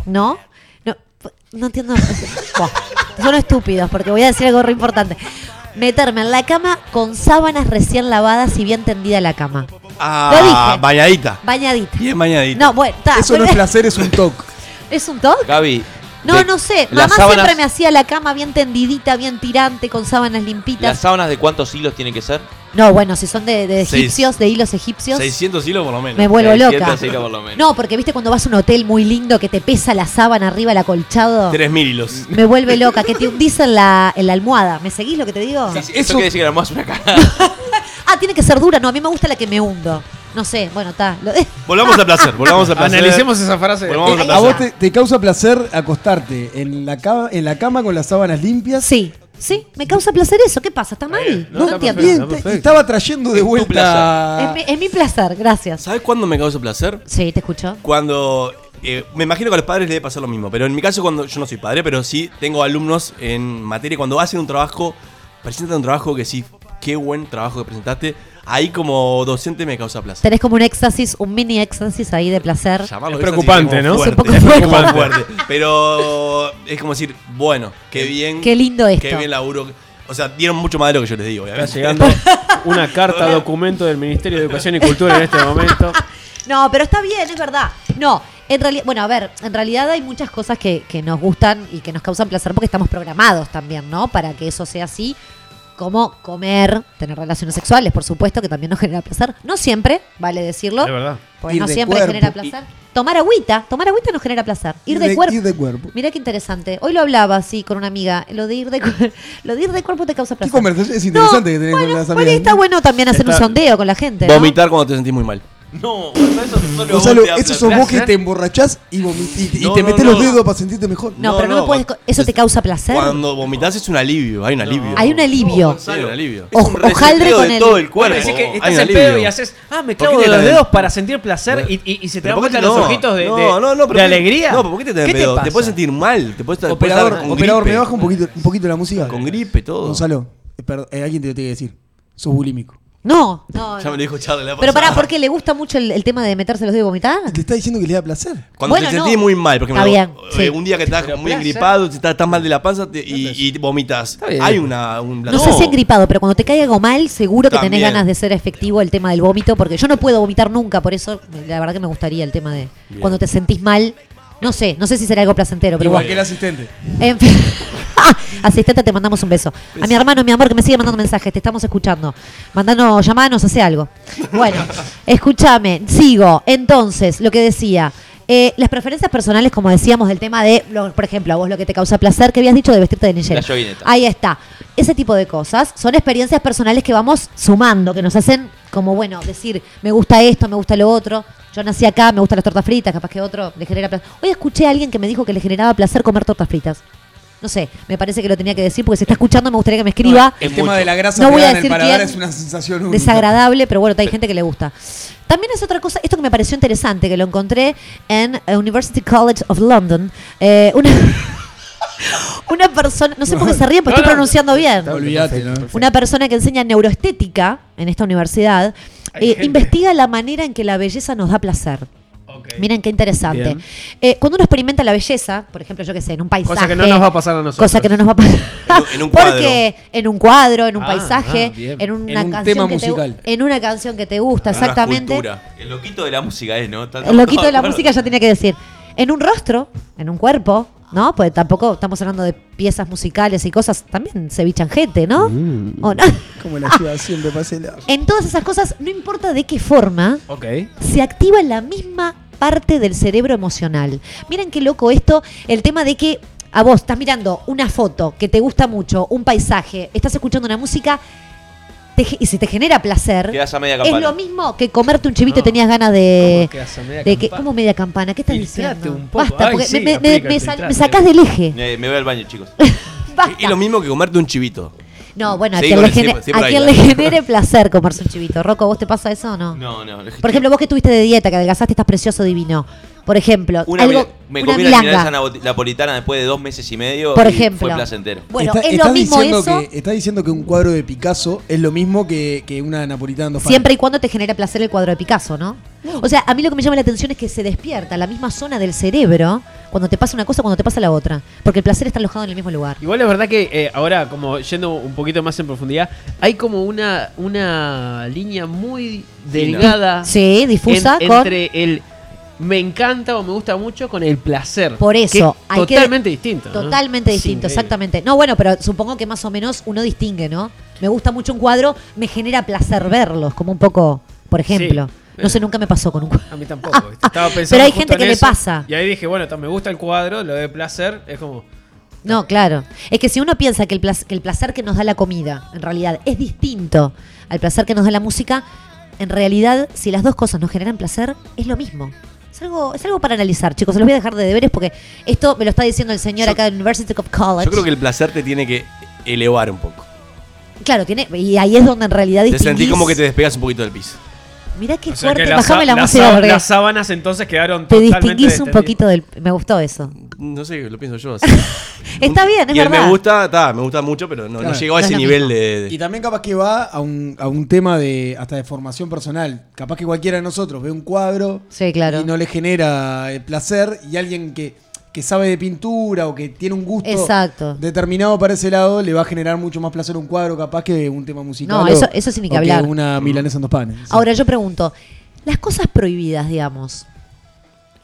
[SPEAKER 2] ¿no? No, no
[SPEAKER 5] (laughs)
[SPEAKER 2] entiendo. Buah, son estúpidos porque voy a decir algo re importante. Meterme en la cama con sábanas recién lavadas y bien tendida la cama. Lo
[SPEAKER 6] Ah,
[SPEAKER 2] dije.
[SPEAKER 6] bañadita.
[SPEAKER 2] Bañadita.
[SPEAKER 6] Bien bañadita.
[SPEAKER 2] No, bueno, ta,
[SPEAKER 5] Eso no es placer, es un toque.
[SPEAKER 2] (laughs) ¿Es un toque?
[SPEAKER 3] Gaby.
[SPEAKER 2] No,
[SPEAKER 3] de-
[SPEAKER 2] no sé.
[SPEAKER 3] las
[SPEAKER 2] Mamá
[SPEAKER 3] sábanas-
[SPEAKER 2] siempre me hacía la cama bien tendidita, bien tirante, con sábanas
[SPEAKER 3] ¿Las
[SPEAKER 2] limpitas.
[SPEAKER 3] sábanas de cuántos hilos tienen que ser?
[SPEAKER 2] No, bueno, si son de, de
[SPEAKER 6] Seis-
[SPEAKER 2] egipcios, de hilos egipcios.
[SPEAKER 6] 600 hilos por lo menos.
[SPEAKER 2] Me vuelvo loca.
[SPEAKER 6] 600 hilos por lo menos.
[SPEAKER 2] No, porque viste cuando vas a un hotel muy lindo que te pesa la sábana arriba, el
[SPEAKER 5] Oh.
[SPEAKER 2] acolchado.
[SPEAKER 6] 3000 hilos.
[SPEAKER 2] Me vuelve loca, que te hundís en la, en la almohada. ¿Me seguís lo que te digo?
[SPEAKER 3] Eso quiere decir que la almohada es una cagada.
[SPEAKER 2] Ah, tiene que ser dura. No, a mí me gusta la que me hundo. No sé, bueno, está.
[SPEAKER 6] Volvamos a placer, volvamos a placer.
[SPEAKER 4] Analicemos esa frase.
[SPEAKER 6] Volvamos a
[SPEAKER 5] "Eh, a vos
[SPEAKER 6] placer.
[SPEAKER 5] te, te causa placer acostarte en la, cama, en la cama con las sábanas limpias.
[SPEAKER 2] Sí. (laughs) Sí, me causa placer eso. ¿Qué pasa?
[SPEAKER 6] Eh,
[SPEAKER 2] ¿Está mal? No,
[SPEAKER 5] No,
[SPEAKER 2] entiendo.
[SPEAKER 5] bien, te- estaba trayendo de vuelta.
[SPEAKER 2] Es mi, es mi placer, gracias.
[SPEAKER 6] ¿Sabes cuándo me causa placer?
[SPEAKER 2] Sí, te escucho.
[SPEAKER 6] Cuando. eh, me imagino que a los padres les debe pasar lo mismo, pero en mi caso, cuando yo no soy padre, pero sí tengo alumnos en materia, cuando hacen un trabajo, presentan un trabajo que sí, qué buen trabajo que presentaste, ahí como docente me causa placer.
[SPEAKER 2] Tenés como un éxtasis, un mini éxtasis ahí de placer.
[SPEAKER 6] Llamarlo
[SPEAKER 4] Es
[SPEAKER 6] éxtasis
[SPEAKER 4] preocupante,
[SPEAKER 6] como
[SPEAKER 4] ¿no?
[SPEAKER 6] fuerte,
[SPEAKER 4] Es un poco
[SPEAKER 6] es
[SPEAKER 4] preocupante.
[SPEAKER 6] como fuerte. Pero es como decir, bueno, qué bien.
[SPEAKER 2] Qué lindo esto.
[SPEAKER 6] Qué bien laburo. O sea, dieron mucho más de lo que yo les digo,
[SPEAKER 4] Está
[SPEAKER 6] obviamente.
[SPEAKER 4] llegando una
[SPEAKER 6] (laughs)
[SPEAKER 4] carta documento del Ministerio de Educación y Cultura en este momento.
[SPEAKER 2] No, pero está bien, es verdad. No, en realidad, bueno, a ver, en realidad hay muchas cosas que, que nos gustan y que nos causan placer porque estamos programados también, ¿no? Para que eso sea así. Como comer, tener relaciones sexuales, por supuesto, que también nos genera placer. No siempre, vale decirlo.
[SPEAKER 4] Es verdad.
[SPEAKER 2] Porque
[SPEAKER 5] Ir
[SPEAKER 2] no
[SPEAKER 5] de
[SPEAKER 2] siempre
[SPEAKER 5] cuerpo.
[SPEAKER 2] genera placer. Tomar agüita, tomar agüita nos genera placer. Ir, de, cuerpo.
[SPEAKER 5] Ir de cuerpo.
[SPEAKER 2] Mira qué interesante. Hoy lo hablaba así con una amiga. Lo de ir de, cu- (laughs) lo de ir de cuerpo te causa
[SPEAKER 5] Qué
[SPEAKER 2] placer.
[SPEAKER 5] conversación es interesante que tenés con las
[SPEAKER 2] Por ahí
[SPEAKER 5] amigas.
[SPEAKER 2] está bueno también hacer un
[SPEAKER 6] Está-
[SPEAKER 2] sondeo con la gente. ¿no?
[SPEAKER 6] Vomitar cuando te sentís muy mal.
[SPEAKER 3] No, eso solo
[SPEAKER 5] Gonzalo,
[SPEAKER 3] vos te
[SPEAKER 5] esos
[SPEAKER 3] hablas.
[SPEAKER 5] son vos que
[SPEAKER 4] placer.
[SPEAKER 5] te emborrachás y, vomi- y- y
[SPEAKER 6] No,
[SPEAKER 5] te
[SPEAKER 6] no,
[SPEAKER 5] metés
[SPEAKER 6] no.
[SPEAKER 5] los dedos para sentirte mejor.
[SPEAKER 2] No,
[SPEAKER 6] No,
[SPEAKER 2] pero no,
[SPEAKER 6] no,
[SPEAKER 2] me puedes. co- ¿Eso te causa placer?
[SPEAKER 6] Cuando vomitas es un alivio, hay un alivio.
[SPEAKER 2] Hay un alivio.
[SPEAKER 6] Sí, hay un alivio.
[SPEAKER 2] O- ojaldre
[SPEAKER 3] reseteo
[SPEAKER 2] con
[SPEAKER 3] de
[SPEAKER 2] el-
[SPEAKER 3] todo el cuerpo.
[SPEAKER 4] Decís que
[SPEAKER 6] Hay
[SPEAKER 4] estás
[SPEAKER 6] un
[SPEAKER 4] en pedo
[SPEAKER 6] alivio.
[SPEAKER 4] y haces, ah, me
[SPEAKER 6] ¿Por
[SPEAKER 4] clavo
[SPEAKER 6] qué
[SPEAKER 4] de
[SPEAKER 6] te
[SPEAKER 4] los
[SPEAKER 6] la-
[SPEAKER 4] dedos para sentir placer y, y- y se te dan
[SPEAKER 6] ¿por qué
[SPEAKER 4] vuelta
[SPEAKER 6] te-
[SPEAKER 4] los
[SPEAKER 6] no?
[SPEAKER 4] ojitos de,
[SPEAKER 6] no,
[SPEAKER 4] de-
[SPEAKER 6] no, no, pero
[SPEAKER 4] de
[SPEAKER 6] ¿qué-
[SPEAKER 4] alegría.
[SPEAKER 6] No, pero ¿por qué te, tenés
[SPEAKER 4] ¿Qué te
[SPEAKER 6] pedo?
[SPEAKER 4] pasa?
[SPEAKER 6] te puedes sentir mal. Te puedes te puedes
[SPEAKER 5] Operador,
[SPEAKER 6] estar con
[SPEAKER 5] operador,
[SPEAKER 6] gripe.
[SPEAKER 5] me baja un poquito, un poquito la música.
[SPEAKER 6] Con gripe, todo.
[SPEAKER 5] Gonzalo, eh, perdón, eh, alguien te lo tiene que decir. Sos bulímico.
[SPEAKER 2] No, no.
[SPEAKER 6] Ya me
[SPEAKER 2] no.
[SPEAKER 6] lo dijo Charlie la
[SPEAKER 2] Pero
[SPEAKER 6] pasada.
[SPEAKER 2] pará, porque le gusta mucho el, el tema de meterse los dedos y vomitar.
[SPEAKER 5] Te está diciendo que le da placer.
[SPEAKER 6] Cuando
[SPEAKER 2] Bueno,
[SPEAKER 6] te
[SPEAKER 2] no.
[SPEAKER 6] sentís muy mal, porque
[SPEAKER 2] Está bien, sí.
[SPEAKER 6] un día que estás muy
[SPEAKER 4] placer.
[SPEAKER 6] engripado, si estás, estás mal de la panza te- y, y vomitas.
[SPEAKER 4] bien.
[SPEAKER 6] Hay una, un
[SPEAKER 2] No, sé si engripado, pero cuando te cae algo mal, seguro que tenés
[SPEAKER 6] También.
[SPEAKER 2] ganas de ser efectivo el tema del vómito, porque yo no puedo vomitar nunca, por eso la verdad que me gustaría el tema de cuando te sentís mal. No sé, no sé si será algo placentero, pero
[SPEAKER 5] Igual
[SPEAKER 2] bueno.
[SPEAKER 5] que el asistente.
[SPEAKER 2] En fin. (laughs) Ah, Asistente, te mandamos un beso. A mi hermano, mi amor, que me sigue mandando mensajes, te estamos escuchando. Mandanos, llamanos, hace algo. Bueno, escúchame, sigo. Entonces, lo que decía. Eh, las preferencias personales, como decíamos, del tema de, lo- por ejemplo, a vos lo que te causa placer, que habías dicho de vestirte de
[SPEAKER 3] La
[SPEAKER 2] niñera.
[SPEAKER 3] llovineta.
[SPEAKER 2] Ahí está. Ese tipo de cosas son experiencias personales que vamos sumando, que nos hacen como, bueno, decir, me gusta esto, me gusta lo otro. Yo nací acá, me gustan las tortas fritas, capaz que otro le genera placer. Hoy escuché a alguien que me dijo que le generaba placer comer tortas fritas. No sé, me parece que lo tenía que decir porque si está escuchando me gustaría que me escriba.
[SPEAKER 5] El tema de la grasa
[SPEAKER 2] No voy
[SPEAKER 5] pegada
[SPEAKER 2] a
[SPEAKER 5] en el
[SPEAKER 2] decir
[SPEAKER 5] paladar
[SPEAKER 2] quién.
[SPEAKER 5] es una sensación única.
[SPEAKER 2] Desagradable, pero bueno, hay gente que le gusta. También es otra cosa, esto que me pareció interesante, que lo encontré en eh, University College of London. Eh, una, (laughs) una persona, no sé por qué se ríen, pero
[SPEAKER 5] No,
[SPEAKER 2] estoy
[SPEAKER 5] no.
[SPEAKER 2] pronunciando bien.
[SPEAKER 5] Olvídate, ¿no?
[SPEAKER 2] Una persona que enseña neuroestética en esta universidad eh, investiga la manera en que la belleza nos da placer. Miren qué interesante.
[SPEAKER 4] Bien.
[SPEAKER 2] Eh, cuando uno experimenta la belleza, por ejemplo, yo qué sé, en un paisaje.
[SPEAKER 4] Cosa que no nos va a pasar a nosotros.
[SPEAKER 2] Cosa que no nos va a pasar.
[SPEAKER 6] En un cuadro.
[SPEAKER 2] Porque en un cuadro, en un
[SPEAKER 6] Ah,
[SPEAKER 2] paisaje,
[SPEAKER 6] ah, bien.
[SPEAKER 2] en una
[SPEAKER 6] En un
[SPEAKER 2] canción
[SPEAKER 6] tema
[SPEAKER 2] que te-
[SPEAKER 6] musical.
[SPEAKER 2] en una canción que te gusta,
[SPEAKER 3] Una
[SPEAKER 2] exactamente.
[SPEAKER 3] escultura. El loquito de la música es, ¿no?
[SPEAKER 2] El loquito de
[SPEAKER 6] (laughs)
[SPEAKER 2] la música ya tenía que decir. En un rostro, en un cuerpo, ¿no? Pues tampoco estamos hablando de piezas musicales y cosas, también se bichan gente, ¿no?
[SPEAKER 6] Mm.
[SPEAKER 2] ¿O no? (laughs)
[SPEAKER 5] Como la ciudad siempre pasa el
[SPEAKER 2] En todas esas cosas, no importa de qué forma,
[SPEAKER 4] Ok.
[SPEAKER 2] se activa la misma parte del cerebro emocional. Miren qué loco esto, el tema de que a vos estás mirando una foto que te gusta mucho, un paisaje, estás escuchando una música te ge- y si te genera placer,
[SPEAKER 3] Quedás a media
[SPEAKER 2] es
[SPEAKER 3] campana.
[SPEAKER 2] lo mismo que comerte un chivito y tenías ganas de... de que, ¿Cómo media campana? ¿Qué estás diciendo? Basta,
[SPEAKER 3] Ay,
[SPEAKER 2] porque
[SPEAKER 3] sí,
[SPEAKER 2] me, me-
[SPEAKER 3] aplica
[SPEAKER 2] me
[SPEAKER 3] el
[SPEAKER 2] sal- me
[SPEAKER 3] filtrate.
[SPEAKER 2] sacás del eje.
[SPEAKER 3] Eh, me voy al baño,
[SPEAKER 2] (laughs)
[SPEAKER 3] chicos.
[SPEAKER 6] Y lo mismo que comerte un chivito.
[SPEAKER 2] No, bueno, a
[SPEAKER 6] Seguí
[SPEAKER 2] quien,
[SPEAKER 6] con
[SPEAKER 2] le,
[SPEAKER 6] el- sí,
[SPEAKER 2] gene-
[SPEAKER 6] sí, por
[SPEAKER 2] a
[SPEAKER 6] ahí,
[SPEAKER 2] quien le
[SPEAKER 6] dale.
[SPEAKER 2] genere placer comerse un chivito. Rocco, ¿vos te pasa eso o no?
[SPEAKER 3] No, no.
[SPEAKER 2] Por ejemplo, vos que estuviste de dieta, que adelgazaste, estás precioso, divino. Por ejemplo,
[SPEAKER 3] Una
[SPEAKER 2] algo,
[SPEAKER 3] mila- me
[SPEAKER 2] una
[SPEAKER 3] comí la milanesa
[SPEAKER 2] milanga.
[SPEAKER 3] nabo- napolitana después de dos meses y medio.
[SPEAKER 2] Por
[SPEAKER 3] y
[SPEAKER 2] ejemplo.
[SPEAKER 3] Fue placentero.
[SPEAKER 2] Bueno, eh, es lo mismo
[SPEAKER 5] diciendo
[SPEAKER 2] eso.
[SPEAKER 5] Que, está diciendo que un cuadro de Picasso es lo mismo que, que una napolitana en dos panes.
[SPEAKER 2] Siempre y cuando te genera placer el cuadro de Picasso, ¿no? O sea, a mí lo que me llama la atención es que se despierta la misma zona del cerebro cuando te pasa una cosa, cuando te pasa la otra. Porque el placer está alojado en el mismo lugar.
[SPEAKER 4] Igual es verdad que eh, ahora, como yendo un poquito más en profundidad, hay como una, una línea muy delgada.
[SPEAKER 2] Sí, difusa
[SPEAKER 4] en-
[SPEAKER 2] con-
[SPEAKER 4] Entre el me encanta o me gusta mucho con el placer.
[SPEAKER 2] Por
[SPEAKER 4] que
[SPEAKER 2] eso,
[SPEAKER 4] es
[SPEAKER 2] hay que-
[SPEAKER 4] totalmente distinto. ¿no?
[SPEAKER 2] Totalmente
[SPEAKER 4] Es
[SPEAKER 2] distinto,
[SPEAKER 4] increíble.
[SPEAKER 2] exactamente. No, bueno, pero supongo que más o menos uno distingue, ¿no? Me gusta mucho un cuadro, me genera placer verlos, como un poco, por ejemplo.
[SPEAKER 4] Sí. eh.
[SPEAKER 2] No sé, nunca me pasó con un cuadro.
[SPEAKER 4] A mí tampoco.
[SPEAKER 2] (laughs)
[SPEAKER 4] ¿viste? Estaba pensando
[SPEAKER 2] Ah, hay
[SPEAKER 4] justo
[SPEAKER 2] gente
[SPEAKER 4] en
[SPEAKER 2] que le
[SPEAKER 4] eso,
[SPEAKER 2] pasa.
[SPEAKER 4] Y ahí dije, bueno, ta, me gusta el cuadro, lo de placer, es como.
[SPEAKER 2] No, claro. Es que si uno piensa que el, placer, que el placer que nos da la comida, en realidad, es distinto al placer que nos da la música, en realidad, si las dos cosas nos generan placer, es lo mismo. Es algo, es algo para analizar, chicos. Se los voy a dejar de deberes porque esto me lo está diciendo el señor acá de University of College.
[SPEAKER 6] Yo creo que el placer te tiene que elevar un poco.
[SPEAKER 2] Claro, tiene, y ahí es donde en realidad
[SPEAKER 6] Te sentís
[SPEAKER 2] distinguís-
[SPEAKER 6] como que te despegas un poquito del piso.
[SPEAKER 2] Mirá qué
[SPEAKER 4] O sea,
[SPEAKER 2] fuerte,
[SPEAKER 4] que las
[SPEAKER 2] bajame la,
[SPEAKER 4] sa- las
[SPEAKER 2] música
[SPEAKER 4] sa-
[SPEAKER 2] porque
[SPEAKER 4] Las sábanas entonces quedaron
[SPEAKER 2] te
[SPEAKER 4] totalmente
[SPEAKER 2] distinguís un
[SPEAKER 4] destendidas.
[SPEAKER 2] poquito del... Me gustó eso.
[SPEAKER 6] No sé, lo
[SPEAKER 2] (laughs)
[SPEAKER 6] pienso yo así.
[SPEAKER 2] Está bien, es
[SPEAKER 6] y él
[SPEAKER 2] verdad.
[SPEAKER 6] me gusta, ta, me gusta mucho, pero no, no
[SPEAKER 5] Claro.
[SPEAKER 6] llegó a
[SPEAKER 5] No es
[SPEAKER 6] ese
[SPEAKER 5] lo
[SPEAKER 6] nivel
[SPEAKER 5] mismo.
[SPEAKER 6] de, de-
[SPEAKER 5] Y también capaz que va a un, a un tema de hasta de formación personal. Capaz que cualquiera de nosotros ve un cuadro y no le genera eh, placer y alguien que, que sabe de pintura o que tiene un gusto
[SPEAKER 2] Exacto.
[SPEAKER 5] determinado para ese lado le va a generar mucho más placer un cuadro capaz que un tema musical.
[SPEAKER 2] No,
[SPEAKER 5] o-
[SPEAKER 2] eso- eso sin ni que
[SPEAKER 5] o
[SPEAKER 2] hablar.
[SPEAKER 5] una milanesa en dos panes. Sí.
[SPEAKER 2] Ahora yo pregunto, las cosas prohibidas, digamos,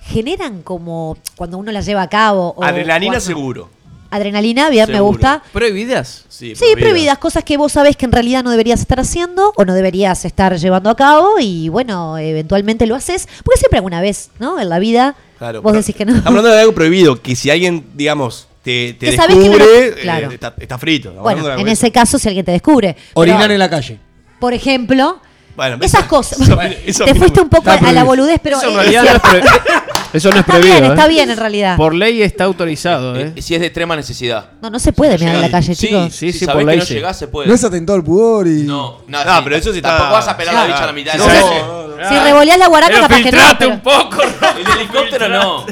[SPEAKER 2] generan como cuando uno las lleva a cabo. o-
[SPEAKER 6] Adrenalina
[SPEAKER 2] o-
[SPEAKER 6] seguro.
[SPEAKER 2] Adrenalina, bien, me
[SPEAKER 6] Seguro.
[SPEAKER 2] gusta.
[SPEAKER 4] ¿Prohibidas?
[SPEAKER 6] Sí,
[SPEAKER 2] Sí, prohibidas, cosas que vos sabés que en realidad no deberías estar haciendo o no deberías estar llevando a cabo y bueno, eventualmente lo haces, porque siempre alguna vez, ¿no? En la vida
[SPEAKER 6] Claro,
[SPEAKER 2] vos
[SPEAKER 6] pero-
[SPEAKER 2] decís que no.
[SPEAKER 6] Estamos hablando de algo prohibido, que si alguien, digamos, te, te
[SPEAKER 2] Que sabés que no
[SPEAKER 6] descubre,
[SPEAKER 2] lo-
[SPEAKER 6] eh,
[SPEAKER 2] claro.
[SPEAKER 6] está, está frito. Estamos
[SPEAKER 2] (laughs)
[SPEAKER 6] hablando
[SPEAKER 2] Bueno,
[SPEAKER 6] de algo
[SPEAKER 2] en
[SPEAKER 6] de
[SPEAKER 2] ese caso si alguien te descubre.
[SPEAKER 5] Orinar
[SPEAKER 2] Pero,
[SPEAKER 5] en la calle.
[SPEAKER 2] Por ejemplo,
[SPEAKER 6] Bueno,
[SPEAKER 2] esas cosas.
[SPEAKER 6] (laughs) eso- eso
[SPEAKER 2] te
[SPEAKER 6] mismo.
[SPEAKER 2] fuiste un poco
[SPEAKER 6] Está
[SPEAKER 2] a la
[SPEAKER 6] prohibido.
[SPEAKER 2] boludez, pero
[SPEAKER 6] Eso en
[SPEAKER 2] es-
[SPEAKER 4] realidad
[SPEAKER 2] es (laughs)
[SPEAKER 4] no es
[SPEAKER 2] cierto.
[SPEAKER 4] Eso no es
[SPEAKER 2] Está bien,
[SPEAKER 4] prohibido. ¿eh?
[SPEAKER 2] está bien en realidad.
[SPEAKER 4] Por ley está autorizado. ¿eh?
[SPEAKER 3] Si es de extrema necesidad.
[SPEAKER 2] No, no se puede mirar en la calle,
[SPEAKER 3] Sí,
[SPEAKER 2] chicos.
[SPEAKER 4] Sí, sí,
[SPEAKER 3] si
[SPEAKER 4] por
[SPEAKER 3] sabés que
[SPEAKER 4] ley
[SPEAKER 3] no
[SPEAKER 4] sí.
[SPEAKER 3] llegás, se puede.
[SPEAKER 5] No es atentado al pudor y.
[SPEAKER 3] No, no,
[SPEAKER 6] Ah,
[SPEAKER 3] sí,
[SPEAKER 6] pero eso sí está-
[SPEAKER 3] Tampoco vas a pelar la
[SPEAKER 6] Claro.
[SPEAKER 3] bicha a la mitad de
[SPEAKER 6] No,
[SPEAKER 3] la
[SPEAKER 6] no,
[SPEAKER 3] calle.
[SPEAKER 2] Si revoleás la guaraca,
[SPEAKER 3] Pero
[SPEAKER 2] capaz que no.
[SPEAKER 3] filtrate
[SPEAKER 2] pero
[SPEAKER 3] un poco, El helicóptero no.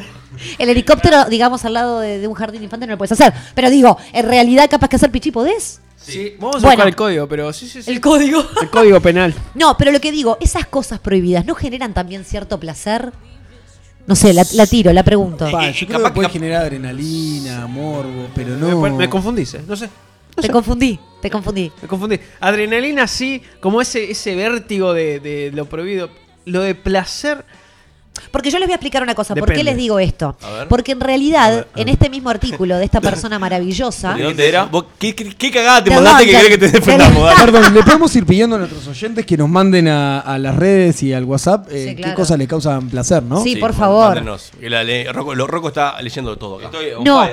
[SPEAKER 2] El helicóptero, digamos, al lado de, de un jardín infante no lo puedes hacer. Pero digo, en realidad, capaz que hacer pichí podés.
[SPEAKER 4] Sí, vamos a
[SPEAKER 2] Bueno.
[SPEAKER 4] buscar el código, pero sí, sí, sí.
[SPEAKER 2] El código.
[SPEAKER 4] El código
[SPEAKER 2] (laughs)
[SPEAKER 4] penal.
[SPEAKER 2] No, pero lo que digo, esas cosas prohibidas, ¿no generan también cierto placer? No sé, la, la tiro, la pregunto.
[SPEAKER 5] Pa, yo creo que puede generar adrenalina, morbo, pero no.
[SPEAKER 4] Me, me confundís, ¿eh? no sé.
[SPEAKER 2] Te confundí, te confundí.
[SPEAKER 4] Me confundí. Adrenalina sí, como ese, ese vértigo de, de lo prohibido. Lo de placer.
[SPEAKER 2] Porque yo les voy a explicar una cosa. ¿Por qué
[SPEAKER 6] Depende.
[SPEAKER 2] les digo esto?
[SPEAKER 6] A ver.
[SPEAKER 2] Porque en realidad, en este mismo artículo de
[SPEAKER 6] (laughs)
[SPEAKER 2] esta persona
[SPEAKER 3] Ah.
[SPEAKER 2] maravillosa.
[SPEAKER 6] ¿De dónde era? ¿Vos qué, qué, qué cagada te
[SPEAKER 2] Perdón,
[SPEAKER 6] mandaste que
[SPEAKER 2] ya-
[SPEAKER 6] querés que te defendamos? dale?
[SPEAKER 5] Perdón, ¿le podemos ir pidiendo a nuestros oyentes que nos manden a, a las redes y al WhatsApp eh,
[SPEAKER 2] Sí, claro.
[SPEAKER 5] qué cosas les causan placer, no?
[SPEAKER 2] Sí, por favor.
[SPEAKER 6] mándenos. Que la le- Rocco, lo- Rocco está leyendo todo acá. eh. Estoy
[SPEAKER 2] No,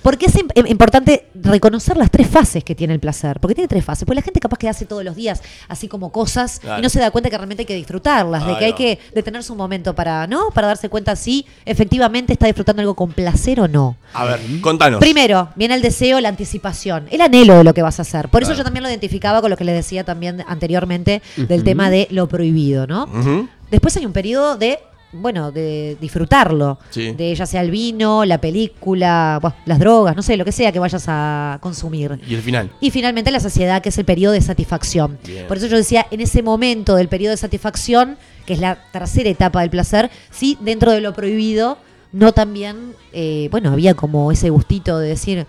[SPEAKER 2] porque es im- im- importante reconocer las tres fases que tiene el placer. Porque tiene tres fases. Porque la gente capaz que hace todos los días así como cosas
[SPEAKER 12] Claro.
[SPEAKER 2] y no se da cuenta que realmente hay que disfrutarlas, de
[SPEAKER 12] Ahí
[SPEAKER 2] que hay
[SPEAKER 12] va.
[SPEAKER 2] que detenerse un momento para, ¿no? Para darse cuenta si efectivamente está disfrutando algo con placer o no.
[SPEAKER 6] A ver, contanos.
[SPEAKER 2] Primero, viene el deseo, la anticipación, el anhelo de lo que vas a hacer. Por eso
[SPEAKER 6] Claro.
[SPEAKER 2] yo también lo identificaba con lo que les decía también anteriormente del
[SPEAKER 6] Ujú.
[SPEAKER 2] tema de lo prohibido, ¿no?
[SPEAKER 6] Ujú.
[SPEAKER 2] Después hay un periodo de, bueno, de disfrutarlo.
[SPEAKER 6] Sí.
[SPEAKER 2] De ya sea el vino, la película, buah, las drogas, no sé, lo que sea que vayas a consumir.
[SPEAKER 6] Y el final.
[SPEAKER 2] Y finalmente la saciedad, que es el periodo de satisfacción.
[SPEAKER 6] Bien.
[SPEAKER 2] Por eso yo decía, en ese momento del periodo de satisfacción, que es la tercera etapa del placer, sí, dentro de lo prohibido, no también, eh, bueno, había como ese gustito de decir,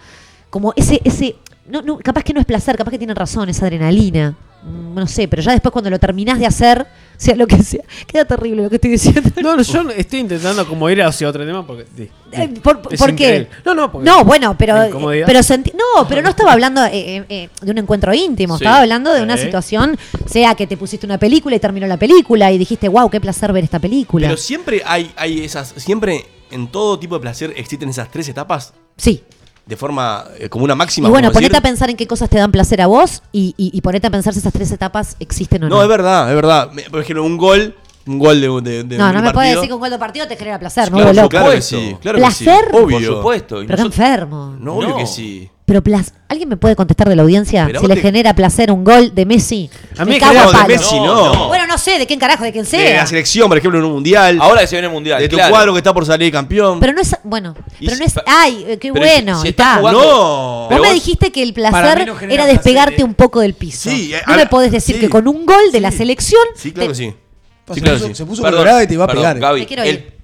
[SPEAKER 2] como ese, ese, no, no, capaz que no es placer, capaz que tienen razón, es adrenalina. Mm, No sé, pero ya después cuando lo terminás de hacer, sea lo que sea, queda terrible lo que estoy diciendo.
[SPEAKER 4] No, no, yo estoy intentando como ir hacia otro tema porque. sí, sí.
[SPEAKER 2] Eh, ¿Por,
[SPEAKER 4] Es
[SPEAKER 2] por qué?
[SPEAKER 4] increíble. No, no, porque-
[SPEAKER 2] No, bueno, pero, eh,
[SPEAKER 4] La incomodidad.
[SPEAKER 2] pero senti- no, pero no estaba hablando eh, eh, eh, de un encuentro íntimo,
[SPEAKER 4] Sí.
[SPEAKER 2] estaba hablando de una
[SPEAKER 6] Sí.
[SPEAKER 2] situación, sea que te pusiste una película y terminó la película y dijiste, wow, qué placer ver esta película.
[SPEAKER 6] Pero siempre hay, hay esas. Siempre en todo tipo de placer existen esas tres etapas.
[SPEAKER 2] Sí.
[SPEAKER 6] De forma. eh, como una máxima.
[SPEAKER 2] y bueno,
[SPEAKER 6] podemos
[SPEAKER 2] ponete a
[SPEAKER 6] decir.
[SPEAKER 2] pensar en qué cosas te dan placer a vos y, y- y ponete a pensar si esas tres etapas existen o no.
[SPEAKER 6] No, es verdad, es verdad. Me- Por ejemplo, un gol. Un gol de, de, de
[SPEAKER 2] no,
[SPEAKER 6] un
[SPEAKER 2] no me
[SPEAKER 6] partido.
[SPEAKER 2] puedes decir que un gol de partido te genera placer, me
[SPEAKER 6] Claro,
[SPEAKER 2] vuelvo loco.
[SPEAKER 6] claro que sí, claro que sí.
[SPEAKER 2] ¿Placer?
[SPEAKER 6] Obvio.
[SPEAKER 3] Por supuesto. y
[SPEAKER 2] Pero qué
[SPEAKER 3] nosotros-
[SPEAKER 2] enfermo.
[SPEAKER 6] No, obvio que sí.
[SPEAKER 2] Pero plas- ¿alguien me puede contestar de la audiencia
[SPEAKER 6] Pero
[SPEAKER 2] si
[SPEAKER 6] vos
[SPEAKER 2] le
[SPEAKER 6] te-
[SPEAKER 2] genera placer un gol de Messi?
[SPEAKER 6] A
[SPEAKER 2] Me
[SPEAKER 6] mí me
[SPEAKER 2] cago a
[SPEAKER 6] genera- no, de
[SPEAKER 2] palo.
[SPEAKER 6] Messi no. No.
[SPEAKER 2] Bueno, no sé, de quién carajo, de quién sea.
[SPEAKER 6] De la selección, por ejemplo, en un mundial.
[SPEAKER 3] Ahora que se viene el mundial.
[SPEAKER 6] De tu
[SPEAKER 3] claro.
[SPEAKER 6] cuadro que está por salir campeón.
[SPEAKER 2] Pero no es. Bueno,
[SPEAKER 6] Y
[SPEAKER 2] pero
[SPEAKER 6] si
[SPEAKER 2] no es.
[SPEAKER 6] pa-
[SPEAKER 2] ¡Ay, eh, qué
[SPEAKER 6] pero
[SPEAKER 2] bueno!
[SPEAKER 6] si- si
[SPEAKER 2] está.
[SPEAKER 6] estás jugando- No.
[SPEAKER 2] Vos
[SPEAKER 6] Pero
[SPEAKER 2] me
[SPEAKER 6] vos-
[SPEAKER 2] dijiste que el
[SPEAKER 6] Para
[SPEAKER 2] placer
[SPEAKER 6] mí no genera
[SPEAKER 2] era
[SPEAKER 6] placer, eh.
[SPEAKER 2] despegarte un poco del piso.
[SPEAKER 6] Sí, eh,
[SPEAKER 2] no
[SPEAKER 6] a-
[SPEAKER 2] me podés decir que con un gol de la selección.
[SPEAKER 6] Sí, claro
[SPEAKER 2] te-
[SPEAKER 6] que sí.
[SPEAKER 5] Pasa,
[SPEAKER 6] Sí, claro
[SPEAKER 5] se
[SPEAKER 6] que
[SPEAKER 5] puso-
[SPEAKER 6] sí.
[SPEAKER 5] se puso colorada y te va a pegar, eh.
[SPEAKER 3] Gaby,
[SPEAKER 2] Me quiero
[SPEAKER 3] el-
[SPEAKER 2] ir.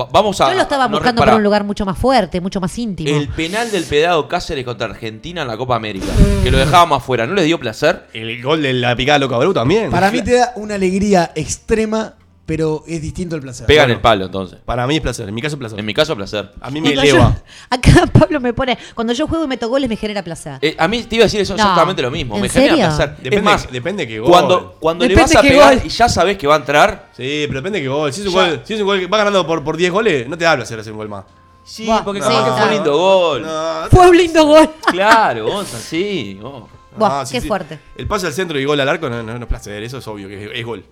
[SPEAKER 3] va- vamos a.
[SPEAKER 2] Yo lo estaba
[SPEAKER 3] no,
[SPEAKER 2] buscando
[SPEAKER 3] pará.
[SPEAKER 2] por un lugar mucho más fuerte, mucho más íntimo.
[SPEAKER 3] El penal del pedado Cáceres contra Argentina en la Copa América, que lo dejábamos afuera, ¿no les dio placer?
[SPEAKER 6] El gol de la picada loca Breu también.
[SPEAKER 5] Para mí te da una alegría extrema, pero es distinto el placer.
[SPEAKER 3] Pegan el palo entonces.
[SPEAKER 6] Para mí es placer, en mi caso es placer.
[SPEAKER 3] En mi caso es placer.
[SPEAKER 6] A mí me
[SPEAKER 2] Cuando
[SPEAKER 6] eleva.
[SPEAKER 2] yo- acá (laughs) Pablo me pone. Cuando yo juego y meto goles me genera placer.
[SPEAKER 3] Eh, a mí te iba a decir eso
[SPEAKER 2] No.
[SPEAKER 3] exactamente lo mismo.
[SPEAKER 2] ¿En
[SPEAKER 3] Me genera
[SPEAKER 2] serio?
[SPEAKER 3] placer.
[SPEAKER 6] Depende-
[SPEAKER 3] es más,
[SPEAKER 6] depende qué gol.
[SPEAKER 3] Cuando, cuando le
[SPEAKER 6] Depende
[SPEAKER 3] vas a
[SPEAKER 6] qué
[SPEAKER 3] pegar
[SPEAKER 6] gol.
[SPEAKER 3] y ya sabes que va a entrar.
[SPEAKER 6] Sí, pero depende de qué gol. Si es un
[SPEAKER 3] Ya.
[SPEAKER 6] gol, si es un gol que va ganando por, por 10 goles, no te da placer hacer un gol más.
[SPEAKER 3] Sí,
[SPEAKER 2] Buah,
[SPEAKER 3] porque
[SPEAKER 2] sí,
[SPEAKER 3] capaz que fue un
[SPEAKER 2] claro.
[SPEAKER 3] lindo gol.
[SPEAKER 2] (laughs) Fue un lindo gol.
[SPEAKER 3] Claro, Gonza, sí. vos.
[SPEAKER 2] (laughs) Buah,
[SPEAKER 6] Ah, sí,
[SPEAKER 2] qué
[SPEAKER 6] sí.
[SPEAKER 2] fuerte.
[SPEAKER 6] El pase al centro y gol al arco no, no- no es placer, eso es obvio que es, es gol.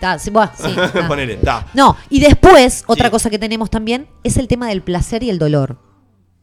[SPEAKER 2] Ta, sí, buah,
[SPEAKER 6] (laughs)
[SPEAKER 2] sí, ta.
[SPEAKER 6] Ponele, está.
[SPEAKER 2] No, y después, otra cosa que tenemos también es el tema del placer y el dolor.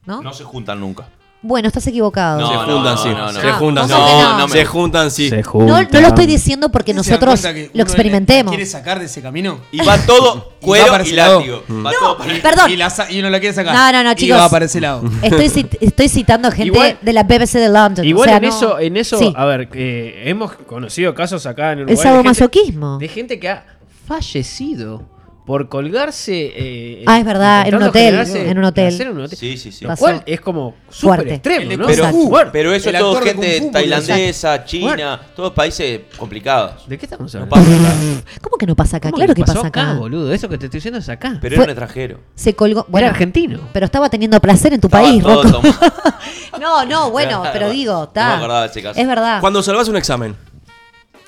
[SPEAKER 2] ¿No?
[SPEAKER 3] No se juntan nunca.
[SPEAKER 2] Bueno, estás equivocado.
[SPEAKER 3] No,
[SPEAKER 6] se juntan,
[SPEAKER 3] no,
[SPEAKER 6] sí.
[SPEAKER 3] no, no.
[SPEAKER 6] se
[SPEAKER 3] Ah,
[SPEAKER 6] juntan, sí.
[SPEAKER 2] ¿cómo que no?
[SPEAKER 6] se juntan, sí. Se
[SPEAKER 2] No, no lo estoy diciendo porque nosotros lo experimentemos.
[SPEAKER 5] ¿Quieres sacar de ese camino?
[SPEAKER 3] Y va todo
[SPEAKER 5] (laughs) Y
[SPEAKER 3] cuero
[SPEAKER 5] va para
[SPEAKER 3] y
[SPEAKER 5] ese lado.
[SPEAKER 3] látigo. Va todo para-
[SPEAKER 2] Perdón.
[SPEAKER 5] Y, la sa- y no la quiere sacar.
[SPEAKER 2] No, no, no,
[SPEAKER 5] Y
[SPEAKER 2] chicos.
[SPEAKER 5] va para ese lado.
[SPEAKER 2] Estoy, cit- estoy citando gente
[SPEAKER 4] Igual-
[SPEAKER 2] de la BBC de London.
[SPEAKER 4] Igual
[SPEAKER 2] o sea,
[SPEAKER 4] en,
[SPEAKER 2] no-
[SPEAKER 4] eso, en eso,
[SPEAKER 2] Sí.
[SPEAKER 4] a ver, eh, hemos conocido casos acá en Uruguay.
[SPEAKER 2] El
[SPEAKER 4] de gente-
[SPEAKER 2] sadomasoquismo.
[SPEAKER 4] De gente que ha fallecido por colgarse. eh,
[SPEAKER 2] Ah, es verdad, en un
[SPEAKER 4] intentando
[SPEAKER 2] hotel,
[SPEAKER 4] generarse
[SPEAKER 2] en un hotel.
[SPEAKER 4] placer en un hotel.
[SPEAKER 3] Sí, sí, sí.
[SPEAKER 4] Lo cual
[SPEAKER 2] Pasó.
[SPEAKER 4] es como súper
[SPEAKER 2] Fuerte.
[SPEAKER 4] extremo, ¿no?
[SPEAKER 3] Pero,
[SPEAKER 2] Exacto.
[SPEAKER 3] pero eso
[SPEAKER 5] El
[SPEAKER 3] es todo
[SPEAKER 5] actor de
[SPEAKER 3] gente
[SPEAKER 5] Kung Fu,
[SPEAKER 3] tailandesa, China, todos países complicados.
[SPEAKER 4] ¿De qué estamos
[SPEAKER 3] No
[SPEAKER 4] hablando?
[SPEAKER 3] pasa nada.
[SPEAKER 2] (laughs) ¿Cómo que no pasa acá?
[SPEAKER 4] ¿Cómo
[SPEAKER 2] Claro que
[SPEAKER 4] pasó
[SPEAKER 2] pasa acá.
[SPEAKER 4] boludo. Eso que te estoy diciendo es acá.
[SPEAKER 3] Pero
[SPEAKER 2] Fue-
[SPEAKER 3] era un extranjero.
[SPEAKER 2] Se colgó. Bueno,
[SPEAKER 4] Era argentino.
[SPEAKER 2] Pero estaba teniendo placer en tu
[SPEAKER 3] Estaba
[SPEAKER 2] país,
[SPEAKER 3] todo
[SPEAKER 2] Rocco.
[SPEAKER 3] tomado.
[SPEAKER 2] (laughs) No, no, bueno,
[SPEAKER 3] Claro,
[SPEAKER 2] pero
[SPEAKER 3] bueno.
[SPEAKER 2] digo,
[SPEAKER 3] No me
[SPEAKER 2] está.
[SPEAKER 3] acordaba de ese caso.
[SPEAKER 2] es verdad.
[SPEAKER 6] Cuando salvas un examen.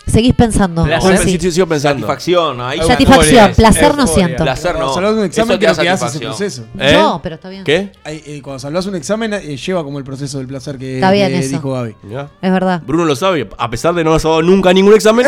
[SPEAKER 2] Seguís pensando.
[SPEAKER 3] Placer.
[SPEAKER 2] Ahora
[SPEAKER 6] Yo
[SPEAKER 2] sí.
[SPEAKER 6] sigo pensando.
[SPEAKER 3] Satisfacción, ahí ya-
[SPEAKER 2] Satisfacción, placer no
[SPEAKER 4] euforia.
[SPEAKER 2] siento.
[SPEAKER 3] Placer no.
[SPEAKER 5] Cuando salvas un
[SPEAKER 3] Eso
[SPEAKER 5] examen,
[SPEAKER 3] te
[SPEAKER 5] creo
[SPEAKER 3] da
[SPEAKER 5] que hace ese
[SPEAKER 3] satisfacción.
[SPEAKER 5] proceso.
[SPEAKER 6] ¿Eh?
[SPEAKER 2] No, pero está bien.
[SPEAKER 6] ¿Qué?
[SPEAKER 5] Ay, eh, cuando salvas un examen, eh, lleva como el proceso del placer que,
[SPEAKER 2] Está bien
[SPEAKER 5] que
[SPEAKER 2] eso.
[SPEAKER 5] Eh,
[SPEAKER 2] Eh.
[SPEAKER 5] dijo Gaby.
[SPEAKER 6] Mirá.
[SPEAKER 2] Es verdad.
[SPEAKER 6] Bruno lo sabe, a pesar de no haber salvado nunca ningún examen.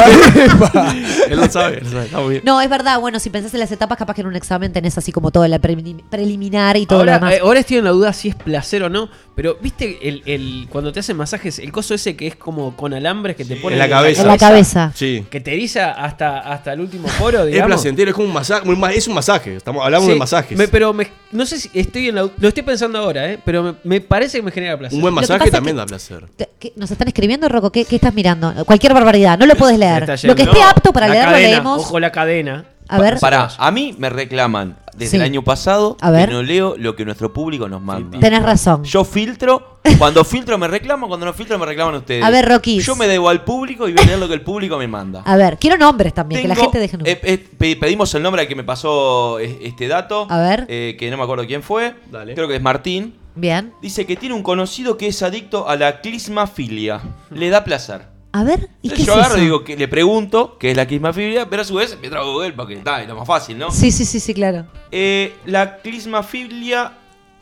[SPEAKER 6] (laughs) él lo sabe, él lo sabe, está muy bien.
[SPEAKER 2] No, es verdad. Bueno, si pensás en las etapas, capaz que en un examen tenés así como todo la prelim- preliminar y todo
[SPEAKER 4] ahora,
[SPEAKER 2] lo demás.
[SPEAKER 4] eh, ahora estoy en la duda si es placer o no, pero viste el, el- cuando te hacen masajes, el coso ese que es como con alambres que te ponen
[SPEAKER 6] en la cabeza.
[SPEAKER 2] en la cabeza.
[SPEAKER 6] Sí.
[SPEAKER 4] Que te eriza hasta, hasta el último foro,
[SPEAKER 6] (laughs) Es
[SPEAKER 4] digamos.
[SPEAKER 6] placentero, es como un masaje. un ma- Es un masaje. Estamos, hablamos
[SPEAKER 4] Sí,
[SPEAKER 6] de masajes.
[SPEAKER 4] me- pero me- no sé si estoy en la, lo estoy pensando ahora, ¿eh? pero me, me parece que me genera placer.
[SPEAKER 6] un buen
[SPEAKER 2] Lo que
[SPEAKER 6] masaje
[SPEAKER 2] pasa
[SPEAKER 6] también
[SPEAKER 2] que-
[SPEAKER 6] da placer.
[SPEAKER 2] Te- ¿qué- ¿Nos están escribiendo, Rocco? ¿Qué, qué estás mirando? Cualquier barbaridad. No lo puedes leer.
[SPEAKER 4] Está yendo.
[SPEAKER 2] Lo que esté
[SPEAKER 4] No,
[SPEAKER 2] apto para
[SPEAKER 4] la
[SPEAKER 2] leer lo
[SPEAKER 4] cadena,
[SPEAKER 2] leemos.
[SPEAKER 4] Ojo la cadena.
[SPEAKER 2] A ver.
[SPEAKER 3] Pará, a mí me reclaman desde
[SPEAKER 2] Sí.
[SPEAKER 3] el año pasado
[SPEAKER 2] A ver.
[SPEAKER 3] que no leo lo que nuestro público nos manda.
[SPEAKER 2] Tenés razón.
[SPEAKER 3] Yo filtro, cuando filtro me reclaman, cuando no filtro me reclaman ustedes.
[SPEAKER 2] A ver, Roquis.
[SPEAKER 3] Yo me debo al público y voy a leer lo que el público me manda.
[SPEAKER 2] A ver, quiero nombres también, que la
[SPEAKER 3] Tengo-
[SPEAKER 2] gente deje nombres.
[SPEAKER 3] Eh, eh, pe- pedimos el nombre al que me pasó eh, este dato.
[SPEAKER 2] A ver.
[SPEAKER 3] eh, que no me acuerdo quién fue. Creo que es Martín.
[SPEAKER 2] Bien.
[SPEAKER 3] Dice que tiene un conocido que es adicto a la clismafilia. Le da placer.
[SPEAKER 2] A ver, ¿y qué
[SPEAKER 3] Yo
[SPEAKER 2] es
[SPEAKER 3] agarro y
[SPEAKER 2] eso?
[SPEAKER 3] digo que le pregunto qué es la clismafilia, pero a su vez me trago Google porque está, es lo más fácil, ¿no?
[SPEAKER 2] Sí, sí, sí, sí, claro.
[SPEAKER 3] Eh, la clismafilia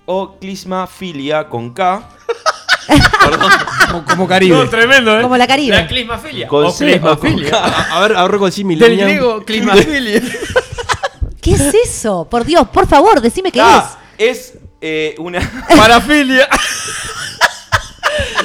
[SPEAKER 3] o clismafilia
[SPEAKER 2] (laughs)
[SPEAKER 3] con K.
[SPEAKER 5] Como, Caribe.
[SPEAKER 4] No, tremendo, ¿eh?
[SPEAKER 2] Como la Caribe.
[SPEAKER 4] La clismafilia.
[SPEAKER 3] Con
[SPEAKER 4] o
[SPEAKER 3] C,
[SPEAKER 4] clismafilia.
[SPEAKER 3] o con K.
[SPEAKER 6] A ver, ahorro con sí, (laughs)
[SPEAKER 4] Del griego clismafilia.
[SPEAKER 2] ¿Qué es eso? Por Dios, por favor, decime qué es.
[SPEAKER 3] Ah, es eh, una. (laughs)
[SPEAKER 2] (laughs)
[SPEAKER 4] Parafilia.
[SPEAKER 3] (laughs)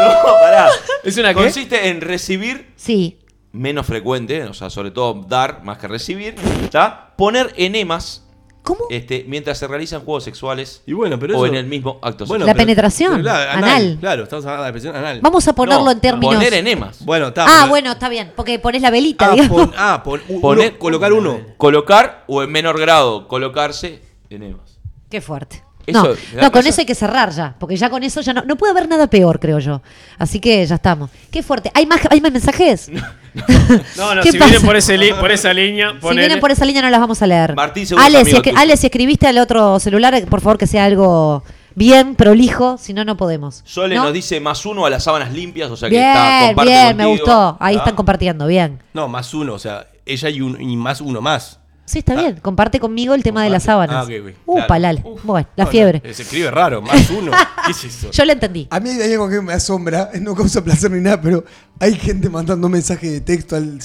[SPEAKER 3] no, pará.
[SPEAKER 4] ¿Es una qué?
[SPEAKER 3] Consiste en recibir
[SPEAKER 2] Sí.
[SPEAKER 3] menos frecuente, o sea, sobre todo dar más que recibir, ¿está? Poner enemas.
[SPEAKER 2] ¿Cómo?
[SPEAKER 3] Este, mientras se realizan juegos sexuales
[SPEAKER 6] Y bueno, pero
[SPEAKER 3] o
[SPEAKER 6] eso-
[SPEAKER 3] en el mismo acto
[SPEAKER 6] Bueno,
[SPEAKER 2] la
[SPEAKER 6] pero-
[SPEAKER 2] penetración,
[SPEAKER 6] pero claro,
[SPEAKER 2] anal.
[SPEAKER 6] Claro, estamos hablando de la presión anal.
[SPEAKER 2] Vamos a ponerlo
[SPEAKER 3] No,
[SPEAKER 2] en términos.
[SPEAKER 3] Poner enemas.
[SPEAKER 6] Bueno, está.
[SPEAKER 2] ah,
[SPEAKER 6] pero-
[SPEAKER 2] bueno, está bien, porque pones la velita,
[SPEAKER 6] Ah,
[SPEAKER 2] digamos.
[SPEAKER 6] pon- ah, pon- uno-
[SPEAKER 3] Poner-
[SPEAKER 6] colocar uno.
[SPEAKER 3] Colocar o en menor grado, colocarse enemas.
[SPEAKER 2] Qué fuerte.
[SPEAKER 3] Eso,
[SPEAKER 2] no,
[SPEAKER 3] ¿le
[SPEAKER 2] no,
[SPEAKER 3] da
[SPEAKER 2] con
[SPEAKER 3] placer?
[SPEAKER 2] eso hay que cerrar ya, porque ya con eso ya no, no puede haber nada peor, creo yo. Así que ya estamos. Qué fuerte. ¿Hay más, hay más mensajes?
[SPEAKER 4] No, no,
[SPEAKER 2] ¿Qué
[SPEAKER 4] si
[SPEAKER 2] pasa?
[SPEAKER 4] vienen por, ese li- por esa línea,
[SPEAKER 2] Si
[SPEAKER 4] ponele-
[SPEAKER 2] vienen por esa línea no las vamos a leer.
[SPEAKER 3] Martín, seguro es
[SPEAKER 2] Ale, si,
[SPEAKER 3] amigo
[SPEAKER 2] escri-
[SPEAKER 3] tuyo.
[SPEAKER 2] Ale, si escribiste al otro celular, eh, por favor que sea algo bien, prolijo, si no, no podemos.
[SPEAKER 3] Sole
[SPEAKER 2] ¿No?
[SPEAKER 3] nos dice más uno a las sábanas limpias, o sea que está
[SPEAKER 2] Bien,
[SPEAKER 3] comparte
[SPEAKER 2] bien, me
[SPEAKER 3] contigo,
[SPEAKER 2] gustó. Ahí
[SPEAKER 3] ¿tá?
[SPEAKER 2] están compartiendo, bien.
[SPEAKER 6] No, más uno, o sea, ella y, un- y más uno más.
[SPEAKER 2] Sí,
[SPEAKER 3] Ah.
[SPEAKER 2] está bien. Comparte conmigo el tema de las
[SPEAKER 6] Comparte.
[SPEAKER 2] sábanas.
[SPEAKER 6] Ah, ok, ok,
[SPEAKER 2] Uh,
[SPEAKER 6] claro.
[SPEAKER 2] palal. Bueno, la
[SPEAKER 6] No,
[SPEAKER 2] fiebre.
[SPEAKER 6] no, se escribe raro, más
[SPEAKER 2] (laughs)
[SPEAKER 6] uno. ¿Qué es eso?
[SPEAKER 2] Yo la entendí.
[SPEAKER 5] A mí hay algo que me asombra, (laughs) no causa placer ni nada, pero hay gente mandando mensajes de texto al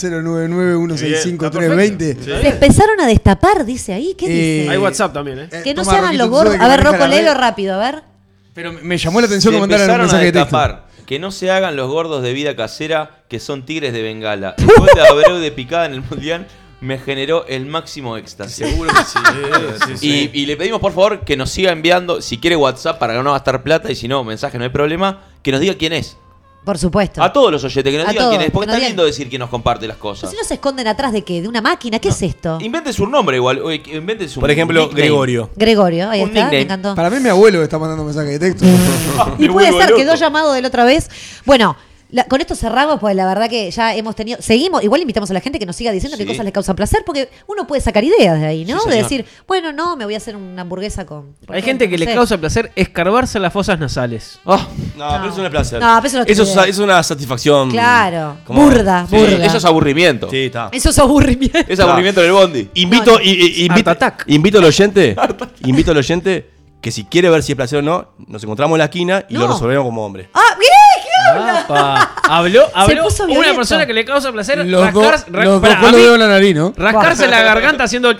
[SPEAKER 5] 099-165-320.
[SPEAKER 2] Se empezaron a destapar, dice ahí. ¿Qué
[SPEAKER 5] Eh,
[SPEAKER 4] Hay
[SPEAKER 2] dice?
[SPEAKER 4] WhatsApp también, ¿eh?
[SPEAKER 2] Que no
[SPEAKER 5] toma,
[SPEAKER 2] se hagan
[SPEAKER 5] Roquito,
[SPEAKER 2] los
[SPEAKER 5] tú sabes
[SPEAKER 2] gordos.
[SPEAKER 5] que
[SPEAKER 2] A ver,
[SPEAKER 5] maneja
[SPEAKER 2] Rocco,
[SPEAKER 5] la
[SPEAKER 2] léelo
[SPEAKER 5] red.
[SPEAKER 2] rápido, a ver.
[SPEAKER 5] Pero me- me llamó la
[SPEAKER 3] Se
[SPEAKER 5] atención que mandaron un
[SPEAKER 3] empezaron a
[SPEAKER 5] mensaje de texto.
[SPEAKER 3] destapar. Que no se hagan los gordos de vida casera que son tigres de
[SPEAKER 5] (laughs)
[SPEAKER 3] Bengala. El gol de Abreu de picada en el Mundial me generó el máximo éxtasis.
[SPEAKER 6] Seguro que sí. sí,
[SPEAKER 3] (laughs)
[SPEAKER 6] sí.
[SPEAKER 3] Y, y le pedimos por favor que nos siga enviando, si quiere WhatsApp para no gastar plata y si no, mensaje, no hay problema, que nos diga quién es.
[SPEAKER 2] Por supuesto.
[SPEAKER 3] A todos los oyentes, que nos
[SPEAKER 2] A
[SPEAKER 3] digan
[SPEAKER 2] todos,
[SPEAKER 3] quién es,
[SPEAKER 2] que
[SPEAKER 3] porque
[SPEAKER 2] nos
[SPEAKER 3] está
[SPEAKER 2] digan.
[SPEAKER 3] lindo decir que nos comparte las
[SPEAKER 2] Pero
[SPEAKER 3] cosas.
[SPEAKER 2] Si no se esconden atrás de qué, de una máquina, ¿qué es esto?
[SPEAKER 3] Inventes un nombre igual, o que inventes un
[SPEAKER 6] Por ejemplo,
[SPEAKER 3] nickname.
[SPEAKER 6] Gregorio.
[SPEAKER 2] Gregorio, ahí
[SPEAKER 3] Un
[SPEAKER 2] está, me
[SPEAKER 3] nickname.
[SPEAKER 2] encantó.
[SPEAKER 5] Para mí mi abuelo está mandando mensajes de
[SPEAKER 3] (laughs)
[SPEAKER 5] texto.
[SPEAKER 2] Y puede ser, quedó llamado de la otra vez. Bueno, la- con esto cerramos, pues la verdad que ya hemos tenido. Seguimos, igual invitamos a la gente que nos siga diciendo
[SPEAKER 3] Sí.
[SPEAKER 2] qué cosas les causan placer, porque uno puede sacar ideas de ahí, ¿no?
[SPEAKER 3] Sí,
[SPEAKER 2] de
[SPEAKER 3] señor.
[SPEAKER 2] decir, bueno, no, me voy a hacer una hamburguesa con.
[SPEAKER 4] Hay gente que
[SPEAKER 2] no
[SPEAKER 4] le
[SPEAKER 2] sé.
[SPEAKER 4] causa placer escarbarse las fosas nasales.
[SPEAKER 5] Oh.
[SPEAKER 3] Ah,
[SPEAKER 6] No, pero eso no es placer.
[SPEAKER 2] No, pero eso no tiene
[SPEAKER 6] eso es,
[SPEAKER 2] idea.
[SPEAKER 6] es una satisfacción.
[SPEAKER 2] Claro.
[SPEAKER 6] como-
[SPEAKER 2] burda,
[SPEAKER 3] sí,
[SPEAKER 2] burda.
[SPEAKER 3] eso es aburrimiento.
[SPEAKER 6] Sí, está.
[SPEAKER 2] Eso es aburrimiento.
[SPEAKER 3] Es aburrimiento del bondi.
[SPEAKER 6] Invito, y- y-
[SPEAKER 4] Art
[SPEAKER 6] invito-
[SPEAKER 4] Attack.
[SPEAKER 6] invito al
[SPEAKER 3] (laughs)
[SPEAKER 6] oyente, invito al oyente que si quiere ver si es placer o no, nos encontramos en la esquina y
[SPEAKER 2] No.
[SPEAKER 6] lo resolvemos como hombre.
[SPEAKER 2] ¡Ah, ¿qué? ¿Qué habla? (laughs)
[SPEAKER 4] Apa. Habló, habló
[SPEAKER 2] puso
[SPEAKER 4] una
[SPEAKER 2] violento.
[SPEAKER 4] persona que le causa placer
[SPEAKER 5] Los dos
[SPEAKER 4] rascarse- ra-
[SPEAKER 5] los dos
[SPEAKER 4] pará, a
[SPEAKER 5] con los
[SPEAKER 4] mí,
[SPEAKER 5] dedos en la nariz, ¿no?
[SPEAKER 4] rascarse la garganta haciendo.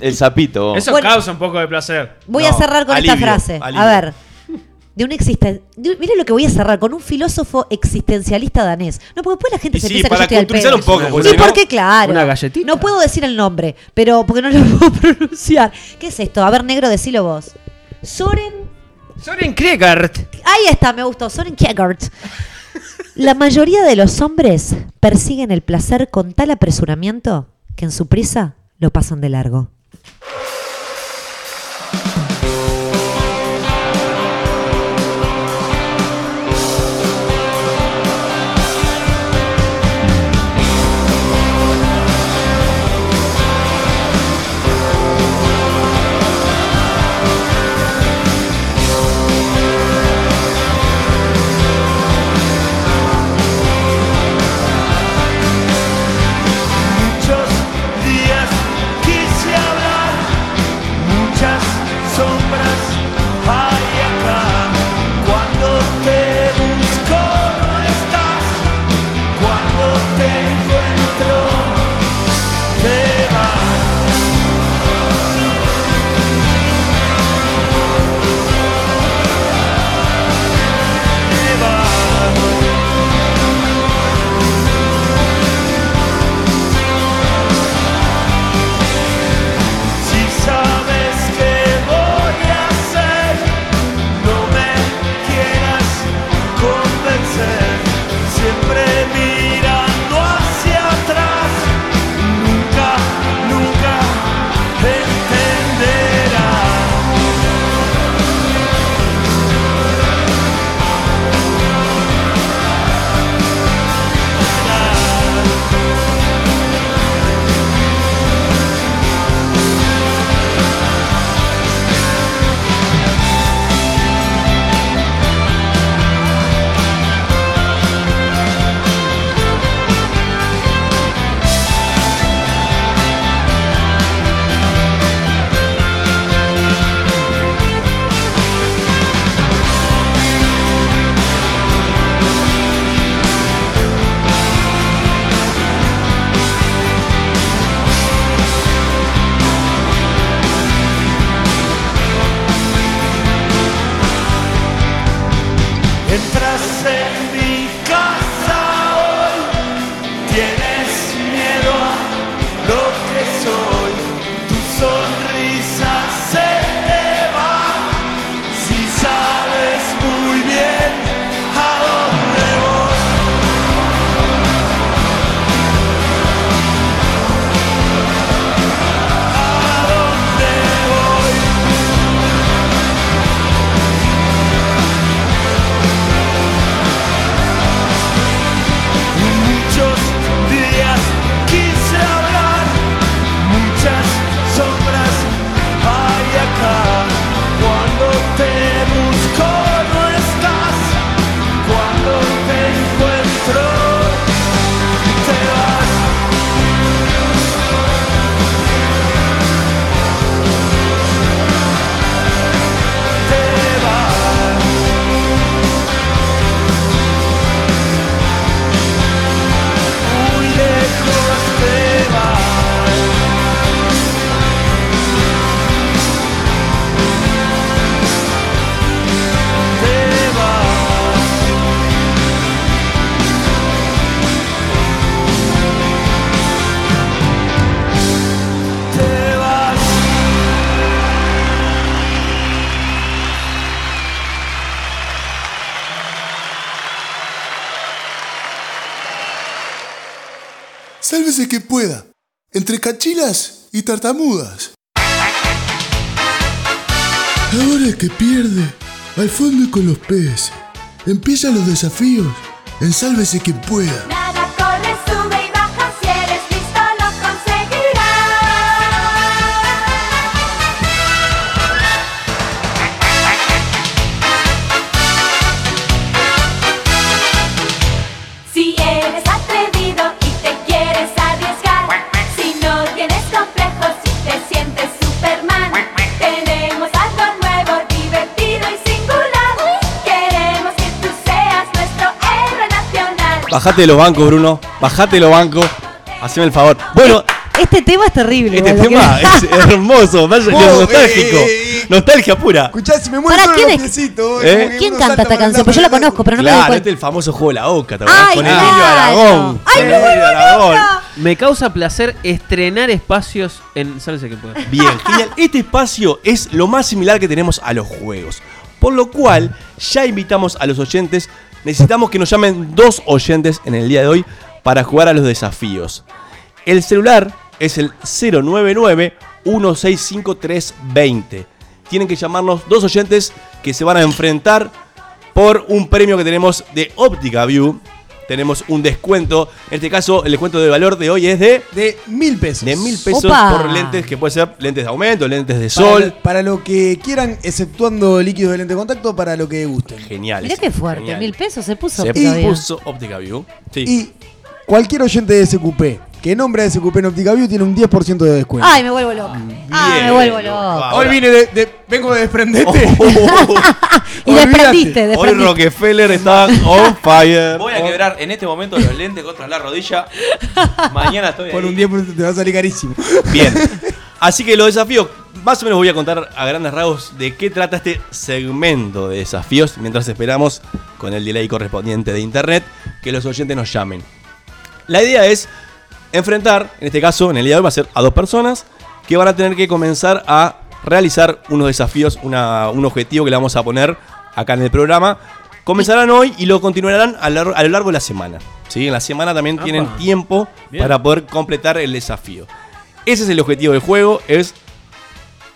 [SPEAKER 3] El sapito.
[SPEAKER 4] Eso
[SPEAKER 2] Bueno.
[SPEAKER 4] causa un poco de placer.
[SPEAKER 2] Voy a
[SPEAKER 6] No,
[SPEAKER 2] cerrar con esta
[SPEAKER 6] alivio,
[SPEAKER 2] frase.
[SPEAKER 6] alivio.
[SPEAKER 2] A ver. De un existen... de un- Mire lo que voy a cerrar con un filósofo existencialista danés. No, porque después la gente
[SPEAKER 6] Y
[SPEAKER 2] se
[SPEAKER 6] sí,
[SPEAKER 2] piensa que
[SPEAKER 6] para
[SPEAKER 2] yo estoy al
[SPEAKER 6] culturizar
[SPEAKER 2] pedo.
[SPEAKER 6] un poco, porque
[SPEAKER 2] Sí,
[SPEAKER 6] si no,
[SPEAKER 2] porque claro.
[SPEAKER 4] una galletita.
[SPEAKER 2] No puedo decir el nombre, pero porque no lo (laughs) puedo pronunciar. ¿Qué es esto? A ver, negro, decilo vos. Soren.
[SPEAKER 4] Soren Kierkegaard.
[SPEAKER 2] Ahí está, me gustó. Soren Kierkegaard. La mayoría de los hombres persiguen el placer con tal apresuramiento que en su prisa lo pasan de largo.
[SPEAKER 11] Muchos días quise haber estás en mi casa hoy. Tienes miedo a lo que soy. Tu sonrisa se te va. Si sabes muy bien a dónde voy. Muchos días quise hablar, muchas sombras hay acá. Cuando te busco no estás, cuando te encuentro te vas. Te vas, muy lejos te vas. Te vas. Te vas.
[SPEAKER 7] Sálvese que pueda. Entre cachilas y tartamudas. Ahora el que pierde, al fondo y con los peces. Empiezan los desafíos. En sálvese que pueda.
[SPEAKER 11] Nada corre, sube y baja, si eres listo lo conseguirás. Si eres atrevido y te quieres arriesgar, si no tienes complejos y te sientes Superman, tenemos algo nuevo, divertido y singular. Queremos que tú seas nuestro héroe nacional.
[SPEAKER 6] Bajate de los bancos, Bruno. Bajate de los bancos. Haceme el favor. Bueno,
[SPEAKER 2] Este tema es terrible.
[SPEAKER 6] este
[SPEAKER 2] igual, lo
[SPEAKER 6] tema
[SPEAKER 2] que-
[SPEAKER 6] es hermoso. Vaya,
[SPEAKER 2] Wow,
[SPEAKER 6] nostálgico.
[SPEAKER 3] eh,
[SPEAKER 6] Nostalgia pura.
[SPEAKER 5] Escuchá, si me
[SPEAKER 2] Pará,
[SPEAKER 5] muero todos
[SPEAKER 2] ¿quién
[SPEAKER 5] los
[SPEAKER 2] es?
[SPEAKER 6] ¿Eh?
[SPEAKER 5] piecitos. es como que
[SPEAKER 2] ¿Quién
[SPEAKER 5] uno
[SPEAKER 2] canta
[SPEAKER 5] salta
[SPEAKER 2] esta
[SPEAKER 5] para un
[SPEAKER 2] canción? Pues yo la conozco, pero no me doy
[SPEAKER 6] claro,
[SPEAKER 2] cuenta.
[SPEAKER 6] este es el famoso juego de la boca, ¿te acordás?
[SPEAKER 2] Ay,
[SPEAKER 6] Con
[SPEAKER 2] claro.
[SPEAKER 6] Emilio Aragón.
[SPEAKER 2] Ay,
[SPEAKER 6] Con Emilio
[SPEAKER 2] Eh,
[SPEAKER 6] Aragón.
[SPEAKER 4] Me causa placer estrenar espacios en Salsa que pueda.
[SPEAKER 5] (laughs)
[SPEAKER 6] Bien, genial. Este espacio es lo más similar que tenemos a los juegos. Por lo cual, ya invitamos a los oyentes. Necesitamos que nos llamen dos oyentes en el día de hoy para jugar a los desafíos. El celular es el 099-165320. Tienen que llamarnos dos oyentes que se van a enfrentar por un premio que tenemos de Optica View. Tenemos un descuento. En este caso, el descuento de valor de hoy es de.
[SPEAKER 5] De mil pesos.
[SPEAKER 6] De mil pesos
[SPEAKER 5] Opa.
[SPEAKER 6] por lentes, que puede ser lentes de aumento, lentes de
[SPEAKER 5] Para
[SPEAKER 6] sol.
[SPEAKER 5] lo- Para lo que quieran, exceptuando líquidos de lente de contacto, para lo que gusten.
[SPEAKER 6] Genial.
[SPEAKER 2] Mirá qué fuerte,
[SPEAKER 6] Genial.
[SPEAKER 2] mil pesos se puso.
[SPEAKER 6] Se
[SPEAKER 2] todavía.
[SPEAKER 6] puso Optica View. Sí.
[SPEAKER 5] Y cualquier oyente de SQP que nombre a SQP en Optica View tiene un 10% de descuento. (laughs)
[SPEAKER 2] Ay, me vuelvo loca.
[SPEAKER 6] Mm,
[SPEAKER 2] Ay, me vuelvo
[SPEAKER 6] Ah,
[SPEAKER 2] loca.
[SPEAKER 5] Ah, Hoy vine de, de- vengo de desprenderte.
[SPEAKER 6] (laughs) Oh,
[SPEAKER 2] Y desprendiste,
[SPEAKER 6] Hoy
[SPEAKER 5] (laughs)
[SPEAKER 2] desprendiste.
[SPEAKER 6] oh, Rockefeller está on fire.
[SPEAKER 3] Voy a quebrar en este momento los lentes contra la rodilla. Mañana estoy
[SPEAKER 5] Por
[SPEAKER 3] ahí.
[SPEAKER 5] un 10% te va a salir carísimo.
[SPEAKER 6] Bien. (laughs) Así que los desafíos, más o menos voy a contar a grandes rasgos de qué trata este segmento de desafíos mientras esperamos con el delay correspondiente de internet que los oyentes nos llamen. La idea es enfrentar, en este caso, en el día de hoy va a ser a dos personas que van a tener que comenzar a realizar unos desafíos, una- un objetivo que le vamos a poner acá en el programa. Comenzarán hoy y lo continuarán a, lar- a lo largo de la semana. ¿sí? En la semana también tienen tiempo
[SPEAKER 4] Bien.
[SPEAKER 6] para poder completar el desafío. Ese es el objetivo del juego, es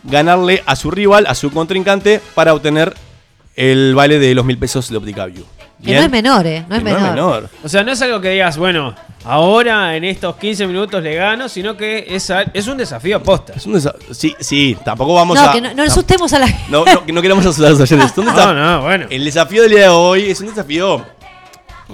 [SPEAKER 6] ganarle a su rival, a su contrincante, para obtener el vale de los mil pesos de OpticaView.
[SPEAKER 2] Que no es menor, eh, no es
[SPEAKER 6] Que
[SPEAKER 2] menor.
[SPEAKER 4] O sea, no es algo que digas, bueno, ahora en estos 15 minutos le gano, sino que es, a- es un desafío aposta.
[SPEAKER 6] Es un desa- sí, sí, tampoco vamos
[SPEAKER 2] no,
[SPEAKER 6] a...
[SPEAKER 2] que no, no
[SPEAKER 6] tam-
[SPEAKER 2] asustemos a la gente.
[SPEAKER 6] No, no, que no queremos asustar a los oyentes. ¿Dónde está?
[SPEAKER 4] No, no, bueno.
[SPEAKER 6] El desafío del día de hoy es un desafío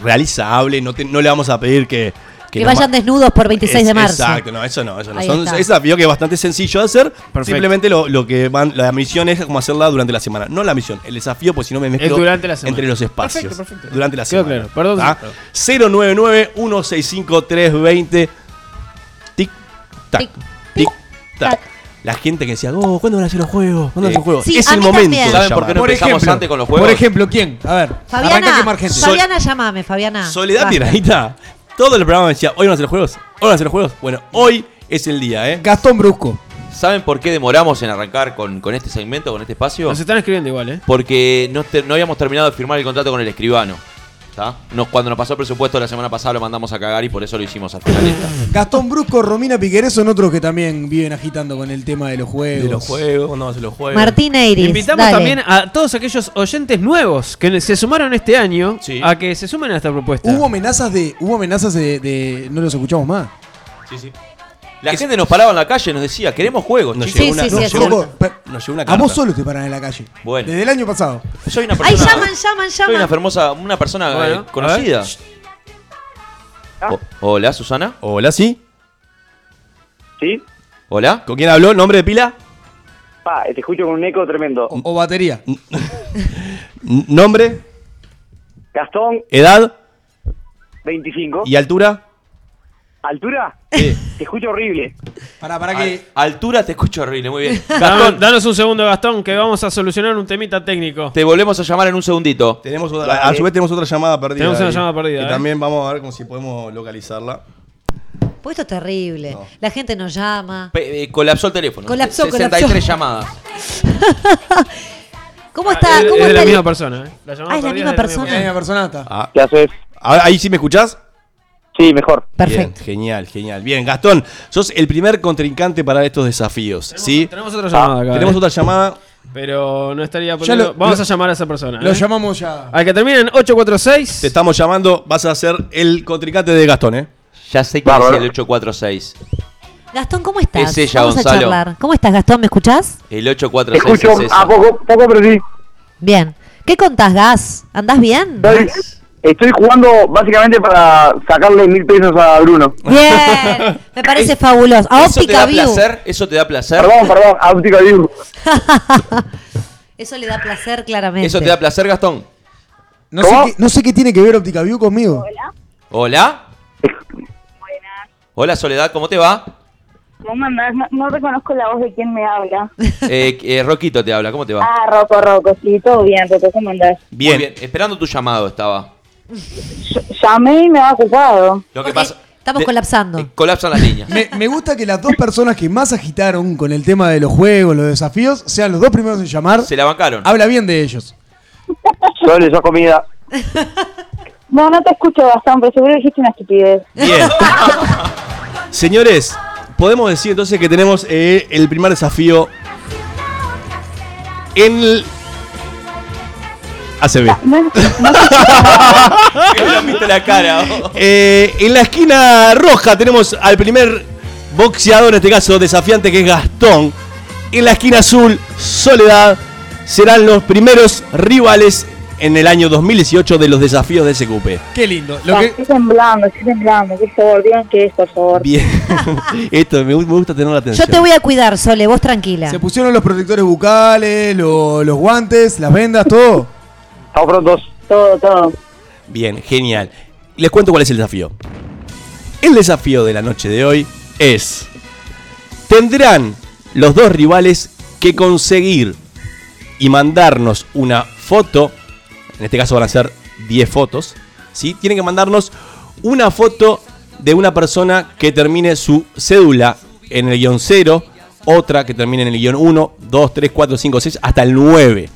[SPEAKER 6] realizable. No, te- no le vamos a pedir que.
[SPEAKER 2] Que,
[SPEAKER 6] nos
[SPEAKER 2] vayan
[SPEAKER 6] ma-
[SPEAKER 2] desnudos por 26 de
[SPEAKER 6] Es-
[SPEAKER 2] marzo.
[SPEAKER 6] Exacto, no, eso no. Eso no.
[SPEAKER 2] Ahí
[SPEAKER 6] Son-
[SPEAKER 2] está.
[SPEAKER 6] es un desafío que es bastante sencillo de hacer.
[SPEAKER 4] Perfecto.
[SPEAKER 6] Simplemente lo, lo que van. La misión es como hacerla durante la semana. No la misión, el desafío, pues si no me mezclo
[SPEAKER 4] Es durante la semana.
[SPEAKER 6] entre los espacios.
[SPEAKER 4] Perfecto, perfecto.
[SPEAKER 6] Durante la
[SPEAKER 4] Quedó
[SPEAKER 6] semana.
[SPEAKER 4] claro. Perdón,
[SPEAKER 6] ¿Está? 099 165 320 Tic, tac. Tic, tac. la gente que decía, oh, ¿cuándo van a hacer los juegos? ¿Cuándo van a hacer los juegos?
[SPEAKER 2] Sí,
[SPEAKER 6] es
[SPEAKER 2] a
[SPEAKER 6] el
[SPEAKER 2] mí
[SPEAKER 6] momento.
[SPEAKER 2] también.
[SPEAKER 6] de
[SPEAKER 3] ¿Saben por qué no
[SPEAKER 6] llamar.
[SPEAKER 3] empezamos antes con los juegos?
[SPEAKER 5] Por ejemplo, ¿quién? A ver.
[SPEAKER 2] (laughs)
[SPEAKER 5] Arranca
[SPEAKER 2] Fabiana,
[SPEAKER 5] quemar gente.
[SPEAKER 2] Fabiana, llamame, Fabiana.
[SPEAKER 6] Soledad
[SPEAKER 2] Basta.
[SPEAKER 6] Piedrahita, todo el programa decía, hoy van a hacer los juegos, hoy van a hacer los juegos. Bueno, hoy es el día, ¿eh?
[SPEAKER 5] Gastón Brusco.
[SPEAKER 3] ¿Saben por qué demoramos en arrancar con, con este segmento, con este espacio?
[SPEAKER 4] Nos están escribiendo igual, ¿eh?
[SPEAKER 3] Porque no, te- no habíamos terminado de firmar el contrato con el escribano. ¿Está? Nos, cuando nos pasó el presupuesto la semana pasada lo mandamos a cagar y por eso lo hicimos al final.
[SPEAKER 5] (laughs) Gastón Brusco, Romina Piquerés son otros que también viven agitando con el tema de los juegos.
[SPEAKER 6] De los juegos, ¿cuándo van a hacer los juegos?
[SPEAKER 2] Martín Eiris.
[SPEAKER 4] Invitamos
[SPEAKER 2] dale.
[SPEAKER 4] también a todos aquellos oyentes nuevos que se sumaron este año a que se sumen a esta propuesta.
[SPEAKER 6] Uh,
[SPEAKER 5] Hubo amenazas de. Hubo amenazas de, de- No los escuchamos más.
[SPEAKER 3] Sí, sí. La gente nos paraba en la calle y nos decía, queremos juegos.
[SPEAKER 6] Nos
[SPEAKER 3] chicos".
[SPEAKER 6] llegó una, nos llegó
[SPEAKER 5] Coco,
[SPEAKER 6] una-
[SPEAKER 5] per-
[SPEAKER 6] nos llegó una
[SPEAKER 5] A
[SPEAKER 6] carta.
[SPEAKER 5] vos solo te paran en la calle.
[SPEAKER 3] Bueno.
[SPEAKER 5] Desde el año pasado.
[SPEAKER 3] Soy una
[SPEAKER 2] Ay,
[SPEAKER 3] persona,
[SPEAKER 2] llaman, llaman,
[SPEAKER 3] soy una
[SPEAKER 2] llaman.
[SPEAKER 3] hermosa, una persona eh,
[SPEAKER 4] Bueno, a
[SPEAKER 3] conocida.
[SPEAKER 4] ver. Shh.
[SPEAKER 3] O- hola, Susana.
[SPEAKER 6] Ah. Hola, sí.
[SPEAKER 9] ¿Sí?
[SPEAKER 3] Hola.
[SPEAKER 6] ¿Con quién habló? ¿Nombre de pila?
[SPEAKER 9] Pa, eh, te escucho con un eco tremendo.
[SPEAKER 5] O batería.
[SPEAKER 6] N- ¿Nombre?
[SPEAKER 9] Gastón,
[SPEAKER 6] ¿Edad?
[SPEAKER 9] 25.
[SPEAKER 6] ¿Y altura?
[SPEAKER 9] ¿Altura? Te escucho horrible.
[SPEAKER 5] Para, para
[SPEAKER 3] que. altura te escucho horrible, muy
[SPEAKER 4] (laughs)
[SPEAKER 3] bien.
[SPEAKER 4] Gastón,
[SPEAKER 3] Gastón,
[SPEAKER 4] danos un segundo, Gastón, que vamos a solucionar un temita técnico.
[SPEAKER 3] te volvemos a llamar en un segundito.
[SPEAKER 6] Tenemos otra- a su vez tenemos otra llamada perdida.
[SPEAKER 4] Tenemos una
[SPEAKER 6] ahí,
[SPEAKER 4] llamada perdida,
[SPEAKER 6] que
[SPEAKER 4] ¿eh?
[SPEAKER 6] También vamos a ver cómo si podemos localizarla.
[SPEAKER 2] Pues esto es terrible. La gente nos llama.
[SPEAKER 3] Pe- eh, colapsó el teléfono.
[SPEAKER 2] Colapsó,
[SPEAKER 3] 63
[SPEAKER 2] colapsó.
[SPEAKER 3] llamadas.
[SPEAKER 2] (laughs) ¿Cómo está?
[SPEAKER 4] es,
[SPEAKER 3] Eh,
[SPEAKER 2] ¿Cómo
[SPEAKER 4] es de
[SPEAKER 2] está
[SPEAKER 4] la
[SPEAKER 2] el-
[SPEAKER 4] misma persona, ¿eh? La llamada
[SPEAKER 2] Ah, es la
[SPEAKER 4] perdida
[SPEAKER 2] misma
[SPEAKER 4] es de
[SPEAKER 5] La
[SPEAKER 2] persona.
[SPEAKER 5] misma persona está.
[SPEAKER 6] Ah,
[SPEAKER 9] ¿Qué haces?
[SPEAKER 6] ahora- ¿Ahí sí me escuchás?
[SPEAKER 9] Sí, mejor.
[SPEAKER 2] Perfecto.
[SPEAKER 6] Bien, genial, genial. Bien, Gastón, sos el primer contrincante para estos desafíos, ¿sí?
[SPEAKER 4] Tenemos otra llamada acá.
[SPEAKER 6] Ah, Tenemos
[SPEAKER 4] ¿eh?
[SPEAKER 6] otra llamada.
[SPEAKER 4] Pero no estaría
[SPEAKER 5] Ya
[SPEAKER 4] poniendo-
[SPEAKER 5] lo-
[SPEAKER 4] Vamos
[SPEAKER 5] lo-
[SPEAKER 4] a llamar a esa persona.
[SPEAKER 5] Lo
[SPEAKER 4] ¿eh?
[SPEAKER 5] llamamos ya.
[SPEAKER 4] Al que termine en 846.
[SPEAKER 6] Te estamos llamando, vas a ser el contrincante de Gastón, ¿eh?
[SPEAKER 3] Ya sé que es
[SPEAKER 9] Bárbaro.
[SPEAKER 3] el 846
[SPEAKER 2] Gastón, ¿cómo estás?
[SPEAKER 3] Es ella,
[SPEAKER 2] Vamos
[SPEAKER 3] Gonzalo.
[SPEAKER 2] a charlar. ¿Cómo estás, Gastón? ¿Me escuchás?
[SPEAKER 3] El
[SPEAKER 9] Te
[SPEAKER 3] 846
[SPEAKER 9] escucho
[SPEAKER 3] es
[SPEAKER 9] a
[SPEAKER 3] esa.
[SPEAKER 9] poco, poco, pero sí.
[SPEAKER 2] Bien. ¿Qué contás, Gas? ¿Andás bien?
[SPEAKER 9] Estoy, estoy jugando básicamente para sacarle mil pesos a Bruno.
[SPEAKER 2] Bien. Me parece
[SPEAKER 3] Es-
[SPEAKER 2] fabuloso. A
[SPEAKER 3] ¿Eso te da
[SPEAKER 2] Óptica View.
[SPEAKER 3] placer? ¿Eso te da placer?
[SPEAKER 9] Perdón, perdón, a óptica View.
[SPEAKER 2] Eso le da placer claramente.
[SPEAKER 3] ¿Eso te da placer, Gastón?
[SPEAKER 5] No sé,
[SPEAKER 9] ¿Cómo?
[SPEAKER 5] qué, no sé qué tiene que ver Optica View conmigo.
[SPEAKER 3] ¿Hola? Hola, Soledad, ¿cómo te (laughs) va?
[SPEAKER 13] ¿Cómo andás? No, no reconozco la voz de quien me habla.
[SPEAKER 3] Eh, eh, Roquito te habla, ¿cómo te va?
[SPEAKER 13] Ah, Rocco, Rocco, sí, todo bien, Rocco, ¿cómo andás?
[SPEAKER 3] Bien. bien, esperando tu llamado estaba.
[SPEAKER 13] Ll- Llamé y me ha ocupado.
[SPEAKER 3] Lo
[SPEAKER 2] Porque
[SPEAKER 3] que pasa.
[SPEAKER 2] estamos
[SPEAKER 3] de-
[SPEAKER 2] colapsando.
[SPEAKER 3] eh, colapsan las líneas.
[SPEAKER 5] Me, me gusta que las dos personas que más agitaron con el tema de los juegos, los desafíos, sean los dos primeros en llamar.
[SPEAKER 3] Se la bancaron.
[SPEAKER 5] Habla bien de ellos.
[SPEAKER 9] Solo eso comida.
[SPEAKER 13] No, no te escucho, Gastón, pero seguro dijiste una estupidez.
[SPEAKER 6] Bien. Señores, podemos decir entonces que tenemos eh, el primer desafío en el ACB.
[SPEAKER 13] No, no,
[SPEAKER 3] Me viste la
[SPEAKER 6] (laughs)
[SPEAKER 3] cara. vos.
[SPEAKER 6] Eh, en la esquina roja tenemos al primer boxeador, en este caso desafiante, que es Gastón. En la esquina azul, Soledad. Serán los primeros rivales en el año 2018 de los desafíos de SQP.
[SPEAKER 5] Qué lindo. Lo
[SPEAKER 13] no,
[SPEAKER 5] que,
[SPEAKER 13] estoy temblando, estoy temblando, por favor, digan que es, por favor.
[SPEAKER 6] Bien. Esto me, gu- me gusta tener la atención.
[SPEAKER 2] Yo te voy a cuidar, Sole, vos tranquila.
[SPEAKER 5] se pusieron los protectores bucales, lo- los guantes, las vendas, todo.
[SPEAKER 9] Estamos prontos.
[SPEAKER 13] Todo, todo.
[SPEAKER 6] Bien, genial. Les cuento cuál es el desafío. El desafío de la noche de hoy es... Tendrán los dos rivales que conseguir y mandarnos una foto. En este caso van a ser 10 fotos. ¿sí? Tienen que mandarnos una foto de una persona que termine su cédula en el guión 0, otra que termine en el guión 1, 2, 3, 4, 5, 6, hasta el 9.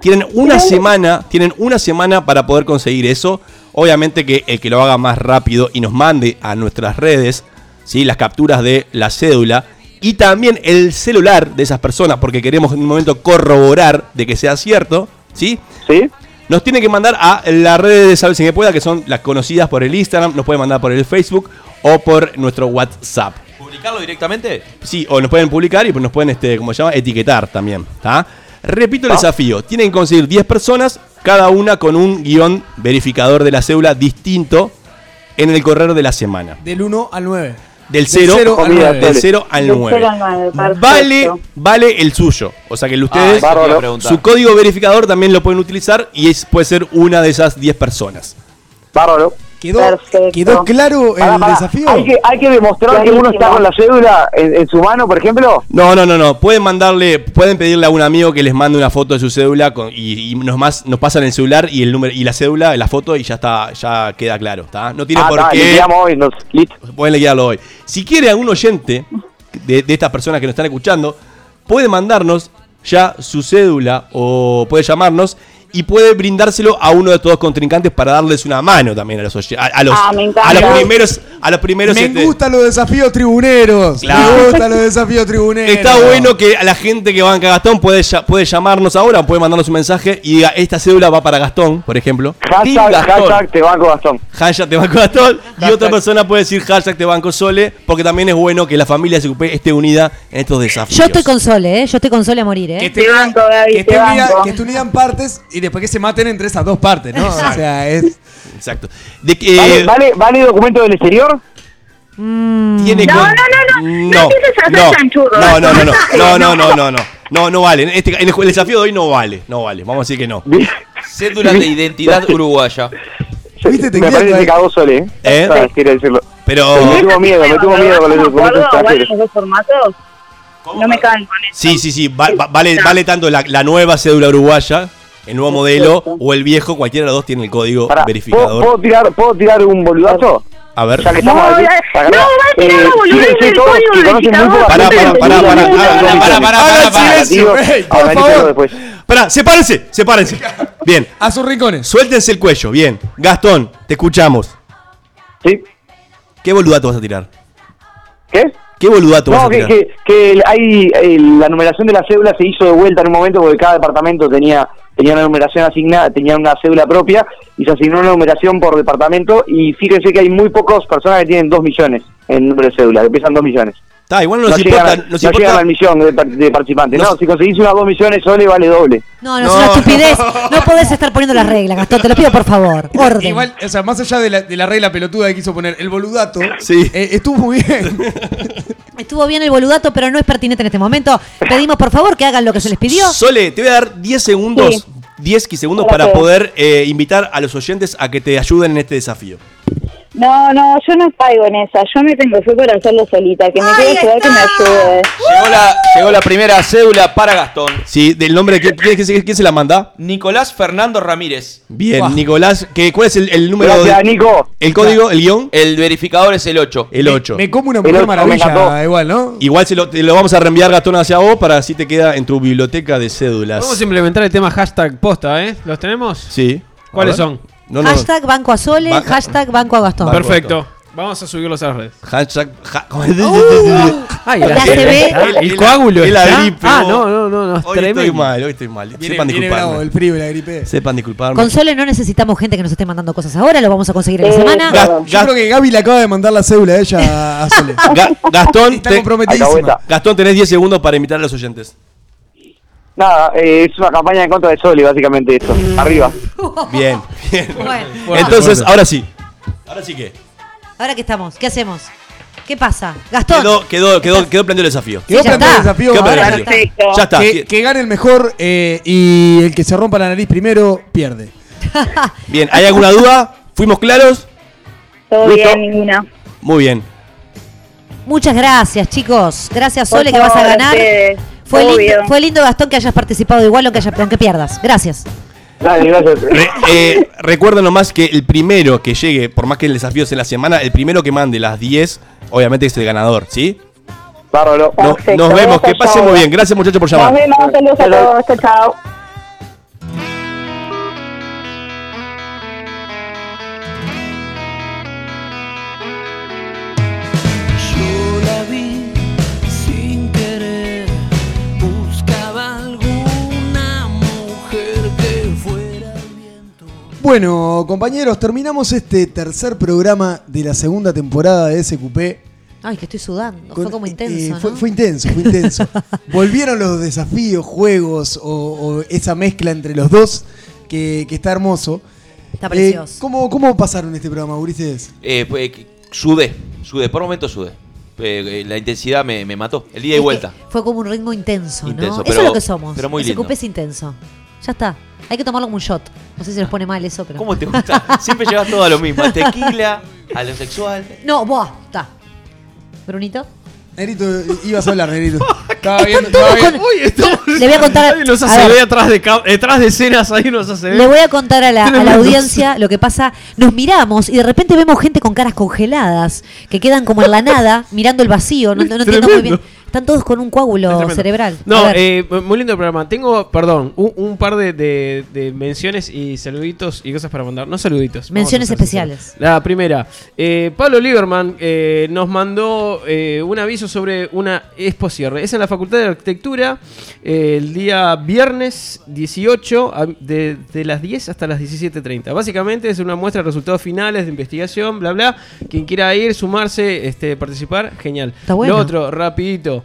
[SPEAKER 6] Tienen una semana, tienen una semana para poder conseguir eso. Obviamente que el que lo haga más rápido y nos mande a nuestras redes, ¿sí? las capturas de la cédula y también el celular de esas personas, porque queremos en un momento corroborar de que sea cierto, ¿sí?
[SPEAKER 9] ¿Sí?
[SPEAKER 6] Nos tiene que mandar a las redes de Sabe Si Me Pueda, que son las conocidas por el Instagram, nos pueden mandar por el Facebook o por nuestro WhatsApp.
[SPEAKER 3] ¿Publicarlo directamente?
[SPEAKER 6] Sí, o nos pueden publicar y nos pueden, este, como se llama, etiquetar también. ¿tá? Repito
[SPEAKER 3] Ah.
[SPEAKER 6] el desafío. Tienen que conseguir 10 personas, cada una con un guión verificador de la cédula distinto en el correr de la semana.
[SPEAKER 5] Del 1 al 9.
[SPEAKER 6] Del
[SPEAKER 5] cero
[SPEAKER 6] 0
[SPEAKER 5] al nueve.
[SPEAKER 6] del cero al
[SPEAKER 13] Del
[SPEAKER 6] 9.
[SPEAKER 13] cero al nueve, perfecto.
[SPEAKER 6] Vale, vale el suyo. O sea que el de
[SPEAKER 3] Ah,
[SPEAKER 6] ustedes,
[SPEAKER 3] eso te iba a
[SPEAKER 9] Bárbaro.
[SPEAKER 3] preguntar.
[SPEAKER 6] su código verificador también lo pueden utilizar y es, puede ser una de esas 10 personas.
[SPEAKER 9] Bárbaro.
[SPEAKER 5] ¿Quedó,
[SPEAKER 9] Perfecto.
[SPEAKER 5] quedó claro el
[SPEAKER 9] Pará, pará.
[SPEAKER 5] desafío?
[SPEAKER 9] Hay que, hay que demostrar que uno está con la cédula en, en su mano, por ejemplo.
[SPEAKER 6] No, no, no, no. Pueden mandarle, pueden pedirle a un amigo que les mande una foto de su cédula con- y, y nos más, nos pasan el celular y el número y la cédula, la foto y ya está, ya queda claro, ¿está? No tiene
[SPEAKER 9] Ah,
[SPEAKER 6] por
[SPEAKER 9] está,
[SPEAKER 6] qué.
[SPEAKER 9] liquidamos hoy,
[SPEAKER 6] Pueden liquidarlo hoy. Si quiere algún oyente de, de estas personas que nos están escuchando, puede mandarnos ya su cédula o puede llamarnos y puede brindárselo a uno de todos contrincantes para darles una mano también a los oye- a, a los
[SPEAKER 5] Ah, me encanta.
[SPEAKER 6] a los primeros a los primeros
[SPEAKER 5] Me
[SPEAKER 6] este,
[SPEAKER 5] gustan los desafíos tribuneros.
[SPEAKER 6] Claro.
[SPEAKER 5] Me gustan los desafíos tribuneros.
[SPEAKER 6] Está bueno que a la gente que banca a Gastón puede, ya- puede llamarnos ahora, puede mandarnos un mensaje y diga, esta cédula va para Gastón, por ejemplo. Team
[SPEAKER 9] Hashtag,
[SPEAKER 6] Gastón.
[SPEAKER 9] hashtag, te banco Gastón.
[SPEAKER 6] Hashtag te banco Gastón. Y otra persona puede decir hashtag te banco Sole, porque también es bueno que la familia de SQP esté unida en estos desafíos.
[SPEAKER 2] Yo estoy con Sole, ¿eh? Yo estoy con Sole a morir, ¿eh?
[SPEAKER 5] te banco, Que esté, unida- que esté unida en partes y después que se maten entre esas dos partes,
[SPEAKER 9] (laughs)
[SPEAKER 5] ¿no? O sea, es.
[SPEAKER 6] Exacto. De que,
[SPEAKER 9] ¿Vale, vale, vale documento del exterior?
[SPEAKER 6] Tiene
[SPEAKER 9] No,
[SPEAKER 6] con-
[SPEAKER 9] no, no, no, no empieces a hacer
[SPEAKER 6] no,
[SPEAKER 9] chanchurros,
[SPEAKER 6] No, no, no, no,
[SPEAKER 9] basta,
[SPEAKER 6] no,
[SPEAKER 9] eh,
[SPEAKER 6] no, no,
[SPEAKER 9] no.
[SPEAKER 6] no, no, no, no vale. En, este, en el, el desafío de hoy no vale, no vale. Vamos a decir que
[SPEAKER 9] (laughs)
[SPEAKER 6] no.
[SPEAKER 3] Cédula de identidad uruguaya.
[SPEAKER 6] Este
[SPEAKER 9] me parece que cagó Sole, ¿eh?
[SPEAKER 6] ¿Eh?
[SPEAKER 9] Para decir- decirlo.
[SPEAKER 6] Pero.
[SPEAKER 9] Me tuvo miedo, me tuvo miedo con esos- con esos
[SPEAKER 13] igual
[SPEAKER 9] trajes.
[SPEAKER 13] en esos formatos, no me caen con eso.
[SPEAKER 9] Ah.
[SPEAKER 6] Sí, sí, sí. va- va- vale, vale tanto la, la nueva cédula uruguaya, el nuevo modelo o el viejo, cualquiera de los dos tiene el código
[SPEAKER 9] Pará, ¿puedo,
[SPEAKER 6] verificador.
[SPEAKER 9] puedo tirar, ¿Puedo tirar un boludazo?
[SPEAKER 6] A ver.
[SPEAKER 9] Ya que estamos
[SPEAKER 6] No,
[SPEAKER 9] aquí,
[SPEAKER 6] ya-
[SPEAKER 9] para
[SPEAKER 6] no,
[SPEAKER 9] acá.
[SPEAKER 6] va a tirar la boludez
[SPEAKER 9] Eh, sí, sí,
[SPEAKER 6] del
[SPEAKER 9] todos
[SPEAKER 6] código
[SPEAKER 9] que conocen
[SPEAKER 6] verificador.
[SPEAKER 9] mucho la
[SPEAKER 6] Pará,
[SPEAKER 9] gente
[SPEAKER 6] pará,
[SPEAKER 9] del
[SPEAKER 6] pará,
[SPEAKER 9] mundo
[SPEAKER 6] pará,
[SPEAKER 9] de la
[SPEAKER 6] pará,
[SPEAKER 9] música.
[SPEAKER 6] pará, pará,
[SPEAKER 9] Hagan
[SPEAKER 6] pará,
[SPEAKER 9] silencio,
[SPEAKER 6] pará.
[SPEAKER 9] ey, por
[SPEAKER 6] Organizalo
[SPEAKER 9] favor.
[SPEAKER 6] después. Pará, sepárense, sepárense. Bien.
[SPEAKER 5] A sus rincones.
[SPEAKER 6] Suéltense el cuello, bien. Gastón, te escuchamos.
[SPEAKER 9] Sí.
[SPEAKER 6] ¿Qué boludato vas a tirar?
[SPEAKER 9] ¿Qué?
[SPEAKER 6] ¿Qué boludato vas
[SPEAKER 9] No,
[SPEAKER 6] a
[SPEAKER 9] que,
[SPEAKER 6] tirar?
[SPEAKER 9] que, que el- hay, el- la numeración de la cédula se hizo de vuelta en un momento porque cada departamento tenía tenía una numeración asignada, tenía una cédula propia y se asignó una numeración por departamento y fíjense que hay muy pocas personas que tienen 2 millones en número de cédula, que pesan 2 millones.
[SPEAKER 6] Está, igual no nos
[SPEAKER 9] llegan
[SPEAKER 6] importa,
[SPEAKER 9] a-
[SPEAKER 6] nos
[SPEAKER 9] no
[SPEAKER 6] importa-
[SPEAKER 9] llegan al millón de, par- de participantes. No, si conseguís unas 2 millones sole vale doble.
[SPEAKER 2] No, no, es una estupidez. No podés estar poniendo las reglas, Gastón. Te lo pido, por favor. Orden.
[SPEAKER 5] (laughs) Igual, o sea, más allá de la, de la regla pelotuda que quiso poner, el boludato eh, estuvo muy bien.
[SPEAKER 2] Estuvo bien el boludato, pero no es pertinente en este momento. Pedimos, por favor, que hagan lo que se les pidió.
[SPEAKER 6] Sole, te voy a dar 10 segundos,
[SPEAKER 2] Sí.
[SPEAKER 6] 10 qui- segundos
[SPEAKER 13] Hola,
[SPEAKER 6] para
[SPEAKER 13] Fede.
[SPEAKER 6] poder eh, invitar a los oyentes a que te ayuden en este desafío.
[SPEAKER 13] No, no, yo no caigo en esa. Yo me tengo fe para hacerlo solita. Que me quiera ayudar, que me ayude.
[SPEAKER 3] Llegó la, llegó la primera cédula para Gastón.
[SPEAKER 6] Sí, del nombre de quién, quién- quién- quién se la manda.
[SPEAKER 3] Nicolás Fernando Ramírez.
[SPEAKER 6] Bien, Nicolás, que, ¿cuál es el, el número? de- ¿El código, el guión?
[SPEAKER 3] El verificador es el 8.
[SPEAKER 6] El 8.
[SPEAKER 5] Me como una
[SPEAKER 6] El
[SPEAKER 5] mujer
[SPEAKER 6] ocho, me encantó.
[SPEAKER 5] maravilla, igual, ¿no?
[SPEAKER 6] Igual se lo, te lo vamos a reenviar, Gastón, hacia vos para así te queda en tu biblioteca de cédulas.
[SPEAKER 4] Vamos a implementar el tema hashtag posta, ¿eh? ¿Los tenemos?
[SPEAKER 6] Sí.
[SPEAKER 4] ¿Cuáles
[SPEAKER 6] A ver.
[SPEAKER 4] son?
[SPEAKER 6] No, no.
[SPEAKER 2] Hashtag Banco a Sole,
[SPEAKER 6] Ba-
[SPEAKER 2] hashtag Banco a Gastón.
[SPEAKER 4] Perfecto. Vamos a subirlos a las redes.
[SPEAKER 6] Hashtag. ja- (laughs)
[SPEAKER 4] ¡Uh! Ay,
[SPEAKER 6] La
[SPEAKER 4] la-
[SPEAKER 6] CB.
[SPEAKER 4] el- El coágulo.
[SPEAKER 6] Es la
[SPEAKER 4] está.
[SPEAKER 6] gripe,
[SPEAKER 4] Ah,
[SPEAKER 6] vos.
[SPEAKER 4] no, no, no. no es
[SPEAKER 6] Hoy
[SPEAKER 4] tremendo.
[SPEAKER 6] estoy mal, hoy estoy mal. Sepan
[SPEAKER 5] viene
[SPEAKER 6] disculparme.
[SPEAKER 5] bravo, el frío y la gripe.
[SPEAKER 6] Sepan disculparme.
[SPEAKER 2] Con Sole no necesitamos gente que nos esté mandando cosas ahora. Lo vamos a conseguir en la
[SPEAKER 5] Eh,
[SPEAKER 2] semana.
[SPEAKER 5] Yo creo que Gaby le acaba de mandar la cédula a ella a Sole.
[SPEAKER 6] Ga- Gastón,
[SPEAKER 5] Está
[SPEAKER 6] te-
[SPEAKER 5] comprometidísima.
[SPEAKER 6] Gastón, tenés 10 segundos para invitar a los oyentes.
[SPEAKER 9] Nada, eh, es una campaña en contra de Sole, básicamente esto. Arriba.
[SPEAKER 6] (laughs) Bien.
[SPEAKER 2] Uh, Bueno.
[SPEAKER 6] Entonces, ahora sí. Ahora sí que.
[SPEAKER 2] Ahora que estamos, ¿qué hacemos? ¿qué pasa? Gastón.
[SPEAKER 6] Quedó, quedó, quedó, quedó planteado el desafío.
[SPEAKER 5] Quedó planteado el desafío.
[SPEAKER 6] Quedó planteado
[SPEAKER 5] ahora
[SPEAKER 6] el desafío. Ya está.
[SPEAKER 5] Que, que gane el mejor eh, y el que se rompa la nariz primero pierde.
[SPEAKER 6] (laughs) Bien, ¿hay alguna duda? ¿Fuimos claros?
[SPEAKER 13] Todo
[SPEAKER 6] Listo.
[SPEAKER 13] bien, ninguna.
[SPEAKER 6] Muy bien.
[SPEAKER 2] Muchas gracias, chicos. Gracias,
[SPEAKER 13] Por
[SPEAKER 2] Sole, que vas a
[SPEAKER 13] favor, a
[SPEAKER 2] ganar.
[SPEAKER 13] ustedes.
[SPEAKER 2] Fue
[SPEAKER 13] Obvio.
[SPEAKER 2] lindo, fue lindo, Gastón, que hayas participado igual, aunque, haya, aunque pierdas. Gracias.
[SPEAKER 9] Dale, gracias.
[SPEAKER 6] Re- eh, recuerden nomás que el primero que llegue, por más que el desafío sea en la semana, el primero que mande las 10, obviamente es el ganador, ¿sí?
[SPEAKER 9] Bárbaro.
[SPEAKER 6] No-
[SPEAKER 13] Perfecto,
[SPEAKER 6] nos vemos,
[SPEAKER 13] gracias,
[SPEAKER 6] que pasen muy
[SPEAKER 13] Laura.
[SPEAKER 6] bien. Gracias muchachos por
[SPEAKER 13] Nos
[SPEAKER 6] llamar.
[SPEAKER 13] vemos, saludos a todos. Chao, chao.
[SPEAKER 11] Yo la vi sin querer, buscaba alguna mujer que fuera.
[SPEAKER 5] Bueno, compañeros, terminamos este tercer programa de la segunda temporada de SQP.
[SPEAKER 2] Ay, que estoy sudando.
[SPEAKER 5] Con-
[SPEAKER 2] fue como
[SPEAKER 5] eh,
[SPEAKER 2] intenso.
[SPEAKER 5] fue,
[SPEAKER 2] ¿no?
[SPEAKER 5] fue intenso, fue
[SPEAKER 2] (laughs)
[SPEAKER 5] intenso. Volvieron los desafíos, juegos o, o esa mezcla entre los dos que, que está hermoso.
[SPEAKER 2] Está
[SPEAKER 5] Eh,
[SPEAKER 2] precioso.
[SPEAKER 5] ¿cómo, ¿Cómo pasaron este programa, Ulises?
[SPEAKER 3] Eh, pues, eh, sudé, sudé, por momentos sudé. Eh, eh, la intensidad me, me mató. El día y vuelta.
[SPEAKER 2] Fue como un ritmo intenso, ¿no?
[SPEAKER 3] Intenso,
[SPEAKER 2] Eso
[SPEAKER 3] pero-
[SPEAKER 2] es lo que somos.
[SPEAKER 3] pero muy
[SPEAKER 2] Ese
[SPEAKER 3] lindo.
[SPEAKER 2] cupé es intenso. Ya está. Hay que tomarlo como un shot. No sé si les pone mal eso, pero.
[SPEAKER 3] ¿Cómo te
[SPEAKER 2] (laughs)
[SPEAKER 3] gusta? Siempre llevas todo a lo mismo. Este, Al tequila, a lo sexual.
[SPEAKER 2] No, vos, está. Brunito.
[SPEAKER 5] Nerito, ibas a hablar, Nerito.
[SPEAKER 2] (laughs)
[SPEAKER 5] Estaba
[SPEAKER 2] viendo-
[SPEAKER 5] estaba
[SPEAKER 2] Con-
[SPEAKER 5] viendo-
[SPEAKER 2] Le voy a contar.
[SPEAKER 4] Hay unos
[SPEAKER 2] a ver,
[SPEAKER 4] ACB atrás de, ca- detrás de escenas, hay unos ACB.
[SPEAKER 2] Le voy a contar a la, a la
[SPEAKER 4] Tremendos.
[SPEAKER 2] audiencia lo que pasa. Nos miramos y de repente vemos gente con caras congeladas que quedan como en la nada mirando el vacío. No, no entiendo muy bien. Están todos con un coágulo
[SPEAKER 4] Tremendo.
[SPEAKER 2] cerebral.
[SPEAKER 4] No,
[SPEAKER 2] A ver,
[SPEAKER 4] eh, muy lindo el programa. Tengo, perdón, un, un par de, de- de menciones y saluditos y cosas para mandar. No saluditos. vamos a
[SPEAKER 2] menciones
[SPEAKER 4] ser
[SPEAKER 2] especiales.
[SPEAKER 4] La primera, eh, Pablo Lieberman eh, nos mandó eh, un aviso sobre una expo cierre. Es en la Facultad de Arquitectura eh, el día viernes 18 a- de, de las 10 hasta las 17.30. Básicamente es una muestra de resultados finales de investigación, bla, bla. Quien quiera ir, sumarse, este, participar, genial.
[SPEAKER 2] Está bueno.
[SPEAKER 4] Lo otro, rapidito.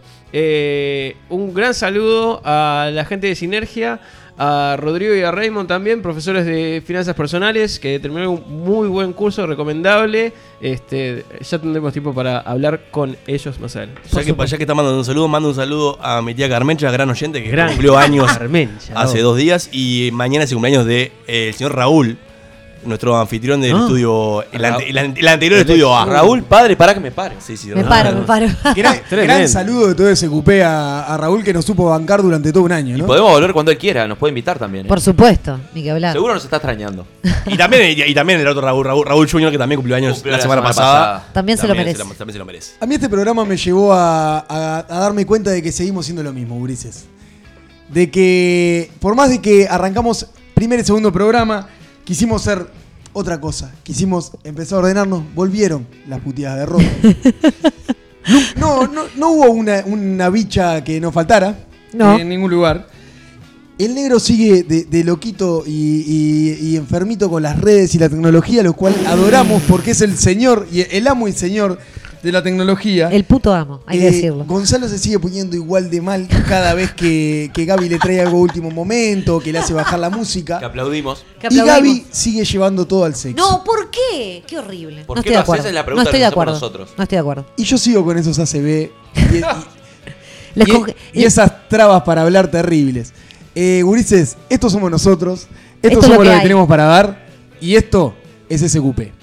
[SPEAKER 4] eh, un gran saludo a la gente de Sinergia, a Rodrigo y a Raymond también, profesores de finanzas personales, que terminaron un muy buen curso, recomendable. Este, ya tendremos tiempo para hablar con ellos más adelante.
[SPEAKER 6] Ya que, ya que está mandando un saludo, mando un saludo a mi tía Carmencha, gran oyente que
[SPEAKER 4] Gran
[SPEAKER 6] cumplió años
[SPEAKER 4] Carmencha,
[SPEAKER 6] hace
[SPEAKER 4] no.
[SPEAKER 6] dos días y mañana es el cumpleaños de, eh, el señor Raúl, nuestro anfitrión del
[SPEAKER 3] Ah.
[SPEAKER 6] estudio, el,
[SPEAKER 3] Ra-
[SPEAKER 6] ante- el an- el anterior
[SPEAKER 3] el- Uh.
[SPEAKER 6] estudio A.
[SPEAKER 3] Raúl, padre, para que me pare.
[SPEAKER 6] Sí, sí,
[SPEAKER 2] Me
[SPEAKER 6] Raúl.
[SPEAKER 2] paro, me paro.
[SPEAKER 5] Gran,
[SPEAKER 6] Tremendo.
[SPEAKER 5] gran saludo de todo ese cupé a, a Raúl que nos supo bancar durante todo un año,
[SPEAKER 3] Y
[SPEAKER 5] ¿no?
[SPEAKER 3] podemos volver cuando él quiera, nos puede invitar también. ¿eh?
[SPEAKER 2] Por supuesto, ni que hablar.
[SPEAKER 3] Seguro nos está extrañando.
[SPEAKER 6] Y también, y, y también el otro Raúl, Raúl, Raúl Junior, que también cumplió años
[SPEAKER 3] Cumplió
[SPEAKER 6] la,
[SPEAKER 3] la
[SPEAKER 6] semana,
[SPEAKER 3] semana
[SPEAKER 6] pasada.
[SPEAKER 3] pasada.
[SPEAKER 2] También se lo merece.
[SPEAKER 6] también se lo merece.
[SPEAKER 5] A mí este programa me llevó a, a- a darme cuenta de que seguimos siendo lo mismo, Ulises. De que, por más de que arrancamos primer y segundo programa, quisimos ser otra cosa. Quisimos empezar a ordenarnos. Volvieron las puteadas de rock. no, no, no hubo una, una bicha que nos faltara
[SPEAKER 2] No.
[SPEAKER 5] en ningún lugar. El negro sigue de, de loquito y, y- y enfermito con las redes y la tecnología, lo cual adoramos porque es el señor, y el amo y señor de la tecnología.
[SPEAKER 2] El puto amo, hay que
[SPEAKER 5] Eh,
[SPEAKER 2] decirlo.
[SPEAKER 5] Gonzalo se sigue poniendo igual de mal cada vez que, que Gaby le trae algo a último momento, que le hace bajar la música.
[SPEAKER 3] Te aplaudimos.
[SPEAKER 5] Y Gaby sigue llevando todo al sexo.
[SPEAKER 2] No, ¿por qué? Qué horrible.
[SPEAKER 3] ¿Por
[SPEAKER 2] no
[SPEAKER 3] qué
[SPEAKER 2] estoy de
[SPEAKER 3] lo haces?
[SPEAKER 2] acuerdo.
[SPEAKER 3] Esa es la
[SPEAKER 2] no
[SPEAKER 3] pregunta
[SPEAKER 2] estoy de
[SPEAKER 3] que nos hacemos
[SPEAKER 2] acuerdo.
[SPEAKER 3] nosotros.
[SPEAKER 2] No estoy de acuerdo.
[SPEAKER 5] Y yo sigo con esos ACB y, y-
[SPEAKER 2] (laughs) Les
[SPEAKER 5] y-
[SPEAKER 2] conge-
[SPEAKER 5] y esas trabas para hablar terribles. Eh, gurises, estos somos nosotros, estos
[SPEAKER 2] Esto es lo
[SPEAKER 5] somos
[SPEAKER 2] que
[SPEAKER 5] lo que
[SPEAKER 2] hay.
[SPEAKER 5] tenemos para dar y esto es ese cupé.